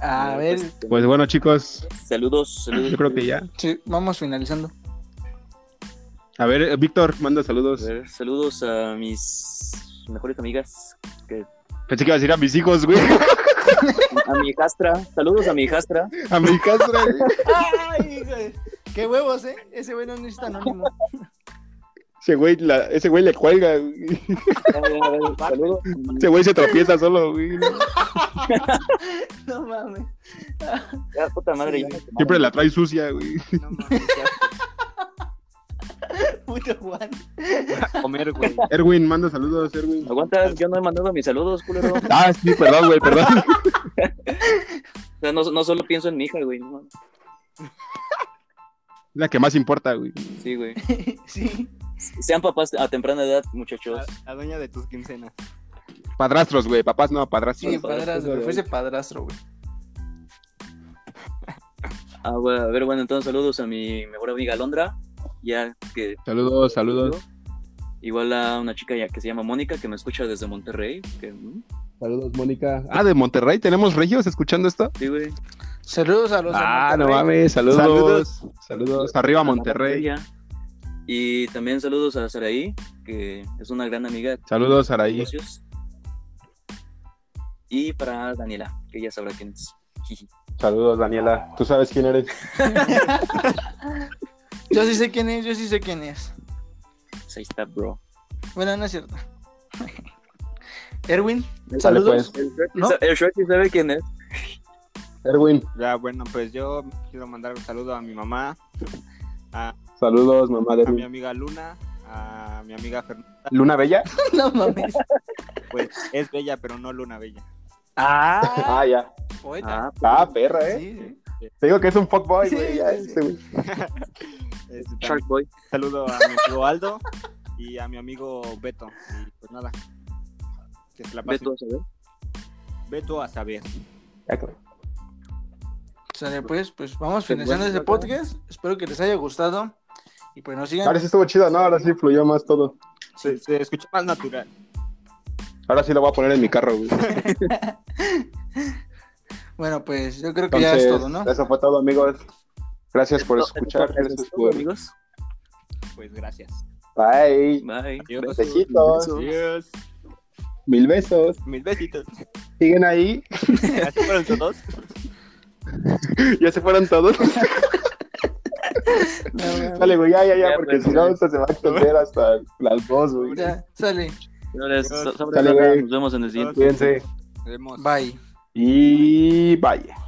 Speaker 4: A
Speaker 1: Eh,
Speaker 4: ver,
Speaker 1: pues,
Speaker 3: Pues bueno, chicos,
Speaker 1: saludos, saludos.
Speaker 3: yo creo que ya.
Speaker 4: sí, vamos finalizando.
Speaker 3: A ver, eh, Víctor, manda
Speaker 1: A
Speaker 3: saludos.
Speaker 1: ver, saludos a mis mejores amigas. que-
Speaker 3: Pensé que iba a decir a mis hijos, güey.
Speaker 1: a mi hijastra. Saludos a mi hijastra.
Speaker 3: A mi casa, güey.
Speaker 4: ¡Ay, hijo de- ¡Qué huevos, eh! Ese güey no necesita anónimo.
Speaker 3: Ese güey, la- ese güey le cuelga, güey.
Speaker 1: A ver, a ver, Saludos.
Speaker 3: Ese güey se tropieza solo, güey.
Speaker 4: No mames.
Speaker 1: Ya, puta madre,
Speaker 4: Sí,
Speaker 1: ya me
Speaker 3: Siempre
Speaker 1: quemaron.
Speaker 3: la trae sucia, güey.
Speaker 2: No mames, ya,
Speaker 4: Puto Juan.
Speaker 2: a comer, güey.
Speaker 3: Erwin, manda saludos, Erwin.
Speaker 1: Aguanta, yo no he mandado mis saludos, culero. O
Speaker 3: Ah, sí, perdón, güey, perdón.
Speaker 1: sea, no, no solo pienso en mi hija, güey. no.
Speaker 3: La que más importa, güey.
Speaker 1: Sí, güey.
Speaker 4: Sí.
Speaker 1: Sean papás a temprana edad, muchachos.
Speaker 2: La, la dueña de tus quincenas.
Speaker 3: Padrastros, güey. Papás no, padrastros.
Speaker 4: Sí, padrastro. güey, Fue ese padrastro, güey.
Speaker 1: Ah, bueno, a ver, bueno, entonces saludos a mi mejor amiga Alondra. ya que
Speaker 3: Saludos, saludos.
Speaker 1: igual a una chica ya que se llama Mónica que me escucha desde Monterrey. Que, mm,
Speaker 3: Saludos, Mónica. Ah, de Monterrey, ¿tenemos regios escuchando esto?
Speaker 1: sí, güey.
Speaker 4: Saludos a los de
Speaker 3: Ah, no
Speaker 4: Monterrey.
Speaker 3: mames, saludos. Saludos,
Speaker 2: Saludos.
Speaker 3: arriba Monterrey.
Speaker 1: Ya. Y también saludos a Saraí, que es una gran amiga
Speaker 3: Saludos, Araí.
Speaker 1: negocios. Y para Daniela, que ya sabrá quién es.
Speaker 3: Saludos, Daniela. Tú sabes quién eres.
Speaker 4: Yo sí sé quién es, yo sí sé quién es.
Speaker 1: Pues Ahí está, bro.
Speaker 4: Bueno, no es cierto. Erwin,
Speaker 3: Sale,
Speaker 4: saludos.
Speaker 3: pues.
Speaker 4: ¿No?
Speaker 1: El Shrek sí sabe quién es.
Speaker 3: Erwin,
Speaker 2: Ya, bueno, pues yo quiero mandar un saludo a mi mamá, a,
Speaker 3: saludos, mamá de
Speaker 2: a mi
Speaker 3: Erwin.
Speaker 2: amiga Luna, a mi amiga Fernanda.
Speaker 3: Luna Bella.
Speaker 4: No mames.
Speaker 2: Pues es bella, pero no Luna Bella.
Speaker 4: Ah,
Speaker 3: Ah, ya.
Speaker 4: poeta.
Speaker 3: Ah, perra, ¿eh?
Speaker 4: Sí, sí.
Speaker 3: Te digo que es un fuckboy,
Speaker 4: Sí,
Speaker 3: güey. ya,
Speaker 4: sí, sí.
Speaker 3: este güey.
Speaker 2: Este, también
Speaker 1: Shark Boy.
Speaker 2: saludo a mi amigo Aldo y a mi amigo Beto. Y pues nada, que se la pasen.
Speaker 1: Ve tú a saber.
Speaker 2: Beto a saber.
Speaker 3: Ya, güey.
Speaker 4: Sale, pues, pues vamos
Speaker 1: Pues,
Speaker 4: finalizando
Speaker 1: bueno,
Speaker 4: este podcast. Espero que les haya gustado. Y pues nos sigan.
Speaker 3: Ahora sí estuvo chido, ¿no? Ahora sí fluyó más todo.
Speaker 2: Se, se escucha más natural.
Speaker 3: Ahora sí lo voy a poner en mi carro, güey.
Speaker 4: Bueno, pues yo creo que
Speaker 3: Entonces,
Speaker 4: ya es todo, ¿no?
Speaker 3: eso fue todo, amigos. Gracias por
Speaker 1: Esto-
Speaker 3: escuchar.
Speaker 1: esto-
Speaker 3: Gracias
Speaker 1: esto,
Speaker 3: por...
Speaker 1: amigos.
Speaker 2: Pues gracias.
Speaker 3: Bye.
Speaker 1: Bye.
Speaker 2: Adiós.
Speaker 3: Besitos.
Speaker 2: Adiós.
Speaker 3: Mil besos.
Speaker 2: Mil besitos.
Speaker 3: ¿Siguen ahí?
Speaker 2: Así fueron todos.
Speaker 3: ¿Ya se fueron todos? Dale, güey, ya, ya, ya,
Speaker 1: Ya,
Speaker 3: porque
Speaker 1: pues,
Speaker 3: si no,
Speaker 1: güey.
Speaker 3: esto se va a extender hasta las dos, güey.
Speaker 4: Ya, sale.
Speaker 1: Señores,
Speaker 2: Adiós.
Speaker 1: sobre
Speaker 3: Dale,
Speaker 1: nada,
Speaker 3: güey.
Speaker 1: nos vemos en el siguiente.
Speaker 3: Cuídense.
Speaker 2: Nos vemos.
Speaker 4: Bye.
Speaker 3: Y vaya.